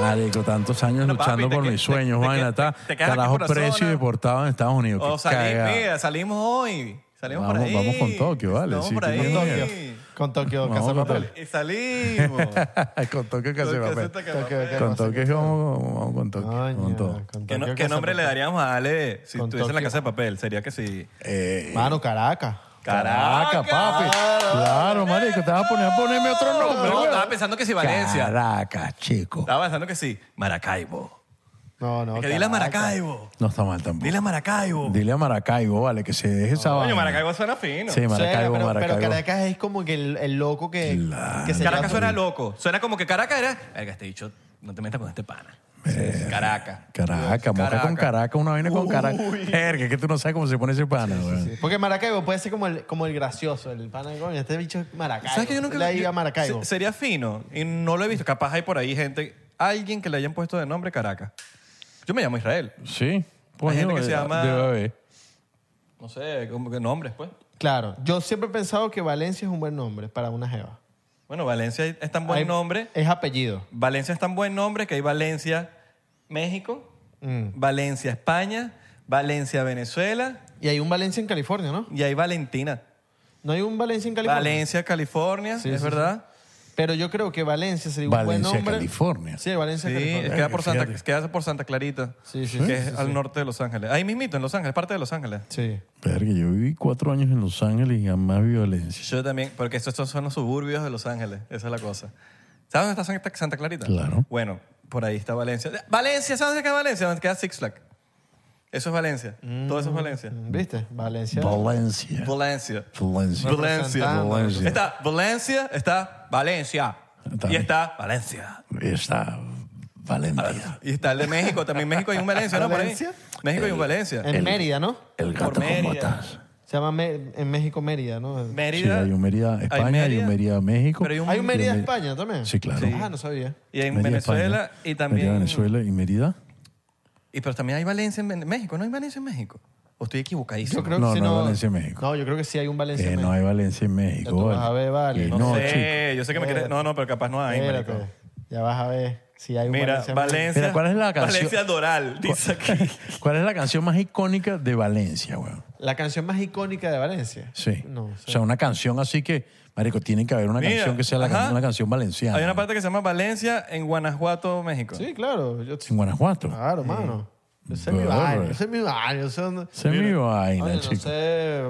Speaker 2: Marico, tantos años
Speaker 3: Bueno, papi,
Speaker 2: luchando
Speaker 3: te
Speaker 2: por
Speaker 3: que-
Speaker 2: mis
Speaker 3: te-
Speaker 2: sueños,
Speaker 3: te
Speaker 2: vaina.
Speaker 3: que-
Speaker 2: Está
Speaker 3: te- te quedas aquí
Speaker 2: carajo
Speaker 3: por la
Speaker 2: preso y
Speaker 3: zona.
Speaker 2: depravado en Estados Unidos.
Speaker 3: O
Speaker 2: qué
Speaker 3: salimos,
Speaker 2: cagado.
Speaker 3: mira, salimos hoy. Salimos por
Speaker 2: Vamos-
Speaker 3: ahí.
Speaker 2: vamos con Tokio, vale,
Speaker 3: Vamos
Speaker 2: sí,
Speaker 3: por
Speaker 2: sí,
Speaker 3: ahí.
Speaker 2: con
Speaker 4: Con Tokio
Speaker 2: Vamos
Speaker 4: Casa
Speaker 2: con
Speaker 4: de Papel.
Speaker 2: Tokio.
Speaker 3: Y salimos.
Speaker 2: con toque que hace
Speaker 3: Tokio,
Speaker 2: papel.
Speaker 3: Tokio,
Speaker 4: Tokio,
Speaker 3: papel.
Speaker 2: Con toque, vamos, vamos con toque. Con
Speaker 4: Coño,
Speaker 2: todo.
Speaker 4: con
Speaker 3: ¿Qué, no-
Speaker 4: Tokio
Speaker 3: qué
Speaker 4: Casa
Speaker 3: nombre
Speaker 4: de
Speaker 3: le
Speaker 4: Papel.
Speaker 3: daríamos a Ale si
Speaker 4: Con
Speaker 3: estuviese en la
Speaker 4: Tokio.
Speaker 3: casa de papel? Sería que sí.
Speaker 2: Eh,
Speaker 4: Mano, Caracas.
Speaker 3: Caracas,
Speaker 2: Caraca, papi. Claro, marico, te vas a poner a ponerme otro nombre.
Speaker 3: No,
Speaker 2: weón.
Speaker 3: estaba pensando que sí, Valencia.
Speaker 2: Caracas, chico.
Speaker 3: Estaba pensando que sí. Maracaibo.
Speaker 4: No,
Speaker 2: Oh,
Speaker 4: no.
Speaker 3: Que dile a
Speaker 4: Caracas.
Speaker 3: Maracaibo.
Speaker 2: No está mal tampoco.
Speaker 3: Dile a Maracaibo.
Speaker 2: Dile a Maracaibo, vale, que se deje esa vaina.
Speaker 3: Coño, Maracaibo suena fino.
Speaker 2: Sí, Maracaibo,
Speaker 4: Sí, pero, pero
Speaker 2: Maracaibo.
Speaker 4: Caracas es como que el, el loco que, que se
Speaker 3: Caracas
Speaker 4: llama-
Speaker 3: suena loco. Suena como que Caracas era. Verga, este dicho, no te metas con este pana. Caracas.
Speaker 2: Caracas, moca con Caracas, una vaina con Caracas. Verga, que tú no sabes cómo se pone ese pana, weón.
Speaker 4: Sí, Porque Maracaibo puede ser como el, como el gracioso, el pana de coño, este bicho es Maracaibo.
Speaker 3: ¿Sabes que yo nunca
Speaker 4: Le
Speaker 3: yo-
Speaker 4: iba a Maracaibo.
Speaker 3: se- Sería fino. Y no lo he visto. Capaz hay por ahí gente, alguien que le hayan puesto de nombre Caracas. Yo me llamo Israel.
Speaker 2: Sí. Pues,
Speaker 3: gente que se llama-
Speaker 2: Debe haber.
Speaker 3: No sé, como que nombres, pues.
Speaker 4: Claro, yo siempre he pensado que Valencia es un buen nombre para una jeva.
Speaker 3: Bueno, Valencia es tan buen
Speaker 4: Hay-
Speaker 3: nombre.
Speaker 4: Es apellido.
Speaker 3: Valencia es tan buen nombre que hay Valencia, México,
Speaker 4: Mm.
Speaker 3: Valencia, España, Valencia, Venezuela
Speaker 4: Y hay un Valencia en California, ¿no?
Speaker 3: y hay Valentina.
Speaker 4: No hay un Valencia en California.
Speaker 3: Valencia, California,
Speaker 4: Sí,
Speaker 3: es
Speaker 4: sí,
Speaker 3: verdad.
Speaker 4: Pero yo creo que Valencia sería un
Speaker 2: Valencia,
Speaker 4: buen nombre.
Speaker 2: California.
Speaker 4: Sí, Valencia,
Speaker 3: Sí,
Speaker 4: California.
Speaker 3: queda por, Santa,
Speaker 2: Fíjate.
Speaker 3: queda por Santa Clarita,
Speaker 4: Sí, sí,
Speaker 3: que
Speaker 4: sí,
Speaker 3: es
Speaker 4: sí,
Speaker 3: al
Speaker 4: sí.
Speaker 3: norte de Los Ángeles. Ahí mismito, en Los Ángeles, parte de Los Ángeles.
Speaker 4: Sí.
Speaker 2: Verga, yo viví cuatro años en Los Ángeles y jamás violencia.
Speaker 3: Yo también, porque estos estos son los suburbios de Los Ángeles, esa es la cosa. ¿Sabes dónde está Santa- Santa Clarita?
Speaker 2: Claro.
Speaker 3: Bueno, por ahí está Valencia. Valencia, ¿sabes dónde queda Valencia? Donde queda Six Flags. Eso es Valencia. Todo eso es Valencia.
Speaker 4: Mm, ¿Viste? Valencia.
Speaker 2: Valencia.
Speaker 3: Valencia.
Speaker 2: Valencia.
Speaker 3: Valencia.
Speaker 2: Valencia.
Speaker 3: Está Valencia, está Valencia.
Speaker 2: Está
Speaker 3: Y
Speaker 2: bien.
Speaker 3: está Valencia.
Speaker 2: Y Está Valencia.
Speaker 3: Y está el de México. También México hay un Valencia, ¿no? Por ahí.
Speaker 4: ¿Valencia?
Speaker 3: México hay un Valencia.
Speaker 4: En Mérida, ¿no?
Speaker 2: El gato
Speaker 3: Por
Speaker 2: con
Speaker 3: Mérida.
Speaker 2: botas.
Speaker 4: Se llama Me- en México Mérida, ¿no?
Speaker 2: Sí,
Speaker 3: Mérida.
Speaker 2: hay un Mérida España, hay un Mérida México.
Speaker 3: Pero hay un-
Speaker 4: Hay un Mérida
Speaker 2: Yo me-
Speaker 4: España también.
Speaker 2: Sí, claro.
Speaker 4: Ah, no sabía.
Speaker 3: Y hay
Speaker 2: Mérida,
Speaker 3: Venezuela
Speaker 2: España.
Speaker 3: y también.
Speaker 2: Mérida, Venezuela y Mérida.
Speaker 3: Y pero también hay Valencia en Ven- México, ¿no hay Valencia en México? ¿O estoy equivocadísimo?
Speaker 4: Yo creo
Speaker 2: No,
Speaker 4: que sí,
Speaker 2: no hay
Speaker 4: no.
Speaker 2: Valencia en México.
Speaker 4: No, yo creo que sí hay un Valencia
Speaker 2: Que
Speaker 4: en
Speaker 2: Eh, no
Speaker 4: México.
Speaker 2: hay Valencia en
Speaker 4: Ya
Speaker 2: México.
Speaker 4: tú vas a ver, vale.
Speaker 2: Que
Speaker 3: no,
Speaker 2: No, chico.
Speaker 3: sé, yo sé que me quieres... No, no, pero capaz no hay,
Speaker 4: Espérate,
Speaker 3: marico.
Speaker 4: Ya vas a ver si hay un
Speaker 3: Mira,
Speaker 4: en México.
Speaker 3: Valencia...
Speaker 2: Mira, ¿cuál es la canción?
Speaker 3: Valencia Doral, dice aquí.
Speaker 2: ¿Cuál es la canción más icónica de Valencia, weón?
Speaker 4: La canción más icónica de Valencia.
Speaker 2: Sí.
Speaker 4: No,
Speaker 2: o sea, una canción así que, marico, tiene que haber una
Speaker 3: Mira,
Speaker 2: canción que sea la
Speaker 3: ajá.
Speaker 2: can- una canción valenciana.
Speaker 3: Hay una parte que se llama Valencia en Guanajuato, México.
Speaker 4: Sí, claro. Yo,
Speaker 2: En Guanajuato.
Speaker 3: Ah,
Speaker 4: claro, mano. Yo sé mi
Speaker 2: Brother.
Speaker 4: barrio, yo sé mi barrio. yo sé dónde-
Speaker 2: Esa es mi vaina,
Speaker 4: Oye, no
Speaker 2: chico.
Speaker 4: sé.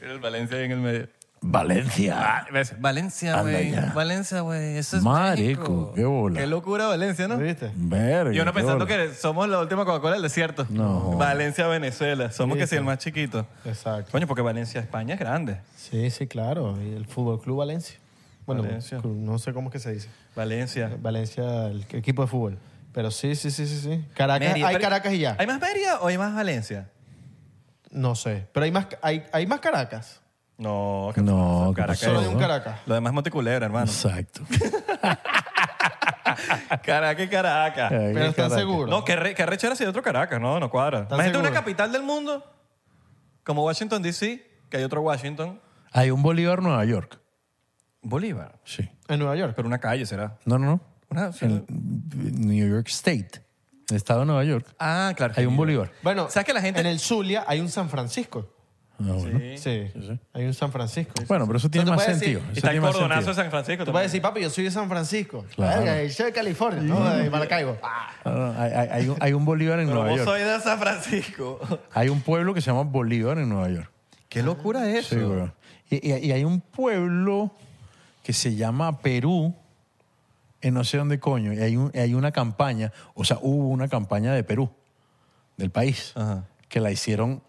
Speaker 3: Mira el Valencia ahí en el medio.
Speaker 2: Valencia.
Speaker 3: Valencia,
Speaker 2: Anda
Speaker 3: güey.
Speaker 2: ya.
Speaker 3: Valencia, güey. Eso es
Speaker 2: Marico,
Speaker 3: México.
Speaker 2: qué bola.
Speaker 3: Qué locura Valencia, ¿no?
Speaker 4: ¿Viste?
Speaker 2: Verga.
Speaker 3: Y uno
Speaker 2: qué
Speaker 3: pensando
Speaker 2: bola.
Speaker 3: que somos la última Coca-Cola del desierto.
Speaker 2: No.
Speaker 3: Valencia, Venezuela. Somos que sí, el más chiquito.
Speaker 4: Exacto.
Speaker 3: Coño, porque Valencia, España es grande.
Speaker 4: Sí, sí, claro. Y el Fútbol Club Valencia. Bueno,
Speaker 3: Valencia.
Speaker 4: club, no sé cómo es que se dice.
Speaker 3: Valencia.
Speaker 4: Valencia, el equipo de fútbol. Pero sí, sí, sí, sí. sí. Caracas,
Speaker 3: Mérida.
Speaker 4: hay
Speaker 3: Pero-
Speaker 4: Caracas y ya.
Speaker 3: ¿Hay más Mérida o hay más Valencia?
Speaker 4: No sé. Pero hay más, hay, hay más Caracas.
Speaker 3: No, que
Speaker 2: No, ¿qué pasó?
Speaker 4: Solo hay un Caracas.
Speaker 3: Lo demás es Monticulebra, hermano.
Speaker 2: Exacto.
Speaker 3: Caracas y Caracas.
Speaker 4: Pero están seguros.
Speaker 3: No, que re- que arrecho era si hay otro Caracas. No, no cuadra. Imagínate
Speaker 4: seguro?
Speaker 3: una capital del mundo como Washington, D.C., que hay otro Washington.
Speaker 2: Hay un Bolívar Nueva York.
Speaker 3: Bolívar.
Speaker 2: Sí.
Speaker 4: En Nueva York.
Speaker 3: Pero una calle será.
Speaker 2: No, no, no.
Speaker 3: Una-
Speaker 2: En New York State, el estado de Nueva York.
Speaker 3: Ah, claro.
Speaker 2: Hay un Bolívar.
Speaker 4: Bueno,
Speaker 3: ¿Sabes que la gente-
Speaker 4: en el Zulia hay un San Francisco.
Speaker 2: Ah, bueno.
Speaker 4: Sí. Hay un San Francisco.
Speaker 2: Bueno, pero eso tiene
Speaker 4: O sea, tú
Speaker 2: más
Speaker 4: puedes decir-
Speaker 2: sentido. Eso
Speaker 3: Está el
Speaker 2: tiene más
Speaker 3: cordonazo de
Speaker 2: sentido.
Speaker 3: San Francisco.
Speaker 4: Tú
Speaker 3: también.
Speaker 4: puedes decir, papi, yo soy de San Francisco.
Speaker 2: Claro.
Speaker 4: Verga, yo soy de California, ¿no? De Maracaibo. Ah,
Speaker 2: Ah, no, hay, hay- hay un, hay un Bolívar en
Speaker 3: Pero
Speaker 2: Nueva
Speaker 3: vos
Speaker 2: York.
Speaker 3: soy de San Francisco.
Speaker 2: Hay un pueblo que se llama Bolívar en Nueva York.
Speaker 3: Qué locura es
Speaker 2: Sí, weón. Y, y- y hay un pueblo que se llama Perú, en no sé dónde coño. Y hay, un- hay una campaña, o sea, hubo una campaña de Perú, del país,
Speaker 3: Ajá.
Speaker 2: que la hicieron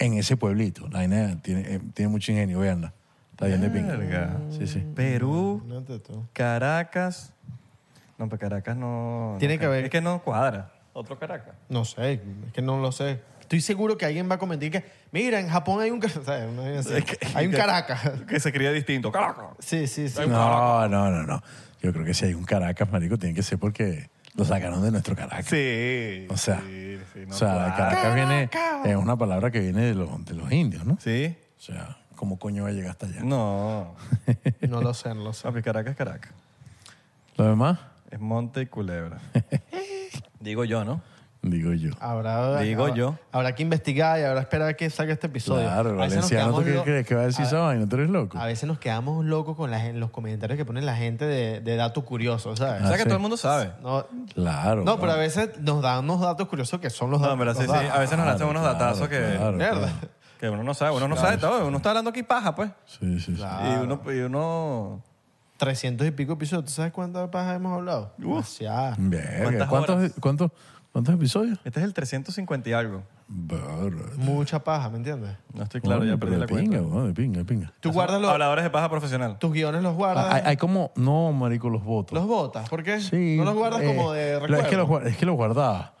Speaker 2: en ese pueblito. La vaina tiene, eh, tiene mucho ingenio, veanla. Está bien de pinga.
Speaker 3: Verga.
Speaker 2: Sí, sí.
Speaker 3: Perú,
Speaker 4: No te tú.
Speaker 3: Caracas. No, pero Caracas no. no
Speaker 4: Tiene
Speaker 3: ca-
Speaker 4: que haber-
Speaker 3: Es que no cuadra. Otro Caracas.
Speaker 4: No sé, es que no lo sé. Estoy seguro que alguien va a comentar que, mira, en Japón hay un, car- ¿sabes? Una vaina así. hay un Caracas.
Speaker 3: Que se cría distinto. Caracas.
Speaker 4: Sí, sí, sí.
Speaker 2: No, no, no, no. Yo creo que si hay un Caracas, marico, tiene que ser porque lo sacaron de nuestro Caracas.
Speaker 3: Sí.
Speaker 2: O sea,
Speaker 3: sí, sí, no
Speaker 2: o sea
Speaker 3: cuadra.
Speaker 2: Caracas viene, es una palabra que viene de los, de los indios, ¿no?
Speaker 3: Sí.
Speaker 2: O sea, ¿cómo coño va a llegar hasta allá?
Speaker 3: No.
Speaker 4: No lo sé, no lo sé.
Speaker 3: Papi, Caracas, Caracas.
Speaker 2: Lo demás,
Speaker 3: Es monte y culebra. Digo yo, ¿no?
Speaker 2: digo yo.
Speaker 4: Ah, Habrá,
Speaker 3: Digo
Speaker 4: habrá-
Speaker 3: yo.
Speaker 4: Habrá que investigar y habrá que esperar a que salga este episodio.
Speaker 2: Claro, el
Speaker 4: A veces nos
Speaker 2: valenciano, ¿tú
Speaker 4: quedamos
Speaker 2: qué
Speaker 4: lo-
Speaker 2: crees que va a decir esa vaina? ¿Tú eres loco?
Speaker 4: A veces nos quedamos locos con la gen- los comentarios que pone la gente de, de datos curiosos, ¿sabes?
Speaker 3: O sea que
Speaker 2: Ah, sí.
Speaker 3: todo el mundo sabe.
Speaker 4: No,
Speaker 2: Claro.
Speaker 4: no, pero a
Speaker 2: ver.
Speaker 4: veces nos dan unos datos curiosos que son los
Speaker 3: No,
Speaker 4: datos.
Speaker 3: pero sí, sí.
Speaker 4: los datos.
Speaker 3: A veces nos lanzan unos
Speaker 2: Ah, claro,
Speaker 3: datazos que,
Speaker 2: claro.
Speaker 4: Mierda.
Speaker 3: que uno no sabe. Uno no sabe todo. Uno está hablando aquí paja, pues.
Speaker 2: Sí, sí, sí.
Speaker 3: Y uno... Y uno
Speaker 4: 300 y pico episodios. ¿Tú sabes cuántas pajas hemos hablado? Demasiadas.
Speaker 2: Verga,
Speaker 3: ¿Cuántas horas?
Speaker 2: ¿Cuántos, e-, cuántos, ¿Cuántos episodios?
Speaker 3: este es el 350 y algo.
Speaker 2: Brr,
Speaker 4: Mucha paja, ¿me entiendes?
Speaker 3: No estoy claro,
Speaker 2: coño,
Speaker 3: ya
Speaker 2: pero
Speaker 3: perdí la
Speaker 2: de pinga,
Speaker 3: cuenta.
Speaker 2: weón, de pinga, de pinga.
Speaker 4: Tú guardas los,
Speaker 3: Habladores de paja profesional.
Speaker 4: tus guiones, los
Speaker 2: Ah,
Speaker 4: guardas.
Speaker 2: Hay, hay como, no, marico, los votos.
Speaker 4: ¿Los botas? ¿Por qué?
Speaker 2: Sí.
Speaker 4: ¿No los guardas
Speaker 2: eh,
Speaker 4: como
Speaker 2: lo-
Speaker 4: de recuerdo?
Speaker 2: Es que los, guar- es que los guardaba,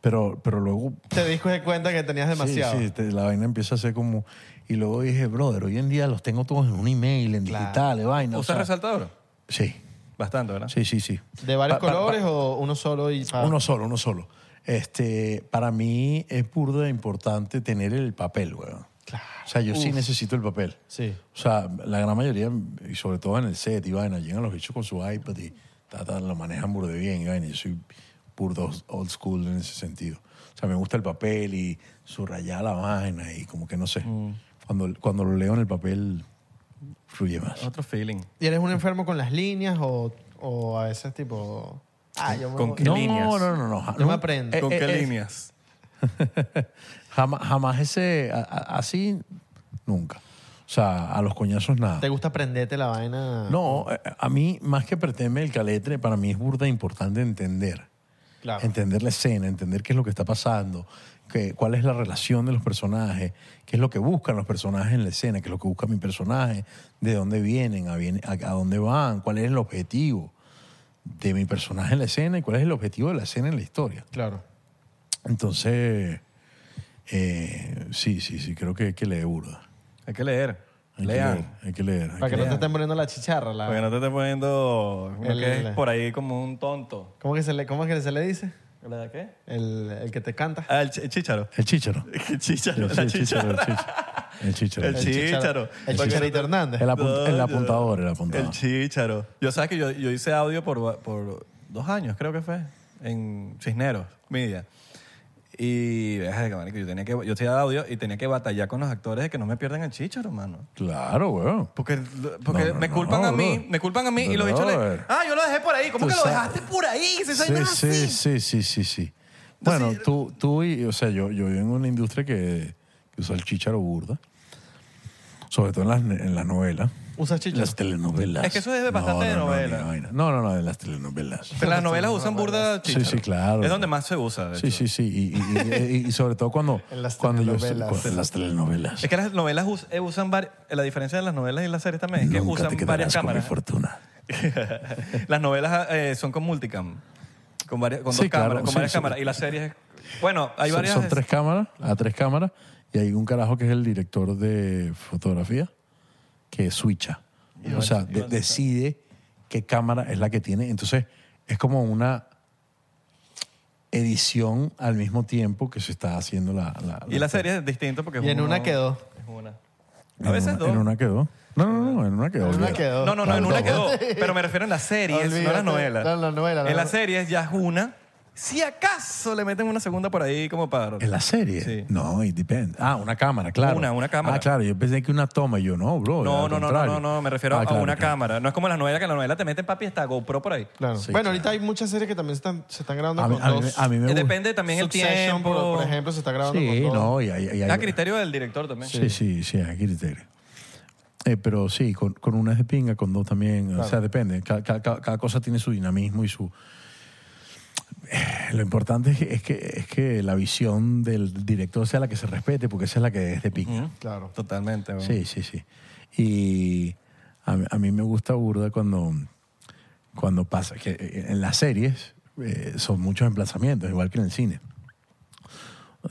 Speaker 2: pero, pero luego...
Speaker 4: Te diste cuenta que tenías
Speaker 2: sí,
Speaker 4: demasiado.
Speaker 2: Sí, te- la vaina empieza a ser como... Y luego dije, brother, hoy en día los tengo todos en un email, en
Speaker 4: Claro.
Speaker 2: digital, de vaina. o
Speaker 3: ¿Usas
Speaker 2: sea,
Speaker 3: resaltador?
Speaker 2: Sí,
Speaker 3: Bastante, ¿verdad?
Speaker 2: sí, sí, sí.
Speaker 4: ¿De varios
Speaker 2: Pa- pa- pa-
Speaker 4: colores ah. o uno solo y pa-
Speaker 2: Uno solo, uno solo. Este, para mí es burda de importante tener el papel, weón. Claro. O sea, yo sí necesito el papel.
Speaker 4: Sí.
Speaker 2: O sea, la gran mayoría, y sobre todo en el set, y vaina, llegan los bichos con su iPad y ta, ta, lo manejan burda de bien, y vaina. Yo soy burdo old school en ese sentido. O sea, me gusta el papel y subrayar la vaina y como que no sé. Cuando, cuando lo leo en el papel, fluye más.
Speaker 3: Otro feeling.
Speaker 4: ¿Y eres un enfermo con las líneas o, o a veces tipo... Ah, yo me
Speaker 3: ¿Con
Speaker 4: voy-
Speaker 3: qué
Speaker 2: no,
Speaker 3: líneas?
Speaker 2: no, no, no, no.
Speaker 4: Yo me aprendo.
Speaker 2: Eh,
Speaker 3: ¿Con
Speaker 2: eh,
Speaker 3: qué
Speaker 2: eh,
Speaker 3: líneas?
Speaker 2: jamás, jamás ese, a- a- así, nunca. O sea, a los coñazos nada.
Speaker 4: ¿Te gusta prenderte la vaina?
Speaker 2: No, eh, a mí, más que preteme el caletre, para mí es burda importante entender.
Speaker 4: Claro.
Speaker 2: Entender la escena, entender qué es lo que está pasando, que, cuál es la relación de los personajes, qué es lo que buscan los personajes en la escena, qué es lo que busca mi personaje, de dónde vienen, a, viene- a- a dónde van, cuál es el objetivo de mi personaje en la escena y cuál es el objetivo de la escena en la historia.
Speaker 4: Claro.
Speaker 2: Entonces, eh, sí, sí, sí, creo que, que lee burda.
Speaker 3: Hay que leer.
Speaker 2: Hay que
Speaker 3: Lean.
Speaker 2: leer, hay que leer. hay
Speaker 4: Para
Speaker 2: que
Speaker 4: que no te
Speaker 2: leer.
Speaker 4: estén poniendo la chicharra. La...
Speaker 3: Para que no te esté poniendo como
Speaker 4: El-
Speaker 3: que es por ahí como un tonto.
Speaker 4: ¿Cómo, que se le, ¿Cómo es que se le dice?
Speaker 3: ¿La de qué?
Speaker 4: El, el que te canta.
Speaker 3: Ah, el chi- chícharo.
Speaker 2: El chícharo.
Speaker 3: El chícharo,
Speaker 2: El
Speaker 3: la
Speaker 2: chícharo, el
Speaker 3: chíchara.
Speaker 2: chícharo. El chícharo.
Speaker 3: El
Speaker 2: El
Speaker 3: chí- chícharo.
Speaker 4: El
Speaker 3: Porque-
Speaker 4: chicharito Hernández.
Speaker 2: el apun- el
Speaker 3: No,
Speaker 2: apuntador, el
Speaker 3: El
Speaker 2: apuntador.
Speaker 3: chícharo. Yo sabes que yo, yo hice audio por, por dos años, creo que fue, en Cisneros Media. Y verga, marico, yo tenía que yo hacía audio y tenía que batallar con los actores de que no me pierdan el chícharo, mano.
Speaker 2: Claro, weón.
Speaker 3: Porque, porque
Speaker 2: No, no,
Speaker 3: me
Speaker 2: no,
Speaker 3: culpan a mí,
Speaker 2: brother.
Speaker 3: me culpan a mí y los hechos
Speaker 2: Brother.
Speaker 3: Ah, yo lo dejé por ahí. ¿Cómo
Speaker 2: Tú
Speaker 3: que lo
Speaker 2: sabes.
Speaker 3: dejaste por ahí? Si esa
Speaker 2: Sí,
Speaker 3: vaina es
Speaker 2: sí,
Speaker 3: así.
Speaker 2: sí, sí, sí, sí. Bueno,
Speaker 3: eh.
Speaker 2: tú, tú y, o sea, yo, yo vivo en una industria que, que usa el chícharo burda. Sobre todo en las, ne- en las novelas.
Speaker 4: ¿Usas chícharo?
Speaker 2: Las telenovelas.
Speaker 3: Es que eso es de bastante de
Speaker 2: no, no,
Speaker 3: novela.
Speaker 2: ni vaina. No, no, no, de las telenovelas.
Speaker 3: Pero las novelas usan burda
Speaker 2: Sí,
Speaker 3: chícharo.
Speaker 2: sí, claro.
Speaker 3: Es donde más se usa. de
Speaker 2: Sí,
Speaker 3: hecho.
Speaker 2: sí, sí. Y, y- y- y- y sobre todo cuando.
Speaker 4: En las
Speaker 2: cuando yo-
Speaker 4: telenovelas.
Speaker 2: cuando- en las telenovelas.
Speaker 3: Es que las novelas us- eh, usan varias... La diferencia de las novelas y las series también es que
Speaker 2: Nunca te
Speaker 3: usan varias
Speaker 2: quedarás con mi
Speaker 3: cámaras.
Speaker 2: fortuna.
Speaker 3: las novelas eh, son con multicam. Con, varias, con
Speaker 2: Sí,
Speaker 3: dos
Speaker 2: claro,
Speaker 3: cámaras, con
Speaker 2: sí,
Speaker 3: varias
Speaker 2: sí.
Speaker 3: cámaras. Y las series... Bueno, hay
Speaker 2: Son-
Speaker 3: varias...
Speaker 2: Son tres cámaras, a tres cámaras, y hay un carajo que es el director de fotografía que switcha. o sea, de- decide qué cámara es la que tiene. Entonces, es como una edición al mismo tiempo que se está haciendo la. la-
Speaker 3: Y la serie es distinta porque es
Speaker 4: Y en
Speaker 3: uno-
Speaker 4: una quedó.
Speaker 3: es una.
Speaker 2: en
Speaker 3: A veces
Speaker 2: una-
Speaker 3: dos.
Speaker 2: En una quedó. No, no, no, en una quedó.
Speaker 4: En una
Speaker 2: olvídate.
Speaker 4: quedó.
Speaker 3: No, no, no, en
Speaker 2: Claro,
Speaker 3: una quedó.
Speaker 2: claro.
Speaker 3: Pero me refiero en las series, no en
Speaker 4: Olvídate.
Speaker 3: las novelas.
Speaker 4: No, en las novelas, no.
Speaker 3: En las series ya es una. Si acaso le meten una segunda por ahí como para...
Speaker 2: ¿En la serie?
Speaker 3: Sí.
Speaker 2: No, it depends. Ah, una cámara, claro.
Speaker 3: Una, una cámara.
Speaker 2: Ah, claro, yo pensé que una toma y yo, no, bro. al
Speaker 3: No, no, no, no,
Speaker 2: contrario.
Speaker 3: no, no, me refiero
Speaker 2: Ah,
Speaker 3: a
Speaker 2: claro,
Speaker 3: una
Speaker 2: claro.
Speaker 3: cámara. No es como las novelas que en la novela te meten papi esta GoPro por ahí.
Speaker 4: Claro.
Speaker 2: Sí,
Speaker 4: bueno,
Speaker 2: claro.
Speaker 4: ahorita hay muchas series que también se están, se están grabando
Speaker 2: A mí,
Speaker 4: con
Speaker 2: a mí-
Speaker 4: dos.
Speaker 2: a mí me
Speaker 3: Eh,
Speaker 2: gusta.
Speaker 3: Depende también el
Speaker 4: Succession,
Speaker 3: tiempo.
Speaker 4: por- Por, ejemplo, se está grabando
Speaker 2: Sí,
Speaker 4: con dos.
Speaker 2: no, y hay, y hay-
Speaker 3: A criterio del director también.
Speaker 2: Sí, sí, sí, hay criterio. Eh, pero sí, con, con una es de pinga, con dos también. O sea, depende. Ca- ca- ca- Cada, cosa tiene su dinamismo y su. eh, Lo importante es que, es que, es que la visión del director sea la que se respete, porque esa es la que es de pinga.
Speaker 4: Claro.
Speaker 3: Totalmente. weón.
Speaker 2: Sí, sí, sí. Y a, a mí me gusta burda cuando, cuando pasa, que eh, en las series eh, son muchos emplazamientos, igual que en el cine.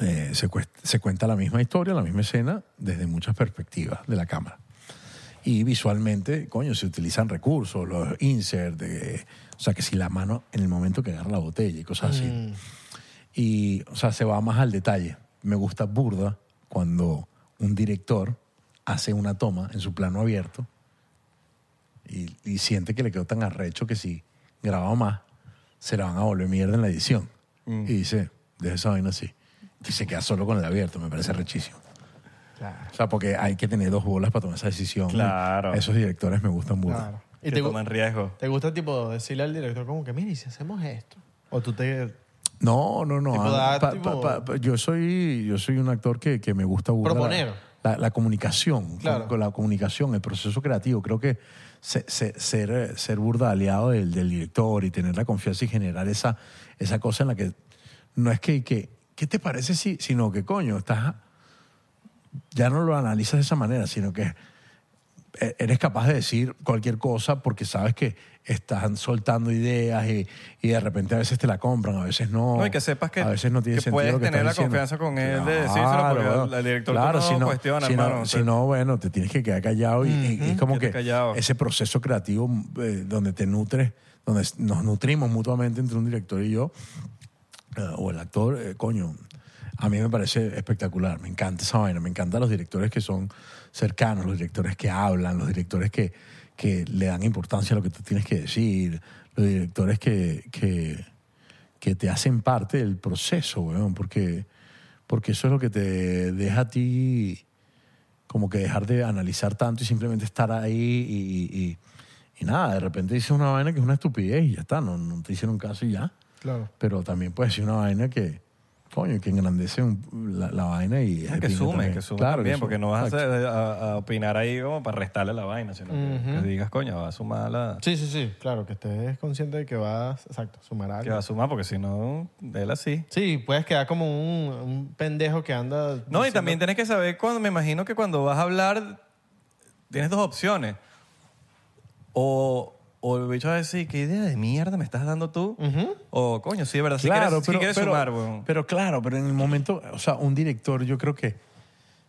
Speaker 2: Eh, se, cuest- se cuenta la misma historia, la misma escena, desde muchas perspectivas de la cámara. Y visualmente, coño, se utilizan recursos, los inserts, de- o sea, que si la mano en el momento que agarra la botella y cosas así. Y, o sea, se va más al detalle. Me gusta burda cuando un director hace una toma en su plano abierto y, y siente que le quedó tan arrecho que si graba más, se la van a volver mierda en la edición. Y dice, deja esa vaina así. Y se queda solo con el abierto, me parece rechísimo. O sea, porque hay que tener dos bolas para tomar esa decisión.
Speaker 3: Claro.
Speaker 2: Esos directores me gustan mucho.
Speaker 4: Claro.
Speaker 3: Que
Speaker 4: ¿Y te, gu-
Speaker 3: toman riesgo.
Speaker 4: te gusta tipo decirle al director como que, mira, ¿y si hacemos esto? O tú te
Speaker 2: No, no, no.
Speaker 4: Tipo,
Speaker 2: Ah,
Speaker 4: da
Speaker 2: pa-
Speaker 4: tipo-
Speaker 2: pa- pa- yo, soy, yo soy un actor que, que me gusta burda la-
Speaker 4: Proponer.
Speaker 2: La, la comunicación, con-
Speaker 4: Claro.
Speaker 2: con, la comunicación, el proceso creativo. Creo que se- se- ser, eh, ser burda aliado del, del director y tener la confianza y generar esa, esa cosa en la que no es que, que ¿qué te parece si, sino que coño, estás ya no lo analizas de esa manera, sino que e- eres capaz de decir cualquier cosa porque sabes que están soltando ideas y, y de repente a veces te la compran, a veces no.
Speaker 3: No, y que sepas que-
Speaker 2: a veces no tiene
Speaker 3: que
Speaker 2: sentido
Speaker 3: puedes
Speaker 2: lo que
Speaker 3: tener
Speaker 2: estás
Speaker 3: la
Speaker 2: diciendo.
Speaker 3: confianza con él de decírselo, porque
Speaker 2: Claro,
Speaker 3: al- al director
Speaker 2: claro,
Speaker 3: tú no
Speaker 2: si no,
Speaker 3: cuestiona,
Speaker 2: si no,
Speaker 3: hermano,
Speaker 2: si
Speaker 3: entonces-
Speaker 2: no, bueno, te tienes que quedar callado y, y- y es como
Speaker 3: quédate
Speaker 2: que
Speaker 3: callado.
Speaker 2: ese proceso creativo eh, donde te nutres, donde nos nutrimos mutuamente entre un director y yo, eh, o el actor, eh, coño, a mí me parece espectacular, me encanta esa vaina, me encantan los directores que son cercanos, los directores que hablan, los directores que, que le dan importancia a lo que tú tienes que decir, los directores que, que, que te hacen parte del proceso, weón, porque, porque eso es lo que te deja a ti como que dejar de analizar tanto y simplemente estar ahí y, y- y- y nada, de repente dices una vaina que es una estupidez y ya está, no, no te hicieron caso y ya
Speaker 4: Claro.
Speaker 2: pero también puede ser una vaina que coño que engrandece un- la, la vaina y es de
Speaker 3: Ah, Que
Speaker 2: pinga
Speaker 3: sume,
Speaker 2: también.
Speaker 3: que sume
Speaker 2: Claro,
Speaker 3: también,
Speaker 2: que
Speaker 3: porque
Speaker 2: sume.
Speaker 3: no vas a,
Speaker 2: Exacto.
Speaker 3: a- a opinar ahí como para restarle la vaina, sino que- que, digas, coño, va a sumar la...
Speaker 4: Sí, sí, sí. Claro, que estés consciente de que vas, exacto, sumar
Speaker 3: Que va
Speaker 4: algo.
Speaker 3: a sumar, porque si no, él así.
Speaker 4: Sí, puedes quedar como un, un pendejo que anda...
Speaker 3: No, y
Speaker 4: diciendo-
Speaker 3: también tienes que saber cuando, me imagino que cuando vas a hablar, tienes dos opciones. O, o el bicho va a decir, ¿qué idea de mierda me estás dando tú? O, coño, sí, de verdad, si quieres, si quieres sumar, weón.
Speaker 2: pero claro, pero en el momento, o sea, un director yo creo que,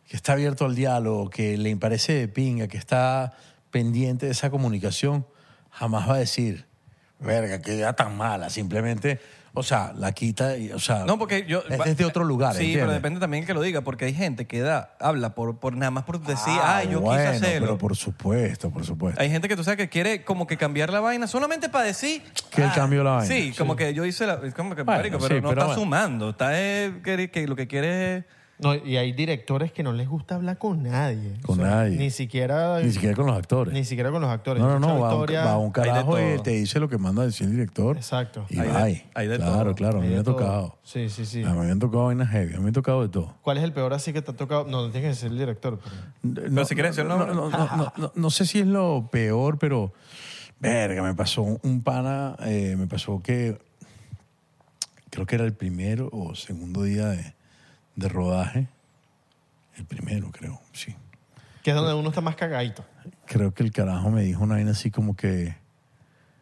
Speaker 2: que está abierto al diálogo, que le parece de pinga, que está pendiente de esa comunicación, jamás va a decir, verga, que idea tan mala, simplemente, o sea, la quita, y, o sea,
Speaker 3: No, porque yo...
Speaker 2: es desde otro lugar.
Speaker 3: Sí, pero
Speaker 2: ¿entiendes?
Speaker 3: depende también que lo diga, porque hay gente que da, habla por, por nada más por decir,
Speaker 2: Ah,
Speaker 3: ay, yo
Speaker 2: bueno,
Speaker 3: quise hacerlo.
Speaker 2: Pero por supuesto, por supuesto.
Speaker 3: Hay gente que tú sabes que quiere como que cambiar la vaina solamente para decir... "Ah,
Speaker 2: Que él cambió la vaina.
Speaker 3: Sí, como que yo hice la... es Como que,
Speaker 2: Bueno,
Speaker 3: marico,
Speaker 2: sí,
Speaker 3: pero no
Speaker 2: pero
Speaker 3: está
Speaker 2: bueno.
Speaker 3: sumando. Está eh, que, que lo que quiere es...
Speaker 4: No, y hay directores que no les gusta hablar con nadie.
Speaker 2: Con nadie.
Speaker 4: Ni siquiera...
Speaker 2: Ni siquiera con los actores.
Speaker 4: ni siquiera con los actores.
Speaker 2: no, no, no.
Speaker 4: Mucha
Speaker 2: Va, a un-
Speaker 4: historia-
Speaker 2: va a un
Speaker 3: Hay de
Speaker 2: carajo y
Speaker 3: todo.
Speaker 2: te dice lo que manda a decir el director.
Speaker 4: Exacto.
Speaker 2: Y
Speaker 3: Hay de-
Speaker 2: va ahí.
Speaker 3: hay de
Speaker 2: claro,
Speaker 3: todo.
Speaker 2: claro. A mí
Speaker 4: Hay
Speaker 2: me
Speaker 4: de
Speaker 2: ha
Speaker 4: todo.
Speaker 2: tocado.
Speaker 4: Sí, sí, sí.
Speaker 2: A mí me han tocado vainas heavy. A mí me ha tocado de todo.
Speaker 4: ¿Cuál es el peor así que te ha tocado? No, no tiene que ser el director. pero-
Speaker 2: No,
Speaker 3: si quieres decir
Speaker 2: no,
Speaker 3: el nombre.
Speaker 2: no, no, no, no, no sé si es lo peor, pero. Verga, me pasó un- un pana. eh, me pasó que. Creo que era el primero o segundo día de, de rodaje. El primero, creo, sí.
Speaker 4: Que es donde uno está más cagadito.
Speaker 2: creo que el carajo me dijo una vaina así como que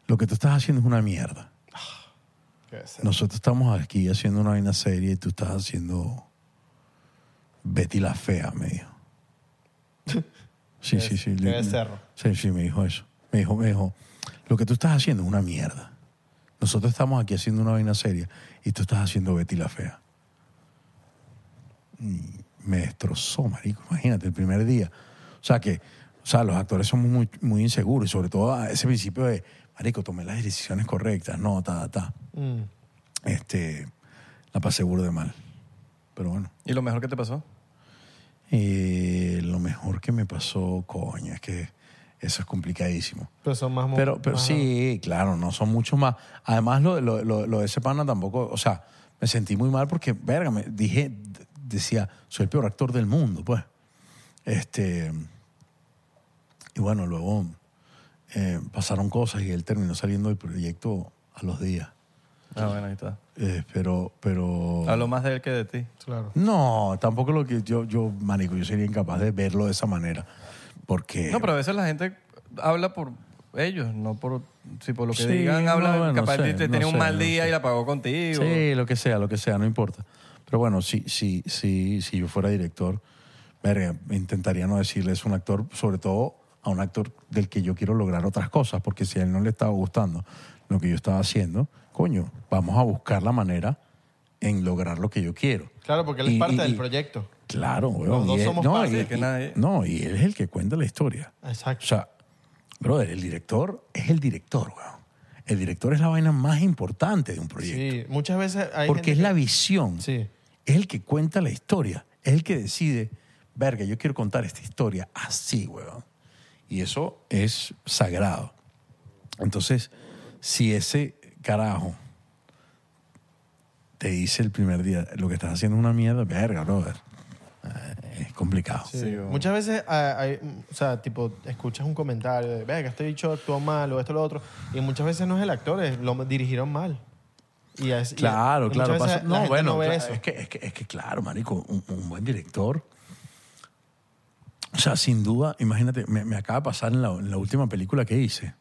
Speaker 2: lo que tú estás haciendo es una mierda. Nosotros estamos aquí haciendo una vaina seria y tú estás haciendo Betty la fea, me dijo. Sí,
Speaker 4: Qué-
Speaker 2: sí, sí.
Speaker 4: qué
Speaker 2: Le-
Speaker 4: becerro.
Speaker 2: Sí, sí, me dijo eso. Me dijo, me dijo, lo que tú estás haciendo es una mierda. Nosotros estamos aquí haciendo una vaina seria y tú estás haciendo Betty la fea. Y me destrozó, marico. Imagínate, el primer día. O sea que, o sea, los actores somos muy, muy inseguros y sobre todo a ese principio de, marico, tomé las decisiones correctas, no, ta, ta.
Speaker 4: Mm.
Speaker 2: Este, la pasé burda de mal. Pero bueno.
Speaker 3: ¿Y lo mejor que te pasó?
Speaker 2: Eh, lo mejor que me pasó, coño, es que eso es complicadísimo.
Speaker 4: Pero son más... mo-
Speaker 2: Pero, pero
Speaker 4: más-
Speaker 2: sí, claro, no son muchos más. Además, lo, lo- lo- lo de ese pana tampoco, o sea, me sentí muy mal porque, verga, me dije, d- decía, soy el peor actor del mundo, pues. Este. Y bueno, luego eh, pasaron cosas y él terminó saliendo del proyecto a los días.
Speaker 3: Ah, bueno, ahí está.
Speaker 2: Eh, pero, pero.
Speaker 3: Hablo Oh. más de él que de ti.
Speaker 4: Claro.
Speaker 2: No, tampoco lo que yo, yo, marico, yo sería incapaz de verlo de esa manera. Porque
Speaker 3: No, pero a veces la gente habla por ellos, no por. Si por lo que
Speaker 2: Sí,
Speaker 3: digan,
Speaker 2: no,
Speaker 3: hablan.
Speaker 2: bueno,
Speaker 3: capaz
Speaker 2: sé,
Speaker 3: te- te
Speaker 2: no
Speaker 3: tiene un
Speaker 2: sé,
Speaker 3: mal
Speaker 2: no
Speaker 3: día
Speaker 2: sé.
Speaker 3: y la pagó contigo.
Speaker 2: Sí, lo que sea, lo que sea, no importa. Pero bueno, si, si, si, si yo fuera director, verga, intentaría no decirle eso a un actor, sobre todo a un actor del que yo quiero lograr otras cosas, porque si a él no le estaba gustando lo que yo estaba haciendo, coño, vamos a buscar la manera en lograr lo que yo quiero.
Speaker 4: Claro, porque él es
Speaker 2: Y-
Speaker 4: parte
Speaker 2: y-
Speaker 4: del
Speaker 2: y-
Speaker 4: proyecto.
Speaker 2: Claro, weón,
Speaker 4: Los dos
Speaker 2: y él-
Speaker 4: somos
Speaker 2: no,
Speaker 4: parte
Speaker 2: y-
Speaker 3: de que
Speaker 2: y-
Speaker 3: nadie-
Speaker 2: no, y él es el que cuenta la historia. O
Speaker 4: Exacto.
Speaker 2: sea, brother, el director es el director, weón. El director es la vaina más importante de un proyecto.
Speaker 4: Sí, muchas veces hay
Speaker 2: Porque
Speaker 4: gente
Speaker 2: es la
Speaker 4: que-
Speaker 2: visión.
Speaker 4: Sí.
Speaker 2: Es el que cuenta la historia. Es el que decide, verga, yo quiero contar esta historia así, weón. Y eso es sagrado. Entonces, si ese carajo te dice el primer día, lo que estás haciendo es una mierda, verga, brother. Ah, Es complicado.
Speaker 4: Sí. Muchas veces, ah, hay- o sea, tipo, escuchas un comentario de, venga, este bicho actuó mal o esto o lo otro, y muchas veces no es el actor, es- lo dirigieron mal. Y es- y- y
Speaker 2: Claro,
Speaker 4: muchas
Speaker 2: claro.
Speaker 4: veces
Speaker 2: pasa-
Speaker 4: la
Speaker 2: No,
Speaker 4: gente
Speaker 2: bueno,
Speaker 4: ve
Speaker 2: claro,
Speaker 4: eso.
Speaker 2: Es, que, es, que, es que, claro, marico, un, un buen director. O sea, sin duda, imagínate, me, me acaba de pasar en la, en la última película que hice.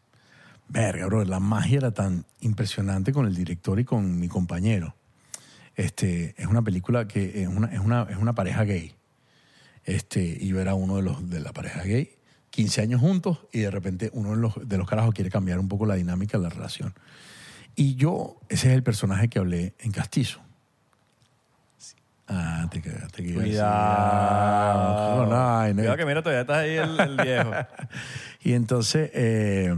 Speaker 2: Verga, bro, la magia era tan impresionante con el director y con mi compañero. Este, es una película que es una, es una, es una pareja gay. Este, y yo era uno de los de la pareja gay, 15 años juntos, y de repente uno de los, de los carajos quiere cambiar un poco la dinámica de la relación. Y yo, ese es el personaje que hablé en Castizo. Ah, te cagaste. que iba a decir, ah,
Speaker 3: Cuidado.
Speaker 2: no, no, no.
Speaker 3: Cuidado que mira, todavía estás ahí el, el viejo.
Speaker 2: Y entonces eh,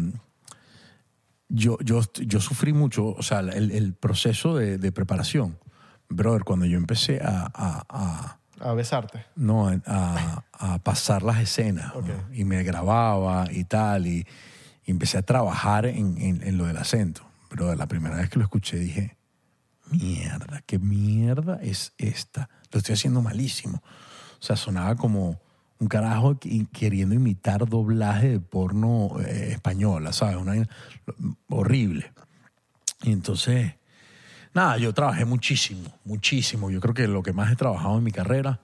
Speaker 2: yo, yo, yo sufrí mucho, o sea, el, el proceso de, de preparación. Brother, cuando yo empecé a, a- a-
Speaker 4: A besarte.
Speaker 2: no, a, a pasar las escenas ¿no? y me grababa y tal, y, y empecé a trabajar en, en- en lo del acento. Pero la primera vez que lo escuché dije, mierda, qué mierda es esta. Lo estoy haciendo malísimo. O sea, sonaba como un carajo qui- queriendo imitar doblaje de porno eh, española, ¿sabes? Una vaina horrible. Y entonces, nada, yo trabajé muchísimo, muchísimo. Yo creo que lo que más he trabajado en mi carrera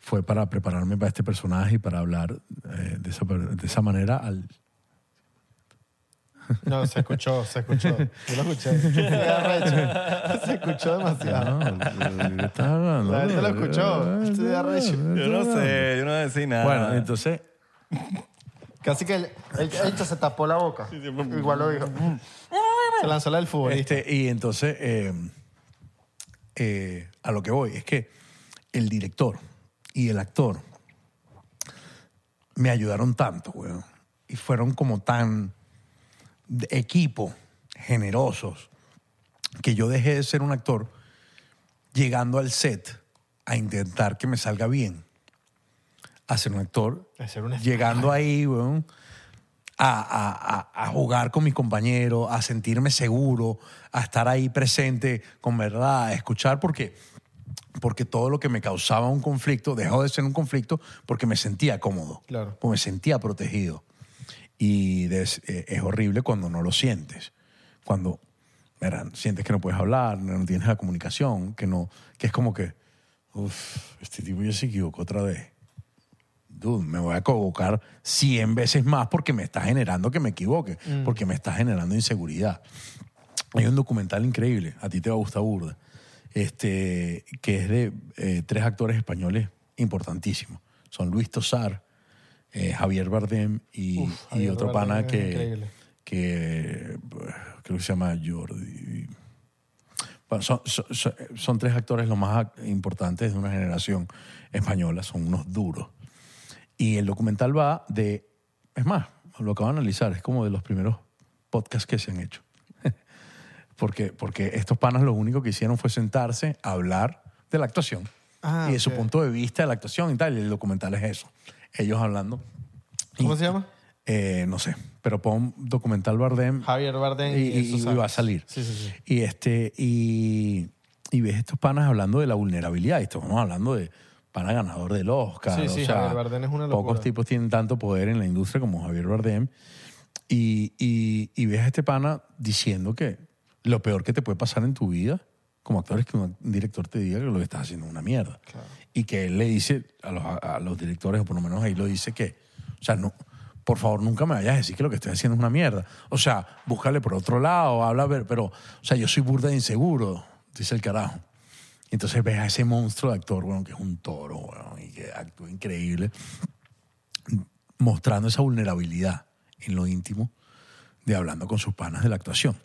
Speaker 2: fue para prepararme para este personaje y para hablar eh, de, esa, per- de esa manera al,
Speaker 4: No, se escuchó, se escuchó. Yo lo escuché. Qué arrecho. Se escuchó demasiado. La gente lo escuchó. Estoy arrecho.
Speaker 3: Yo no sé, yo no voy a decir nada.
Speaker 2: Bueno, entonces,
Speaker 4: Casi que el, el, el bicho se tapó la boca. Igual lo dijo. Se lanzó la del futbolista.
Speaker 2: este, y entonces eh, eh, a lo que voy es que el director y el actor me ayudaron tanto, weón. Y fueron como tan de equipo, generosos, que yo dejé de ser un actor llegando al set a intentar que me salga bien. A ser un actor
Speaker 4: A ser un actor.
Speaker 2: llegando ahí, weón, a, a- a- a jugar con mis compañeros, a sentirme seguro, a estar ahí presente con verdad, a escuchar, porque, porque todo lo que me causaba un conflicto dejó de ser un conflicto porque me sentía cómodo,
Speaker 4: Claro.
Speaker 2: porque me sentía protegido. Y des- eh, es horrible cuando no lo sientes. Cuando verán, sientes que no puedes hablar, no tienes la comunicación, que no, que es como que, uff, este tipo ya se equivocó otra vez. Dude, me voy a equivocar 100 veces más porque me está generando que me equivoque, porque me está generando inseguridad. Hay un documental increíble, a ti te va a gustar burda, este, que es de eh, tres actores españoles importantísimos. Son Luis Tosar, eh, Javier Bardem y,
Speaker 4: Uf,
Speaker 2: y
Speaker 4: Javier
Speaker 2: otro
Speaker 4: Bardem
Speaker 2: pana
Speaker 4: es
Speaker 2: que,
Speaker 4: increíble.
Speaker 2: que pues, creo que se llama Jordi. Bueno, son, son- son- son tres actores los más ac- importantes de una generación española, son unos duros. Y el documental va de, es más, lo acabo de analizar, es como de los primeros podcasts que se han hecho. porque, porque estos panas lo único que hicieron fue sentarse a hablar de la actuación
Speaker 4: Ah,
Speaker 2: y de su
Speaker 4: ok.
Speaker 2: punto de vista de la actuación y tal. Y el documental es eso, ellos hablando.
Speaker 4: ¿Cómo
Speaker 2: Y-
Speaker 4: se llama?
Speaker 2: eh, no sé, pero pon documental Bardem
Speaker 4: Javier Bardem
Speaker 2: y, y-
Speaker 4: y Susana.
Speaker 2: y va a salir.
Speaker 4: Sí, sí, sí.
Speaker 2: Y, este, y, y ves estos panas hablando de la vulnerabilidad. Y estamos hablando de pana ganador del Oscar.
Speaker 4: Sí,
Speaker 2: o
Speaker 4: sí,
Speaker 2: sea,
Speaker 4: Javier Bardem es una locura.
Speaker 2: Pocos tipos tienen tanto poder en la industria como Javier Bardem. Y, y, y ves a este pana diciendo que lo peor que te puede pasar en tu vida como actor es que un director te diga que lo que estás haciendo es una mierda. Y que él le dice a los, a los directores, o por lo menos ahí lo dice que, o sea, no, por favor, nunca me vayas a decir que lo que estoy haciendo es una mierda. O sea, búscale por otro lado, habla, ver- pero, o sea, yo soy burda de inseguro, dice el carajo. Y entonces ves a ese monstruo de actor, bueno, que es un toro, weón, y que actúa increíble, mostrando esa vulnerabilidad en lo íntimo de hablando con sus panas de la actuación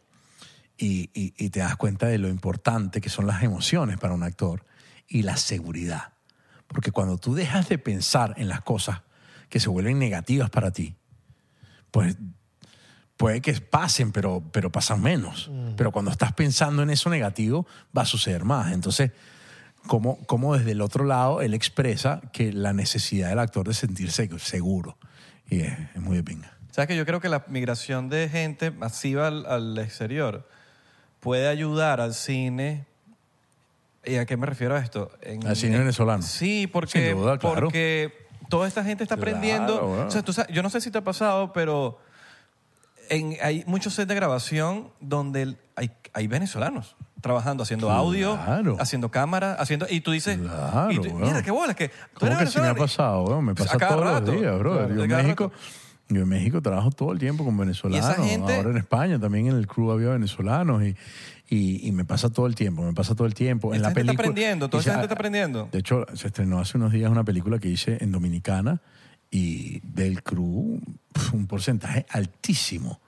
Speaker 2: y, y- y te das cuenta de lo importante que son las emociones para un actor y la seguridad. Porque cuando tú dejas de pensar en las cosas que se vuelven negativas para ti, pues puede que pasen, pero, pero pasan menos. Pero cuando estás pensando en eso negativo, va a suceder más. Entonces, cómo, cómo desde el otro lado él expresa que la necesidad del actor de sentirse seguro. Y es, es muy de pinga.
Speaker 3: ¿Sabes que yo creo que la migración de gente masiva al, al exterior puede ayudar al cine? ¿Y a qué me refiero a esto? En-
Speaker 2: Al cine venezolano.
Speaker 3: Sí, porque,
Speaker 2: Sin duda, claro.
Speaker 3: porque toda esta gente está
Speaker 2: Claro,
Speaker 3: aprendiendo.
Speaker 2: bueno.
Speaker 3: O sea, tú sabes- yo no sé si te ha pasado, pero en- hay muchos sets de grabación donde el- hay, hay venezolanos trabajando, haciendo audio,
Speaker 2: Claro.
Speaker 3: haciendo cámara, haciendo... Y tú dices...
Speaker 2: Claro,
Speaker 3: y tú-
Speaker 2: bueno.
Speaker 3: mira, qué bolas, que... tú
Speaker 2: ¿Cómo
Speaker 3: eres
Speaker 2: que si me ha
Speaker 3: venezolano y-
Speaker 2: pasado? weón? me
Speaker 3: Pues,
Speaker 2: pasa
Speaker 3: a cada
Speaker 2: todos
Speaker 3: rato.
Speaker 2: los días, bro.
Speaker 3: Claro.
Speaker 2: yo,
Speaker 3: A
Speaker 2: en
Speaker 3: cada
Speaker 2: México, yo en México trabajo todo el tiempo con venezolanos.
Speaker 3: gente-
Speaker 2: Ahora en España también en el club había venezolanos y, y, y me pasa todo el tiempo, me pasa todo el tiempo. En la
Speaker 3: Esta gente está
Speaker 2: película.
Speaker 3: aprendiendo, toda
Speaker 2: y
Speaker 3: esta
Speaker 2: se-
Speaker 3: gente está aprendiendo.
Speaker 2: De hecho, se estrenó hace unos días una película que hice en Dominicana y del crew, pf, un porcentaje altísimo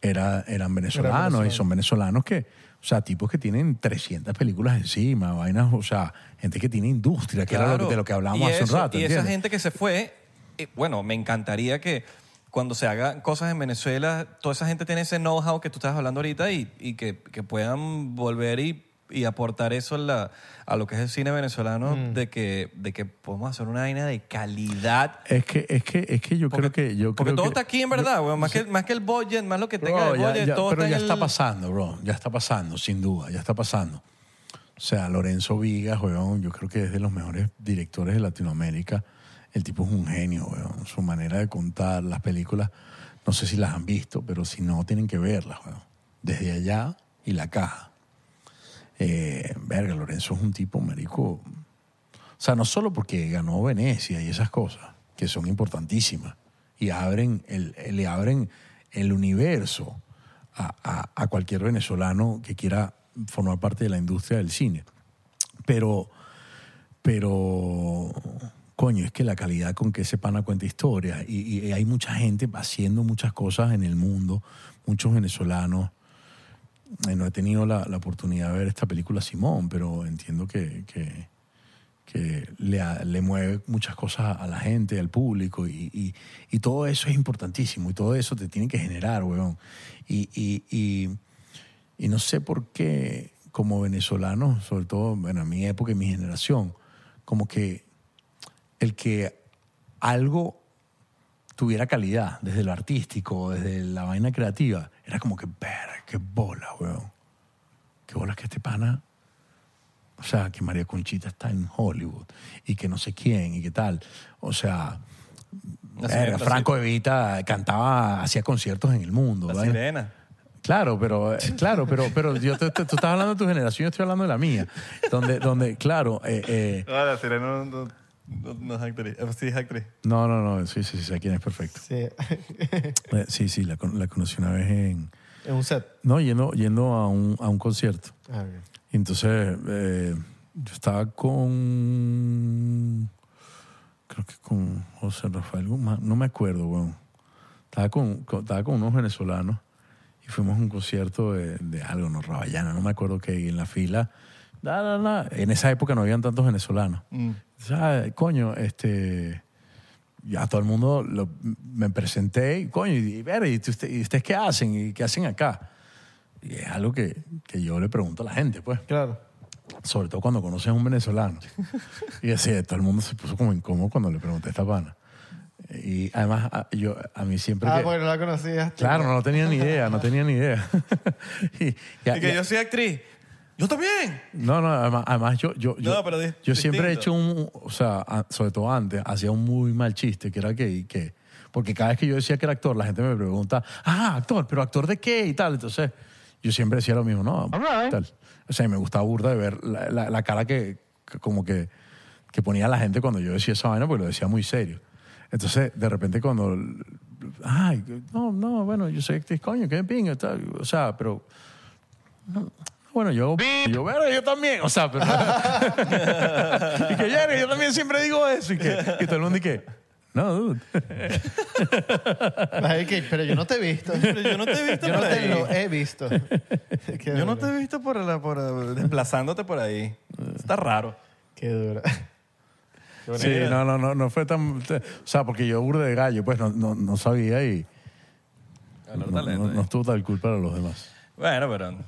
Speaker 2: era, eran venezolanos y son venezolanos que, o sea, tipos que tienen 300 películas encima, vainas, o sea, gente que tiene industria, que era lo que- de lo que hablábamos
Speaker 3: Y
Speaker 2: hace
Speaker 3: eso-
Speaker 2: un rato.
Speaker 3: Y esa
Speaker 2: ¿entiendes?
Speaker 3: gente que se fue, eh, bueno, me encantaría que cuando se hagan cosas en Venezuela, toda esa gente tiene ese know-how que tú estás hablando ahorita y, y que, que puedan volver y, y aportar eso a, la- a lo que es el cine venezolano,
Speaker 2: Mm.
Speaker 3: de, que, de que podemos hacer una vaina de calidad.
Speaker 2: Es que, es que, es que yo creo que. Yo
Speaker 3: Porque
Speaker 2: creo
Speaker 3: todo
Speaker 2: que-
Speaker 3: está aquí, en
Speaker 2: yo-
Speaker 3: verdad, weón. Más, que, más que el budget, más lo que
Speaker 2: Bro,
Speaker 3: tenga el
Speaker 2: ya-
Speaker 3: budget,
Speaker 2: ya-
Speaker 3: todo
Speaker 2: pero
Speaker 3: está
Speaker 2: ya
Speaker 3: en
Speaker 2: está
Speaker 3: el-
Speaker 2: pasando, bro. Ya está pasando, sin duda, ya está pasando. O sea, Lorenzo Vigas, weón, yo creo que es de los mejores directores de Latinoamérica. El tipo es un genio, weón. Su manera de contar las películas, no sé si las han visto, pero si no, tienen que verlas, weón. Desde allá y la caja. Eh, verga, Lorenzo es un tipo, marico, o sea, no solo porque ganó Venecia y esas cosas, que son importantísimas, y abren el, le abren el universo a, a- a cualquier venezolano que quiera formar parte de la industria del cine. Pero, pero, coño, es que la calidad con que ese pana cuenta historias, y, y hay mucha gente haciendo muchas cosas en el mundo, muchos venezolanos. Eh, No he tenido la, la oportunidad de ver esta película Simón, pero entiendo que- que, que le, a- le mueve muchas cosas a la gente, al público, y, y- y todo eso es importantísimo, y todo eso te tiene que generar, weón. Y, y- y- y no sé por qué, como venezolanos, sobre todo bueno, en mi época y mi generación, como que el que algo tuviera calidad, desde lo artístico, desde la vaina creativa, era como que, verga, qué bola, weón. Qué bola que este pana o sea, que María Conchita está en Hollywood y que no sé quién y qué tal. O sea,
Speaker 3: La
Speaker 2: verga,
Speaker 3: sirena,
Speaker 2: Franco Evita cantaba, hacía conciertos en el mundo.
Speaker 3: La
Speaker 2: ¿vale?
Speaker 3: sirena.
Speaker 2: Claro, pero eh, claro, pero pero yo te- te- tú estás hablando de tu generación, yo estoy hablando de la mía, donde donde claro, eh, eh,
Speaker 3: Ah, la sirena no, no- no- no es actriz. Eh, Sí, es actriz.
Speaker 2: no no no, sí sí sí, sé quién es perfecto.
Speaker 4: Sí.
Speaker 2: Eh, Sí sí, la, con- la conocí una vez en
Speaker 4: en un set.
Speaker 2: no yendo yendo a un a un concierto.
Speaker 4: Ah, ok.
Speaker 2: Y Entonces, eh, yo estaba con. Creo que con José Rafael Guzmán, no me acuerdo, weón. Estaba con, con- estaba con unos venezolanos y fuimos a un concierto de, de algo, no, Rabayana, no me acuerdo qué, y en la fila. da, da, da. En esa época no habían tantos venezolanos. O sea, coño, este. Ya todo el mundo lo- me presenté y, coño, y, ver, ¿y, usted- y ustedes qué hacen? ¿Y qué hacen acá? Y es algo que, que yo le pregunto a la gente, pues
Speaker 4: Claro.
Speaker 2: sobre todo cuando conoces a un venezolano. y así, todo el mundo se puso como incómodo cuando le pregunté a esta pana. Y además, a, yo, a mí siempre.
Speaker 4: Ah,
Speaker 2: que-
Speaker 4: porque no la conocías.
Speaker 2: Claro, no tenía ni idea, no tenía ni idea. y, y-
Speaker 3: Y que
Speaker 2: y-
Speaker 3: yo soy actriz. ¡Yo también!
Speaker 2: no, no, además, además yo, yo, yo,
Speaker 3: No, pero di-
Speaker 2: yo siempre he hecho
Speaker 3: distinto.
Speaker 2: un, o sea, a- sobre todo antes, hacía un muy mal chiste, que era que, y que, porque cada vez que yo decía que era actor, la gente me pregunta, ah, actor, pero actor de qué y tal. Entonces, yo siempre decía lo mismo, no, tal. O sea, y me gustaba burda de ver la, la- la cara que, que como que, que ponía la gente cuando yo decía esa vaina, porque lo decía muy serio. Entonces, de repente cuando, l- ay, no, no, bueno, yo soy actriz, coño, qué pinga, tal. o sea, pero, no, bueno, yo, hago p- yo, bueno, yo también, o sea, pero, y que "Jerry, yo también siempre digo eso, y que, y todo el mundo y que, no, dude.
Speaker 4: Ay, que, pero yo no te he visto.
Speaker 3: Pero yo no te he visto
Speaker 4: Yo no
Speaker 3: por
Speaker 4: te
Speaker 3: ahí.
Speaker 4: lo he visto. Qué
Speaker 3: Yo no
Speaker 4: duro,
Speaker 3: te he visto por la, por desplazándote por ahí. Está raro.
Speaker 4: Qué duro.
Speaker 2: Sí, no, no, no, no fue tan. O sea, porque yo burde de gallo, pues no, no, no sabía y.
Speaker 3: Ah,
Speaker 2: No, no- no estuvo tal culpa para los demás.
Speaker 3: Bueno, pero.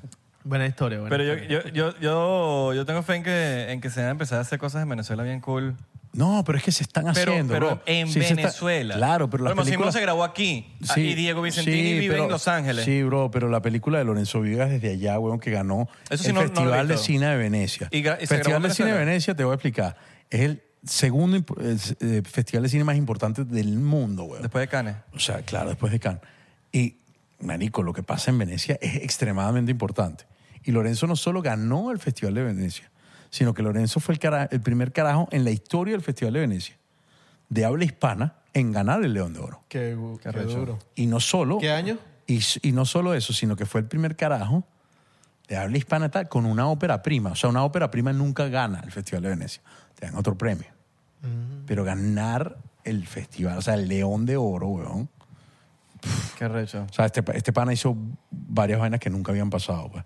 Speaker 4: Buena historia, buena
Speaker 3: Pero yo,
Speaker 4: historia.
Speaker 3: yo, yo, yo, yo tengo fe en que, en que se van a empezar a hacer cosas en Venezuela bien cool.
Speaker 2: No, pero es que se están
Speaker 3: Pero,
Speaker 2: haciendo.
Speaker 3: pero
Speaker 2: bro.
Speaker 3: en
Speaker 2: Sí se está-
Speaker 3: Venezuela.
Speaker 2: claro, pero la
Speaker 3: Bueno, Simón
Speaker 2: película.
Speaker 3: se grabó aquí. Ah,
Speaker 2: Sí,
Speaker 3: y Diego Vicentini
Speaker 2: sí,
Speaker 3: vive
Speaker 2: pero-
Speaker 3: en Los Ángeles.
Speaker 2: Sí, bro, pero la película de Lorenzo Vigas desde allá, weón, que ganó
Speaker 3: Eso sí
Speaker 2: el
Speaker 3: no- no lo he
Speaker 2: Festival de
Speaker 3: visto.
Speaker 2: Cine de Venecia.
Speaker 3: Y gra- y se grabó
Speaker 2: Festival
Speaker 3: en
Speaker 2: de Cine de
Speaker 3: Venezuela.
Speaker 2: Venecia, te voy a explicar. Es el segundo imp- eh, festival de cine más importante del mundo, weón.
Speaker 3: Después de Cannes.
Speaker 2: O sea, claro, después de Cannes. Y, marico, lo que pasa en Venecia es extremadamente importante. Y Lorenzo no solo ganó el Festival de Venecia, sino que Lorenzo fue el, cara- el primer carajo en la historia del Festival de Venecia de habla hispana en ganar el León de Oro.
Speaker 4: Qué, gu- qué duro.
Speaker 2: Y no solo...
Speaker 4: ¿Qué año?
Speaker 2: Y, s- y no solo eso, sino que fue el primer carajo de habla hispana tal con una ópera prima. O sea, una ópera prima nunca gana el Festival de Venecia. Te dan otro premio.
Speaker 3: Mm.
Speaker 2: Pero ganar el festival, o sea, el León de Oro, weón.
Speaker 3: Qué recho.
Speaker 2: O sea, este, pa- este pana hizo varias vainas que nunca habían pasado, pues.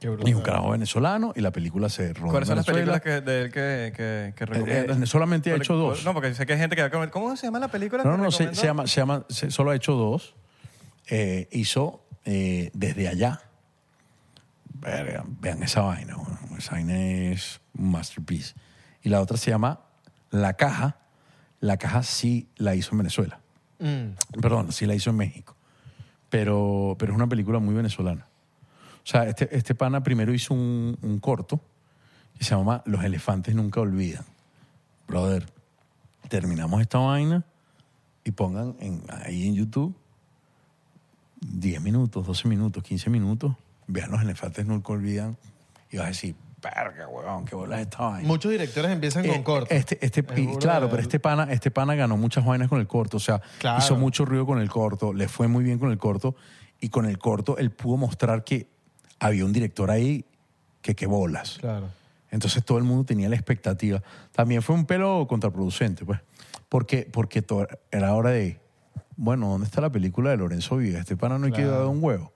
Speaker 4: Qué
Speaker 2: Y un carajo venezolano y la película se rodó. en
Speaker 3: ¿Cuáles son las
Speaker 2: Venezuela.
Speaker 3: películas que, de él que, que, que
Speaker 2: Eh, eh,
Speaker 3: recomiendas?
Speaker 2: solamente ha hecho dos.
Speaker 3: No, porque sé que hay gente que va a comentar. ¿Cómo se llama la película?
Speaker 2: No,
Speaker 3: que
Speaker 2: no, no, se,
Speaker 3: recomendó?
Speaker 2: se llama, se llama, se- solo ha hecho dos. Eh, hizo eh, desde allá. Verga, vean esa vaina, weón. esa vaina es un masterpiece. Y la otra se llama La Caja. La Caja sí la hizo en Venezuela. Perdón, sí la hizo en México. Pero, pero es una película muy venezolana. O sea, este, este pana primero hizo un, un corto que se llama Los elefantes nunca olvidan. Brother, terminamos esta vaina y pongan en- ahí en YouTube 10 minutos, 12 minutos, 15 minutos, vean los elefantes nunca olvidan y vas a decir, verga, weón, qué bolas esta vaina.
Speaker 4: Mm. Muchos directores empiezan
Speaker 2: Eh,
Speaker 4: con cortes.
Speaker 2: Este, este,
Speaker 4: Es
Speaker 2: y
Speaker 4: burda
Speaker 2: claro,
Speaker 4: de-
Speaker 2: pero este pana, este pana ganó muchas vainas con el corto. O sea,
Speaker 4: Claro.
Speaker 2: hizo mucho ruido con el corto, le fue muy bien con el corto. Y con el corto él pudo mostrar que había un director ahí que que bolas.
Speaker 4: Claro.
Speaker 2: Entonces todo el mundo tenía la expectativa. También fue un pelo contraproducente, pues. Porque, porque to- era hora de, bueno, ¿dónde está la película de Lorenzo Vives? Este pana no hay que dar un huevo.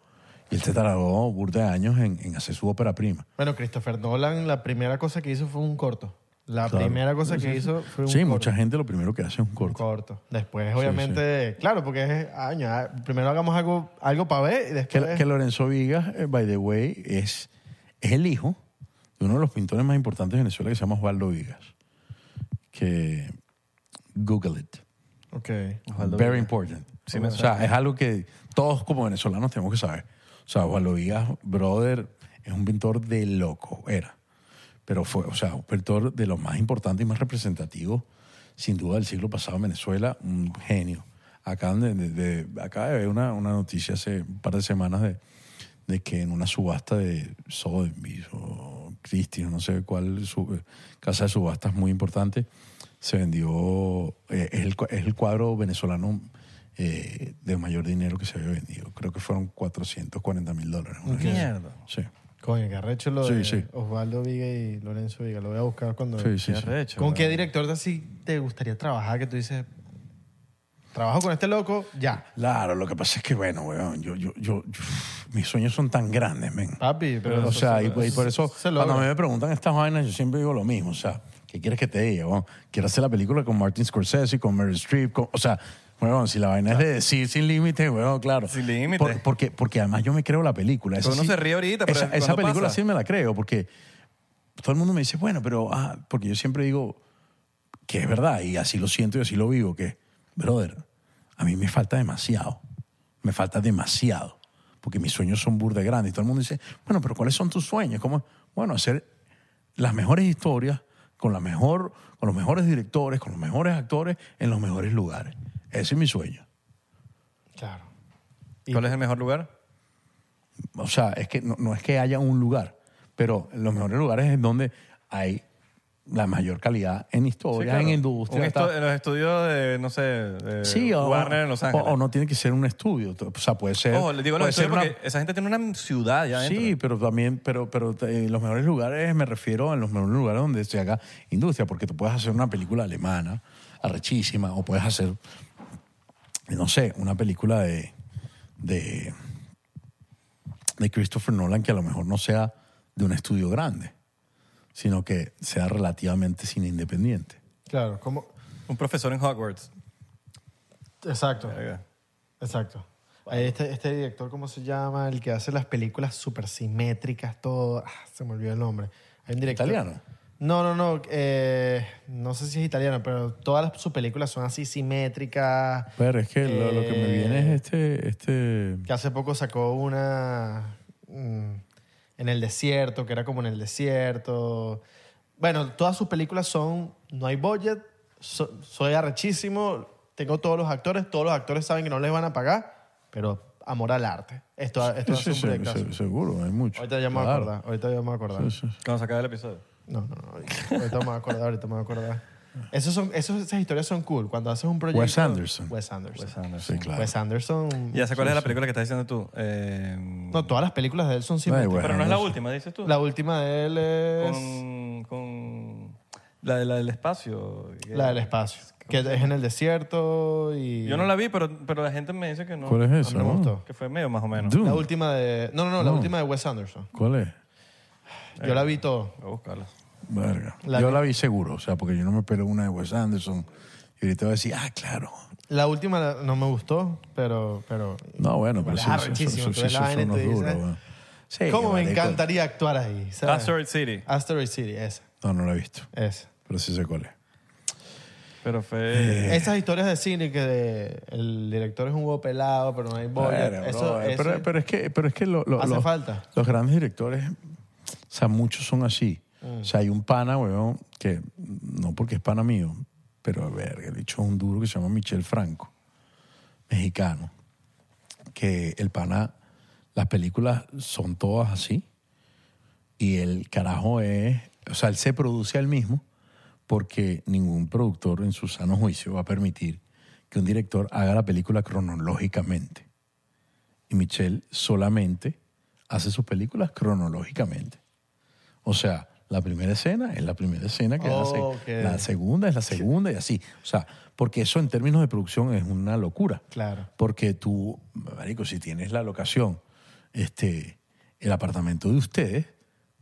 Speaker 2: Y él se tardó burda de años en, en hacer su ópera prima.
Speaker 4: Bueno, Christopher Nolan, la primera cosa que hizo fue un corto. La
Speaker 2: Claro.
Speaker 4: primera cosa que hizo fue un
Speaker 2: Sí,
Speaker 4: corto.
Speaker 2: mucha gente lo primero que hace es un
Speaker 4: Un
Speaker 2: corto.
Speaker 4: corto. Después, obviamente, claro, porque es año. ah, Primero hagamos algo, algo para ver y
Speaker 2: Que,
Speaker 4: después.
Speaker 2: que Lorenzo Vigas, eh, by the way, es, es el hijo de uno de los pintores más importantes de Venezuela que se llama Osvaldo Vigas. Que Google it.
Speaker 4: Ok.
Speaker 2: Very important. o sea, es algo que todos como venezolanos tenemos que saber. O sea, Osvaldo Vigas, brother, es un pintor de loco, era. Pero fue, o sea, un pintor de los más importantes y más representativos, sin duda, del siglo pasado en Venezuela, un genio. Acaban de, de- de- acaba de ver una, una noticia hace un par de semanas de, de que en una subasta de Sotheby's o Christie, no sé cuál su- casa de subastas muy importante, se vendió, eh, es, el, cua- es el cuadro venezolano eh, de mayor dinero que se había vendido. Creo que fueron 440 mil dólares. una vaina así.
Speaker 3: mierda.
Speaker 2: Sí,
Speaker 4: Coño, qué arrecho lo
Speaker 2: Sí,
Speaker 4: de
Speaker 2: sí.
Speaker 4: Osvaldo Viga y Lorenzo Viga. Lo voy a buscar cuando.
Speaker 2: sí, sí. sí.
Speaker 3: Arrecho,
Speaker 4: ¿Con
Speaker 3: weón.
Speaker 4: qué director de así te gustaría trabajar? Que tú dices, trabajo con este loco, ya.
Speaker 2: Claro, lo que pasa es que, bueno, weón, yo, yo, yo, yo- mis sueños son tan grandes, men.
Speaker 4: Papi, pero.
Speaker 2: o
Speaker 4: eso
Speaker 2: sea,
Speaker 4: se-
Speaker 2: y, pues, y por eso,
Speaker 4: se
Speaker 2: cuando
Speaker 4: logra.
Speaker 2: a mí me preguntan estas vainas, yo siempre digo lo mismo. O sea, ¿qué quieres que te diga? weón? quiero hacer la película con Martin Scorsese, con Meryl Streep, con- o sea, weón, si la vaina es de decir sin límite, weón, claro.
Speaker 3: Sin límite.
Speaker 2: Por- porque, porque además yo me creo la película. Esa
Speaker 3: uno se ríe ahorita, pero
Speaker 2: esa,
Speaker 3: ¿cuándo
Speaker 2: esa película
Speaker 3: pasa?
Speaker 2: sí me la creo, porque todo el mundo me dice, bueno, pero, ah, porque yo siempre digo que es verdad, y así lo siento y así lo vivo, que, brother, a mí me falta demasiado. Me falta demasiado. Porque mis sueños son burda grandes. Y todo el mundo dice, bueno, pero ¿cuáles son tus sueños? ¿Cómo? Bueno, hacer las mejores historias con, la mejor, con los mejores directores, con los mejores actores, en los mejores lugares. Ese es mi sueño.
Speaker 4: Claro.
Speaker 3: ¿Cuál es el mejor lugar?
Speaker 2: o sea, es que no, no es que haya un lugar, pero los mejores lugares es donde hay la mayor calidad en
Speaker 3: Sí,
Speaker 2: historia,
Speaker 3: claro.
Speaker 2: en industria.
Speaker 3: Un
Speaker 2: está-
Speaker 3: estu- en los estudios de, no sé, de
Speaker 2: Sí, o,
Speaker 3: Warner en Los
Speaker 2: o-
Speaker 3: Ángeles.
Speaker 2: o no tiene que ser un estudio. O sea, puede ser.
Speaker 3: Ojo, les digo los
Speaker 2: puede ser
Speaker 3: estudios
Speaker 2: una-
Speaker 3: porque esa gente tiene una ciudad ya dentro.
Speaker 2: Sí, pero también, pero, pero eh, los mejores lugares, me refiero a los mejores lugares donde se haga industria, porque tú puedes hacer una película alemana, arrechísima, o puedes hacer, no sé, una película de, de, de Christopher Nolan que a lo mejor no sea de un estudio grande, sino que sea relativamente cine independiente.
Speaker 4: Claro, como...
Speaker 3: Un profesor en Hogwarts.
Speaker 4: Exacto,
Speaker 3: Verga.
Speaker 4: exacto. Ahí Este, este director, ¿cómo se llama? El que hace las películas súper simétricas, todo... Ah, se me olvidó el nombre. Hay un director...
Speaker 2: ¿Italiano?
Speaker 4: No, no, no. eh, no sé si es italiano, pero todas las- sus películas son así simétricas.
Speaker 2: Pero es que lo, lo que me
Speaker 4: Eh,
Speaker 2: viene es este, este
Speaker 4: Que hace poco sacó una mm, en el desierto, que era como en el desierto. Bueno, todas sus películas son, no hay budget, so- soy arrechísimo, tengo todos los actores, todos los actores saben que no les van a pagar, pero amor al arte. Esto, esto
Speaker 2: Sí,
Speaker 4: es
Speaker 2: sí,
Speaker 4: un proyectazo.
Speaker 2: se- seguro, hay mucho.
Speaker 4: Ahorita ya me voy a
Speaker 2: Claro.
Speaker 4: acordar, ahorita ya me voy a acordar.
Speaker 2: Sí, sí, sí.
Speaker 3: Cuando se acabe el episodio.
Speaker 4: No, no, no, ahorita me voy a acordar, ahorita me voy a acordar. Esos son, esos, esas historias son cool. Cuando haces un proyecto...
Speaker 2: Wes Anderson.
Speaker 4: Wes Anderson.
Speaker 3: Wes Anderson.
Speaker 2: Sí, claro.
Speaker 4: Wes Anderson-
Speaker 3: Ya sé cuál es la película que estás diciendo tú. Eh,
Speaker 4: No, todas las películas de él son
Speaker 2: Ay,
Speaker 4: simétricas.
Speaker 2: Wes
Speaker 3: pero no es la
Speaker 2: Anderson.
Speaker 3: última, dices tú.
Speaker 4: La última de él es
Speaker 3: con, con la, de- la del espacio.
Speaker 4: la del espacio, que es en el desierto y...
Speaker 3: Yo no la vi, pero, pero la gente me dice que no.
Speaker 2: ¿Cuál es
Speaker 4: a
Speaker 2: esa?
Speaker 4: mí me
Speaker 2: no?
Speaker 4: gustó.
Speaker 3: Que fue medio más o menos.
Speaker 2: Dune.
Speaker 4: La última de... No, no, no, la última de Wes Anderson.
Speaker 2: ¿Cuál es?
Speaker 3: Eh.
Speaker 4: Yo la vi todo.
Speaker 3: Voy a buscarla.
Speaker 2: Verga.
Speaker 4: La
Speaker 2: yo
Speaker 4: que-
Speaker 2: la vi seguro, o sea, porque yo no me pelo una de Wes Anderson. Y ahorita voy a decir, ah, claro.
Speaker 4: La última la- no me gustó, pero... pero
Speaker 2: No, bueno, pero
Speaker 4: Es
Speaker 2: sí, sí, sí,
Speaker 4: arrechísimo,
Speaker 2: sí,
Speaker 4: tú
Speaker 2: sí,
Speaker 4: ves la
Speaker 2: son
Speaker 4: vaina y
Speaker 2: unos
Speaker 4: tú dices,
Speaker 2: duros, weón. Sí,
Speaker 4: ¿Cómo me
Speaker 2: marico.
Speaker 4: encantaría actuar ahí? ¿sabes?
Speaker 3: Asteroid City.
Speaker 4: Asteroid City, esa,
Speaker 2: No, no la he visto,
Speaker 4: esa.
Speaker 2: pero sí sé cuál es.
Speaker 3: Pero fue.
Speaker 2: Eh.
Speaker 4: Esas historias de cine que de- el director es un huevo pelado, pero no hay boya.
Speaker 2: Verga,
Speaker 4: eso,
Speaker 2: bro, eh,
Speaker 4: eso
Speaker 2: pero, pero es que, pero es que lo- lo-
Speaker 4: hace
Speaker 2: lo-
Speaker 4: falta.
Speaker 2: los grandes directores, o sea, muchos son así.
Speaker 4: Mm.
Speaker 2: O sea, hay un pana, weón, que no porque es pana mío, pero verga, el hecho es un duro que se llama Michel Franco, mexicano. Que el pana, las películas son todas así. Y el carajo es, o sea, él se produce al mismo porque ningún productor en su sano juicio va a permitir que un director haga la película cronológicamente. Y Michelle solamente hace sus películas cronológicamente. O sea, la primera escena es la primera escena que hace,
Speaker 4: Ok.
Speaker 2: la segunda es la segunda y así. O sea, porque eso en términos de producción es una locura.
Speaker 4: Claro.
Speaker 2: Porque tú, marico, si tienes la locación, este, el apartamento de ustedes,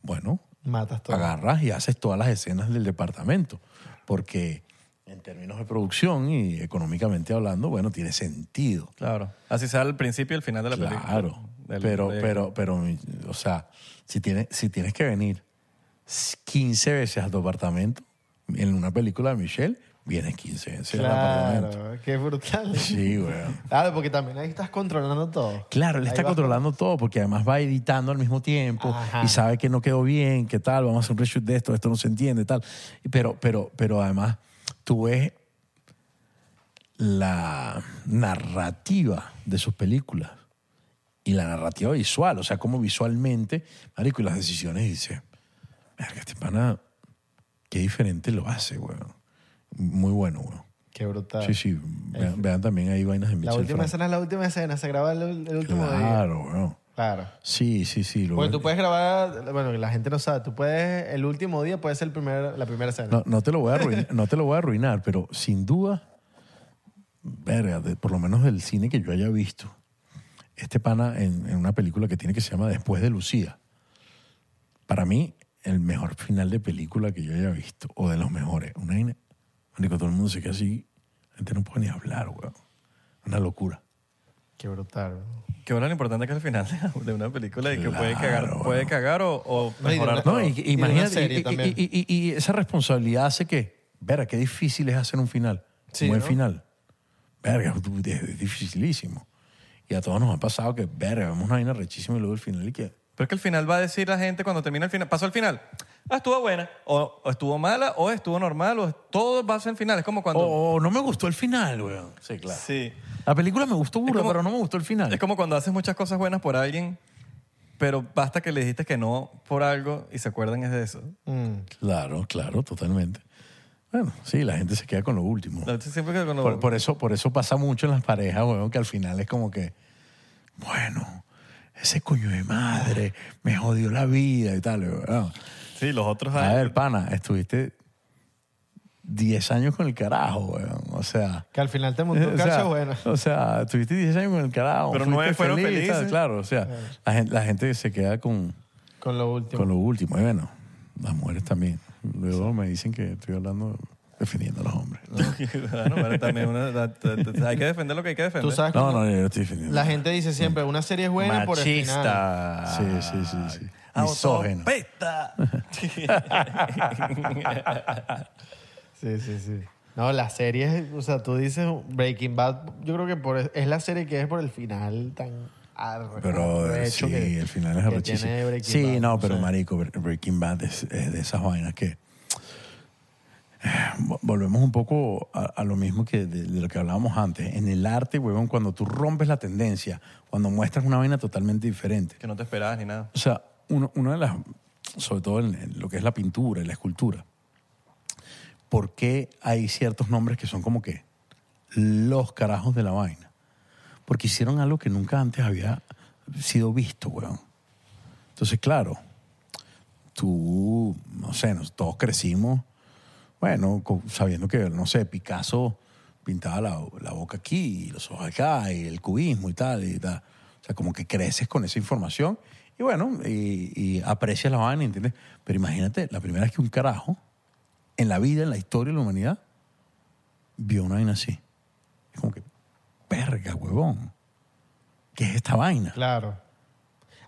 Speaker 2: bueno,
Speaker 4: Matas todo.
Speaker 2: agarras y haces todas las escenas del departamento. Porque en términos de producción y económicamente hablando, bueno, tiene sentido.
Speaker 3: Claro. Así sea el principio y el final de la película.
Speaker 2: Claro.
Speaker 3: Del
Speaker 2: pero,
Speaker 3: proyecto.
Speaker 2: pero, pero, o sea, si tienes, si tienes que venir 15 veces a tu apartamento en una película de Michelle, vienes 15 veces al apartamento.
Speaker 4: Claro, qué brutal.
Speaker 2: Sí, weón.
Speaker 4: Claro, porque también ahí estás controlando todo.
Speaker 2: Claro, él
Speaker 4: Ahí
Speaker 2: está
Speaker 4: vas-
Speaker 2: controlando todo porque además va editando al mismo tiempo
Speaker 4: Ajá.
Speaker 2: y sabe que no quedó bien, que tal, vamos a hacer un reshoot de esto, esto no se entiende, tal. Pero, pero, pero además tú ves la narrativa de sus películas y la narrativa visual, o sea, cómo visualmente, marico, y las decisiones y dice, verga, este pana, qué diferente lo hace, weón. Muy bueno, weón.
Speaker 4: Qué brutal.
Speaker 2: Sí, sí, vean, vean también ahí vainas de
Speaker 4: La
Speaker 2: Michel
Speaker 4: última
Speaker 2: Franco.
Speaker 4: escena es la última escena, se graba el, el último día.
Speaker 2: Claro, weón.
Speaker 4: Claro.
Speaker 2: Sí, sí, sí. lo
Speaker 4: Porque
Speaker 2: ven-
Speaker 4: tú puedes grabar, bueno, la gente no sabe, tú puedes, el último día puede ser el primer, la primera escena.
Speaker 2: no, no te lo voy a arruinar, no te lo voy a arruinar, pero sin duda, verga, de- por lo menos del cine que yo haya visto, este pana en, en una película que tiene que se llama Después de Lucía, para mí el mejor final de película que yo haya visto, o de los mejores. Una vaina- marico, todo el mundo se queda así, la gente no puede ni hablar, weón. Una locura.
Speaker 4: Qué brutal. bro.
Speaker 3: Que bueno, lo importante que es el final de- de una película y que puede
Speaker 2: Claro,
Speaker 3: cagar,
Speaker 2: bueno.
Speaker 3: puede cagar o, o
Speaker 4: No, y de
Speaker 3: mejorar
Speaker 4: una-
Speaker 3: todo.
Speaker 2: No, y, y
Speaker 4: de una
Speaker 2: imagínate,
Speaker 4: serie
Speaker 2: y- y-
Speaker 4: también.
Speaker 2: y, y- y esa responsabilidad hace que, verga, qué difícil es hacer un final.
Speaker 4: Sí,
Speaker 2: un buen
Speaker 4: ¿no?
Speaker 2: final. Verga, tú- es, es dificilísimo. Y a todos nos ha pasado que, verga, vemos una vaina rechísima y luego el final y que...
Speaker 3: Pero es que al final va a decir la gente cuando termina el final, pasó el final, ah, estuvo buena, o, o estuvo mala, o estuvo normal, o todo va a ser el final. Es como cuando...
Speaker 2: O "Oh, no me gustó el final, weón. Sí, claro.
Speaker 3: Sí.
Speaker 2: La película me gustó burda,
Speaker 3: como-
Speaker 2: pero no me gustó el final.
Speaker 3: Es como cuando haces muchas cosas buenas por alguien pero basta que le dijiste que no por algo y se acuerdan es de eso.
Speaker 4: Mm.
Speaker 2: Claro, claro, totalmente. Bueno, sí, la gente se queda con lo último.
Speaker 3: La gente siempre que cuando-
Speaker 2: Por, por eso, por eso pasa mucho en las parejas, weón, que al final es como que, bueno, ese coño de madre me jodió la vida y tal. weón.
Speaker 3: Sí, los otros...
Speaker 2: A ver, pana, estuviste 10 años con el carajo, weón. O sea.
Speaker 4: Que al final te montó
Speaker 2: o
Speaker 4: cacha
Speaker 2: sea,
Speaker 4: buena.
Speaker 2: O sea, tuviste 10 años con el carajo.
Speaker 3: Pero
Speaker 2: fuiste
Speaker 3: nueve fueron
Speaker 2: feliz, tal,
Speaker 3: felices.
Speaker 2: Claro, o sea, la gente, la gente se queda con,
Speaker 4: Con lo último.
Speaker 2: con lo último. Y bueno, las mujeres también. Luego me dicen que estoy hablando defendiendo a los hombres.
Speaker 3: Bueno, pero también uno- da- da- da- hay que defender lo que hay que defender.
Speaker 4: Tú sabes
Speaker 2: No,
Speaker 4: cómo-
Speaker 2: no, yo estoy defendiendo.
Speaker 4: La gente dice siempre, una serie es buena por el final.
Speaker 3: Machista.
Speaker 2: Sí, sí, sí, sí.
Speaker 4: Ah,
Speaker 2: Misógeno.
Speaker 3: Autopesta.
Speaker 4: Sí, sí, sí. No, las series, o sea, tú dices Breaking Bad, yo creo que por, es la serie que es por el final tan arre-
Speaker 2: Pero eh, sí,
Speaker 4: arrecho que-
Speaker 2: el final es
Speaker 4: que
Speaker 2: arrechísimo.
Speaker 4: tiene Breaking
Speaker 2: Sí,
Speaker 4: Bad,
Speaker 2: no, pero
Speaker 4: sea.
Speaker 2: marico, Bre- Breaking Bad es, es de esas vainas que... eh, Vo- Volvemos un poco a, a lo mismo que de, de lo que hablábamos antes. En el arte, huevón, cuando tú rompes la tendencia, cuando muestras una vaina totalmente diferente.
Speaker 3: que no te esperabas ni nada.
Speaker 2: O sea, uno- una de las, sobre todo en, en lo que es la pintura y la escultura, ¿por qué hay ciertos nombres que son como que los carajos de la vaina? Porque hicieron algo que nunca antes había sido visto, weón. Entonces, claro, tú, no sé, nos- todos crecimos, bueno, co- sabiendo que, no sé, Picasso pintaba la, la boca aquí, y los ojos acá, y el cubismo y tal, y tal. O sea, como que creces con esa información y bueno, y, y aprecias la vaina, ¿entiendes? Pero imagínate, la primera vez que un carajo en la vida, en la historia de la humanidad, vio una vaina así. Es como que, verga, huevón. ¿Qué es esta vaina?
Speaker 4: Claro.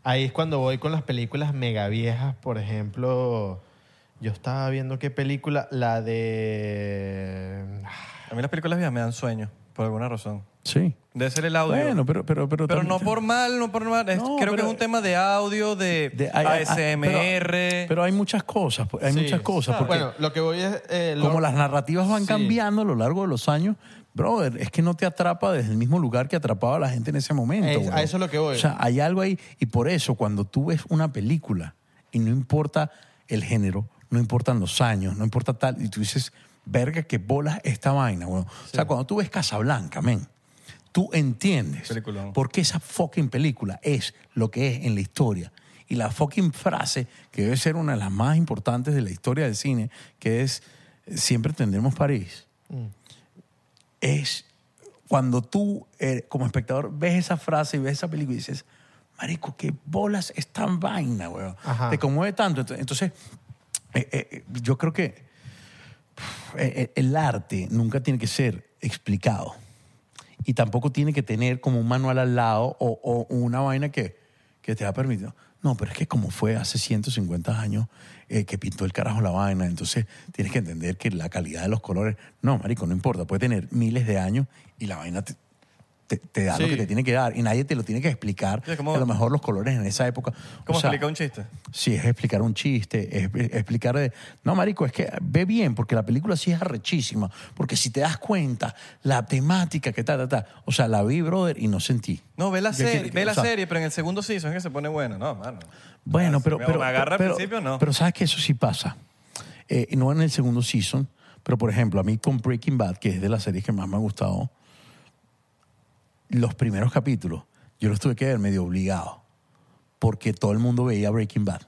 Speaker 4: Ahí es cuando voy con las películas mega viejas, por ejemplo, yo estaba viendo qué película, la de...
Speaker 3: A mí las películas viejas me dan sueño, por alguna razón.
Speaker 2: Sí.
Speaker 3: Debe ser el audio.
Speaker 2: Bueno, pero... Pero, pero,
Speaker 3: pero
Speaker 2: también-
Speaker 3: no por mal, no por mal. Es-
Speaker 2: No,
Speaker 3: creo que
Speaker 2: pero-
Speaker 3: es un tema de audio, de,
Speaker 2: de- hay- hay-
Speaker 3: ASMR.
Speaker 2: pero, pero hay muchas cosas, pues, hay
Speaker 4: Sí,
Speaker 2: muchas cosas.
Speaker 4: ¿sabes?
Speaker 2: Porque
Speaker 4: Bueno, lo que voy es... eh, lo-
Speaker 2: como las narrativas van
Speaker 4: Sí.
Speaker 2: cambiando a lo largo de los años, brother, es que no te atrapa desde el mismo lugar que atrapaba a la gente en ese momento.
Speaker 4: Es-
Speaker 2: weón.
Speaker 4: a eso es lo que voy.
Speaker 2: O sea, hay algo ahí. Y por eso, cuando tú ves una película y no importa el género, no importan los años, no importa tal, y tú dices, verga, que bolas esta vaina, weón. O sea, cuando tú ves Casablanca, men, tú entiendes
Speaker 3: Peliculón.
Speaker 2: por qué esa fucking película es lo que es en la historia. Y la fucking frase, que debe ser una de las más importantes de la historia del cine, que es, siempre tendremos París es cuando tú, eh, como espectador, ves esa frase y ves esa película y dices, marico, qué bolas es tan vaina, weón.
Speaker 4: Ajá.
Speaker 2: Te conmueve tanto. Ento- Entonces, eh, eh, eh, yo creo que pff, eh, eh, el arte nunca tiene que ser explicado. Y tampoco tiene que tener como un manual al lado o, o una vaina que, que te va permitido. No, pero es que como fue hace 150 años eh, que pintó el carajo la vaina, entonces tienes que entender que la calidad de los colores... No, marico, no importa. Puede tener miles de años y la vaina te, te- te da lo
Speaker 4: Sí.
Speaker 2: que te tiene que dar. Y nadie te lo tiene que explicar.
Speaker 3: Sí, es como-
Speaker 2: a lo mejor los colores en esa época...
Speaker 3: ¿Cómo
Speaker 2: o sea,
Speaker 3: explica un chiste?
Speaker 2: Sí, es explicar un chiste, es es explicar... de- No, marico, es que ve bien, porque la película sí es arrechísima. Porque si te das cuenta, la temática que tal, tal, tal... O sea, la vi, brother, y no sentí.
Speaker 3: No, ve la,
Speaker 2: Yo
Speaker 3: serie,
Speaker 2: quiero-
Speaker 3: ve
Speaker 2: o
Speaker 3: la
Speaker 2: sea,
Speaker 3: serie, pero en el segundo season es que se pone buena. No, mano.
Speaker 2: Bueno,
Speaker 3: Ah,
Speaker 2: pero...
Speaker 3: si me-
Speaker 2: pero
Speaker 3: me agarra
Speaker 2: pero-
Speaker 3: al principio, no.
Speaker 2: Pero sabes que eso sí pasa. Eh, no en el segundo season, pero por ejemplo, a mí con Breaking Bad, que es de las series que más me ha gustado, los primeros capítulos, yo los tuve que ver medio obligado. Porque todo el mundo veía Breaking Bad.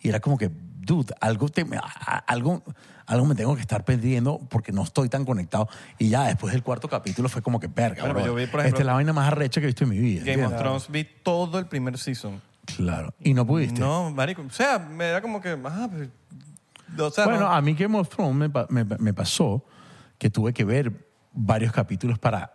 Speaker 2: Y era como que, dude, algo, te- a- a- algo, algo me tengo que estar perdiendo porque no estoy tan conectado. Y ya después del cuarto capítulo fue como que, verga,
Speaker 3: Bueno,
Speaker 2: bro,
Speaker 3: yo vi,
Speaker 2: esta
Speaker 3: por ejemplo,
Speaker 2: es la vaina más arrecha que he visto en mi vida.
Speaker 3: Game of
Speaker 2: ¿entiendes?
Speaker 3: Thrones vi todo el primer season.
Speaker 2: Claro. Y no pudiste.
Speaker 3: No, marico. O sea, me da como que... Ah, pero- o sea,
Speaker 2: Bueno, ah,
Speaker 3: no.
Speaker 2: a mí Game of Thrones me, pa- me- me pasó que tuve que ver varios capítulos para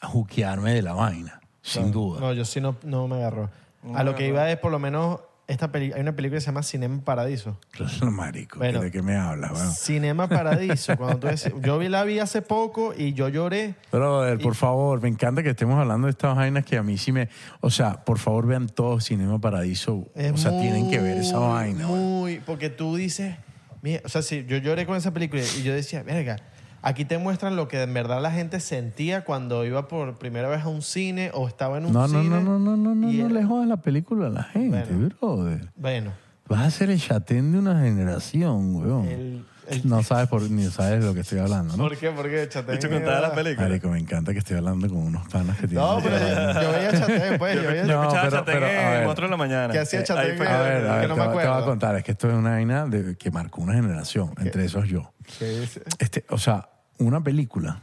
Speaker 2: juquearme de la vaina, sin duda.
Speaker 4: No, yo sí no, no me agarró. a lo que iba es, por lo menos, esta peli- hay una película que se llama Cinema en Paradiso.
Speaker 2: Marico,
Speaker 4: Bueno.
Speaker 2: ¿de qué me hablas? weón?
Speaker 4: Cinema Paradiso. cuando tú ves- yo vi la vi hace poco y yo lloré.
Speaker 2: Brother, por favor, me encanta que estemos hablando de estas vainas que a mí sí me... O sea, por favor, vean todo Cinema Paradiso.
Speaker 4: Es
Speaker 2: o sea, tienen que ver esa
Speaker 4: muy,
Speaker 2: vaina. weón.
Speaker 4: Muy, porque tú dices, mira, o sea, si yo lloré con esa película y yo decía, verga, Aquí te muestran lo que en verdad la gente sentía cuando iba por primera vez a un cine o estaba en un
Speaker 2: No, no,
Speaker 4: cine.
Speaker 2: no, no, no, no, no,
Speaker 4: y
Speaker 2: no
Speaker 4: era-
Speaker 2: le jodas la película a la gente,
Speaker 4: Bueno.
Speaker 2: brother.
Speaker 4: Bueno,
Speaker 2: Vas a ser el chatén de una generación, weón.
Speaker 4: el, el-
Speaker 2: No sabes por, ni sabes de lo que estoy hablando, ¿no?
Speaker 4: ¿por qué? Porque Chatén.
Speaker 3: De hecho, contaba
Speaker 4: era-
Speaker 3: las películas.
Speaker 2: Marico, me encanta que estoy hablando con unos panas que tienen...
Speaker 4: No, pero yo, yo veía Chatén, pues. Yo veía
Speaker 2: No,
Speaker 3: Yo escuchaba
Speaker 2: pero-
Speaker 3: Chatén
Speaker 2: pero, a
Speaker 3: en
Speaker 2: ver.
Speaker 3: 4 de la mañana.
Speaker 4: ¿Qué hacía
Speaker 3: Eh,
Speaker 4: Chatén?
Speaker 3: ahí fue-
Speaker 2: A ver, a
Speaker 4: que
Speaker 2: ver, te,
Speaker 4: no
Speaker 2: va-
Speaker 4: me
Speaker 2: te
Speaker 4: acuerdo.
Speaker 2: voy a contar, es que esto es una vaina de- que marcó una generación, entre esos yo.
Speaker 4: Que es-
Speaker 2: Este, o sea, una película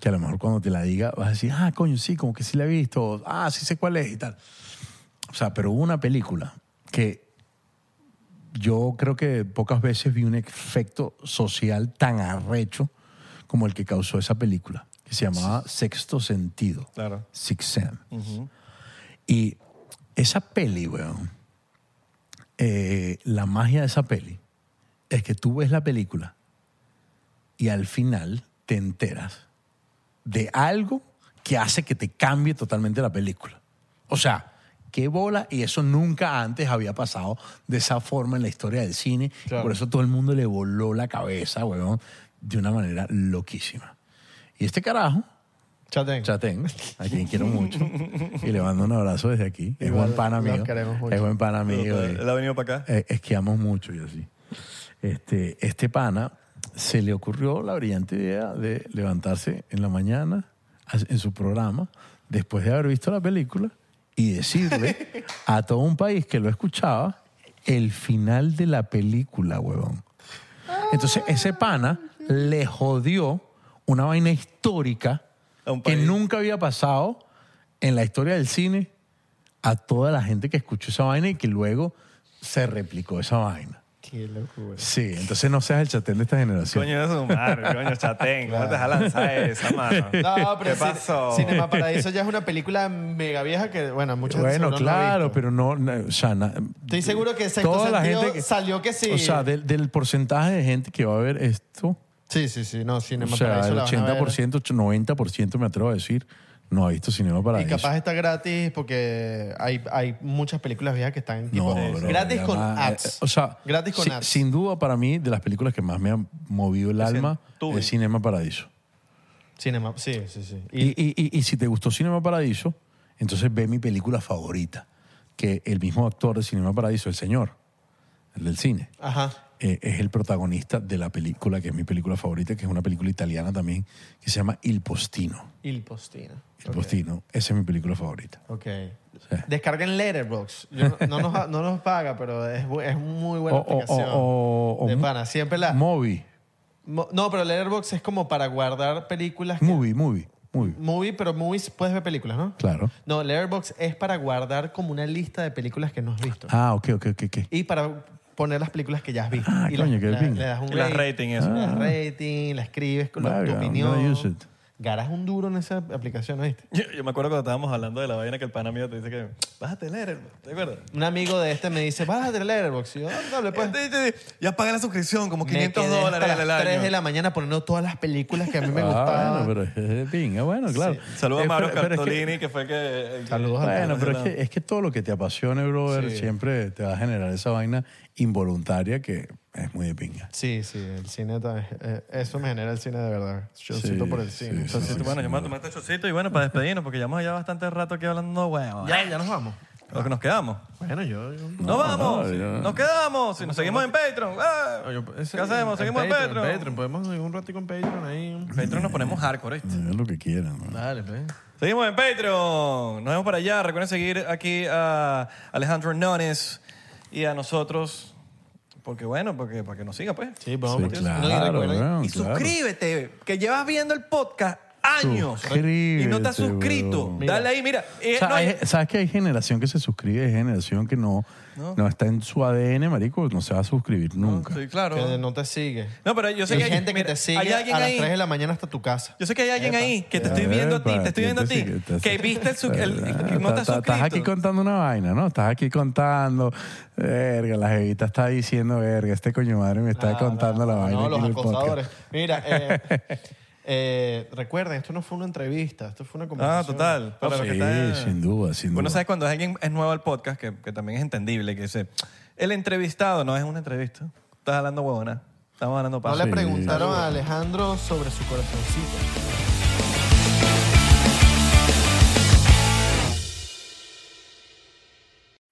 Speaker 2: que a lo mejor cuando te la diga vas a decir, ah, coño, sí, como que sí la he visto, o, ah, sí sé cuál es y tal. O sea, pero hubo una película que yo creo que pocas veces vi un efecto social tan arrecho como el que causó esa película, que se llamaba Sexto Sentido.
Speaker 3: Claro.
Speaker 2: Six Sense. Y esa peli, weón, eh, la magia de esa peli es que tú ves la película y al final te enteras de algo que hace que te cambie totalmente la película. O sea, qué bola, y eso nunca antes había pasado de esa forma en la historia del cine.
Speaker 4: Claro.
Speaker 2: Por eso todo el mundo le voló la cabeza, weón, de una manera loquísima. Y este carajo,
Speaker 4: Chatén.
Speaker 2: Chatén, a quien quiero mucho, y le mando un abrazo desde aquí. Es
Speaker 4: Igual,
Speaker 2: buen pana
Speaker 4: los
Speaker 2: mío.
Speaker 4: queremos mucho.
Speaker 2: Es buen pana mío.
Speaker 3: Él
Speaker 2: y-
Speaker 3: ha venido para acá.
Speaker 2: eh, esquiamos mucho y así. Este, este pana se le ocurrió la brillante idea de levantarse en la mañana as- en su programa después de haber visto la película y decirle a todo un país que lo escuchaba el final de la película, huevón. Entonces
Speaker 3: Ah.
Speaker 2: ese pana le jodió una vaina histórica
Speaker 3: A un
Speaker 2: que
Speaker 3: país.
Speaker 2: nunca había pasado en la historia del cine a toda la gente que escuchó esa vaina y que luego se replicó esa vaina.
Speaker 4: Qué locura.
Speaker 2: Sí, entonces no seas el chatel de esta generación.
Speaker 3: Coño de su madre, coño, Chatén. ¿Cómo te vas a lanzar esa mano?
Speaker 4: No, pero em-
Speaker 3: ¿Qué
Speaker 4: Cine-
Speaker 3: pasó?
Speaker 4: Cinema Paraíso ya es una película mega vieja que, bueno, muchas
Speaker 2: bueno, claro, pero
Speaker 4: pero
Speaker 2: no, no, o sea, na-
Speaker 4: Estoy seguro que Sexto Sentido salió que sí.
Speaker 2: O sea, del, del porcentaje de gente que va a ver esto,
Speaker 4: Sí, sí, sí. No,
Speaker 2: o
Speaker 4: Cinema
Speaker 2: sea,
Speaker 4: Paraíso
Speaker 2: el
Speaker 4: la van a ver.
Speaker 2: 80%, 90% me atrevo a decir, no ha visto Cinema
Speaker 4: Y
Speaker 2: Paraíso.
Speaker 4: capaz está gratis porque hay, hay muchas películas viejas que están tipo,
Speaker 2: No, bro,
Speaker 4: gratis
Speaker 2: ya
Speaker 4: con
Speaker 2: va, eh,
Speaker 4: ads.
Speaker 2: O sea,
Speaker 4: gratis con
Speaker 2: si-
Speaker 4: ads.
Speaker 2: sin duda para mí, de las películas que más me han movido el alma,
Speaker 3: tuve.
Speaker 2: es Cinema Paradiso.
Speaker 4: Cinema, sí, sí, sí.
Speaker 2: Y, y- y- y si te gustó Cinema Paradiso, entonces ve mi película favorita, que el mismo actor de Cinema Paradiso, el señor, el del cine,
Speaker 4: ajá.
Speaker 2: eh, es el protagonista de la película, que es mi película favorita, que es una película italiana también, que se llama Il Postino.
Speaker 4: Il Postino.
Speaker 2: Il Postino, esa es mi película favorita.
Speaker 4: Ok. Descarguen Letterboxd. Yo no, no nos, no nos paga, pero es, bu- es muy buena
Speaker 2: O- o-
Speaker 4: aplicación.
Speaker 2: o- o- o-
Speaker 4: de
Speaker 2: mo-
Speaker 4: pana. Siempre la...
Speaker 2: Movie,
Speaker 4: mo- no, pero Letterboxd es como para guardar películas. que-
Speaker 2: movie, movie, movie.
Speaker 4: movie, pero movies puedes ver películas, ¿no?
Speaker 2: Claro.
Speaker 4: No, Letterboxd es para guardar como una lista de películas que no has visto.
Speaker 2: Ah, ok, ok, ok. ok.
Speaker 4: Y para poner las películas que ya has visto.
Speaker 2: Ah,
Speaker 4: y
Speaker 2: coño,
Speaker 4: las-
Speaker 2: qué
Speaker 4: la-
Speaker 2: pinga. Ah.
Speaker 4: le das un
Speaker 3: Y las
Speaker 4: rate-
Speaker 3: rating, eso.
Speaker 4: Le das rating, la escribes con
Speaker 2: Verga,
Speaker 4: tu
Speaker 2: I'm
Speaker 4: opinión.
Speaker 2: gonna use it.
Speaker 4: Ganas un duro en esa aplicación, ¿oíste?
Speaker 3: Yo, yo me acuerdo cuando estábamos hablando de la vaina que el pana mío te dice que bájate leer, hermano", ¿te acuerdas?
Speaker 4: Un amigo de este me dice, bájate Letterboxd. Y yo, "Ah, dale, pues.
Speaker 3: Te- te- te- ya paga la suscripción, como
Speaker 4: Me
Speaker 3: 500
Speaker 4: quedé
Speaker 3: Este dólares
Speaker 4: hasta
Speaker 3: al
Speaker 4: las
Speaker 3: año.
Speaker 4: 3 de la mañana poniendo todas las películas que a mí me
Speaker 2: Ah,
Speaker 4: gustaban.
Speaker 2: bueno, pero es de pinga, bueno, claro.
Speaker 3: Saludos
Speaker 2: Eh,
Speaker 3: a Mauro
Speaker 2: pero- pero es que-
Speaker 3: Cartolini, que, fue el que... el que-
Speaker 4: Saludos a
Speaker 2: Bueno,
Speaker 4: Mauro.
Speaker 2: pero es que, es que todo lo que te apasione, brother, siempre te va a generar esa vaina involuntaria que es muy de pinga.
Speaker 4: Sí, sí, el cine ta- eh, eso me genera el cine de verdad. Yo siento por el cine.
Speaker 2: sí,
Speaker 3: Sí, bueno, yo me voy a tomar este chocito y bueno, para despedirnos, porque llevamos ya bastante rato aquí hablando huevos.
Speaker 4: Ya, ya nos vamos.
Speaker 3: Lo que nos quedamos.
Speaker 4: Bueno, yo... yo-
Speaker 3: ¡Nos vamos!
Speaker 2: no, yo-
Speaker 3: ¡Nos quedamos! Si nos seguimos en Patreon. ¡Ah!
Speaker 4: yo- ese-
Speaker 3: ¿Qué hacemos? ¿Seguimos en Patreon?
Speaker 4: Podemos ir un ratito con pues. Patreon ahí.
Speaker 3: Patreon nos ponemos hardcore, ¿viste?
Speaker 2: Es lo que quieran. ¿no?
Speaker 4: Dale, pues.
Speaker 3: Seguimos en Patreon. Nos vemos para allá. Recuerden seguir aquí a Alejandro Nones y a nosotros. Porque bueno, porque para que nos siga, pues.
Speaker 4: Sí,
Speaker 2: Sí,
Speaker 4: vamos.
Speaker 2: claro, weón, claro.
Speaker 3: y suscríbete, que llevas viendo el podcast años
Speaker 2: Suscríbete,
Speaker 3: y no estás suscrito.
Speaker 2: weón.
Speaker 3: Dale ahí, mira. Eh,
Speaker 2: O sea,
Speaker 3: no,
Speaker 2: hay- ¿Sabes que hay generación que se suscribe hay generación que no, no. está en su ADN, marico? No se va a suscribir nunca.
Speaker 3: sí, claro.
Speaker 4: Que no te sigue.
Speaker 3: No, pero yo sé
Speaker 4: Y
Speaker 3: que
Speaker 4: hay
Speaker 3: hay
Speaker 4: gente que
Speaker 3: mira,
Speaker 4: te sigue
Speaker 3: hay
Speaker 4: a
Speaker 3: alguien
Speaker 4: las
Speaker 3: ahí.
Speaker 4: 3 de la mañana hasta tu casa.
Speaker 3: Yo sé que hay alguien ahí que te estoy viendo a ti, te estoy viendo a ti, que viste el, su- el- el- que no estás suscrito.
Speaker 2: Ah, Estás aquí contando una vaina, ¿no? Estás aquí contando. Verga, la jevita está diciendo, verga, este coño madre me está
Speaker 4: Ah,
Speaker 2: contando la
Speaker 4: no,
Speaker 2: vaina.
Speaker 4: No,
Speaker 2: aquí en
Speaker 4: los
Speaker 2: el podcast.
Speaker 4: acosadores. Mira, eh, eh, recuerden, esto no fue una entrevista, esto fue una
Speaker 3: Ah,
Speaker 4: conversación.
Speaker 3: total. Para los que están-
Speaker 2: Sí, sin duda, sin duda.
Speaker 3: Bueno, ¿sabes cuando alguien es nuevo al podcast? Que, que también es entendible, que dice, el entrevistado no es una entrevista. Estás hablando huevona. Estamos ganando
Speaker 4: No
Speaker 3: paso.
Speaker 4: le preguntaron a Alejandro sobre su corazoncito.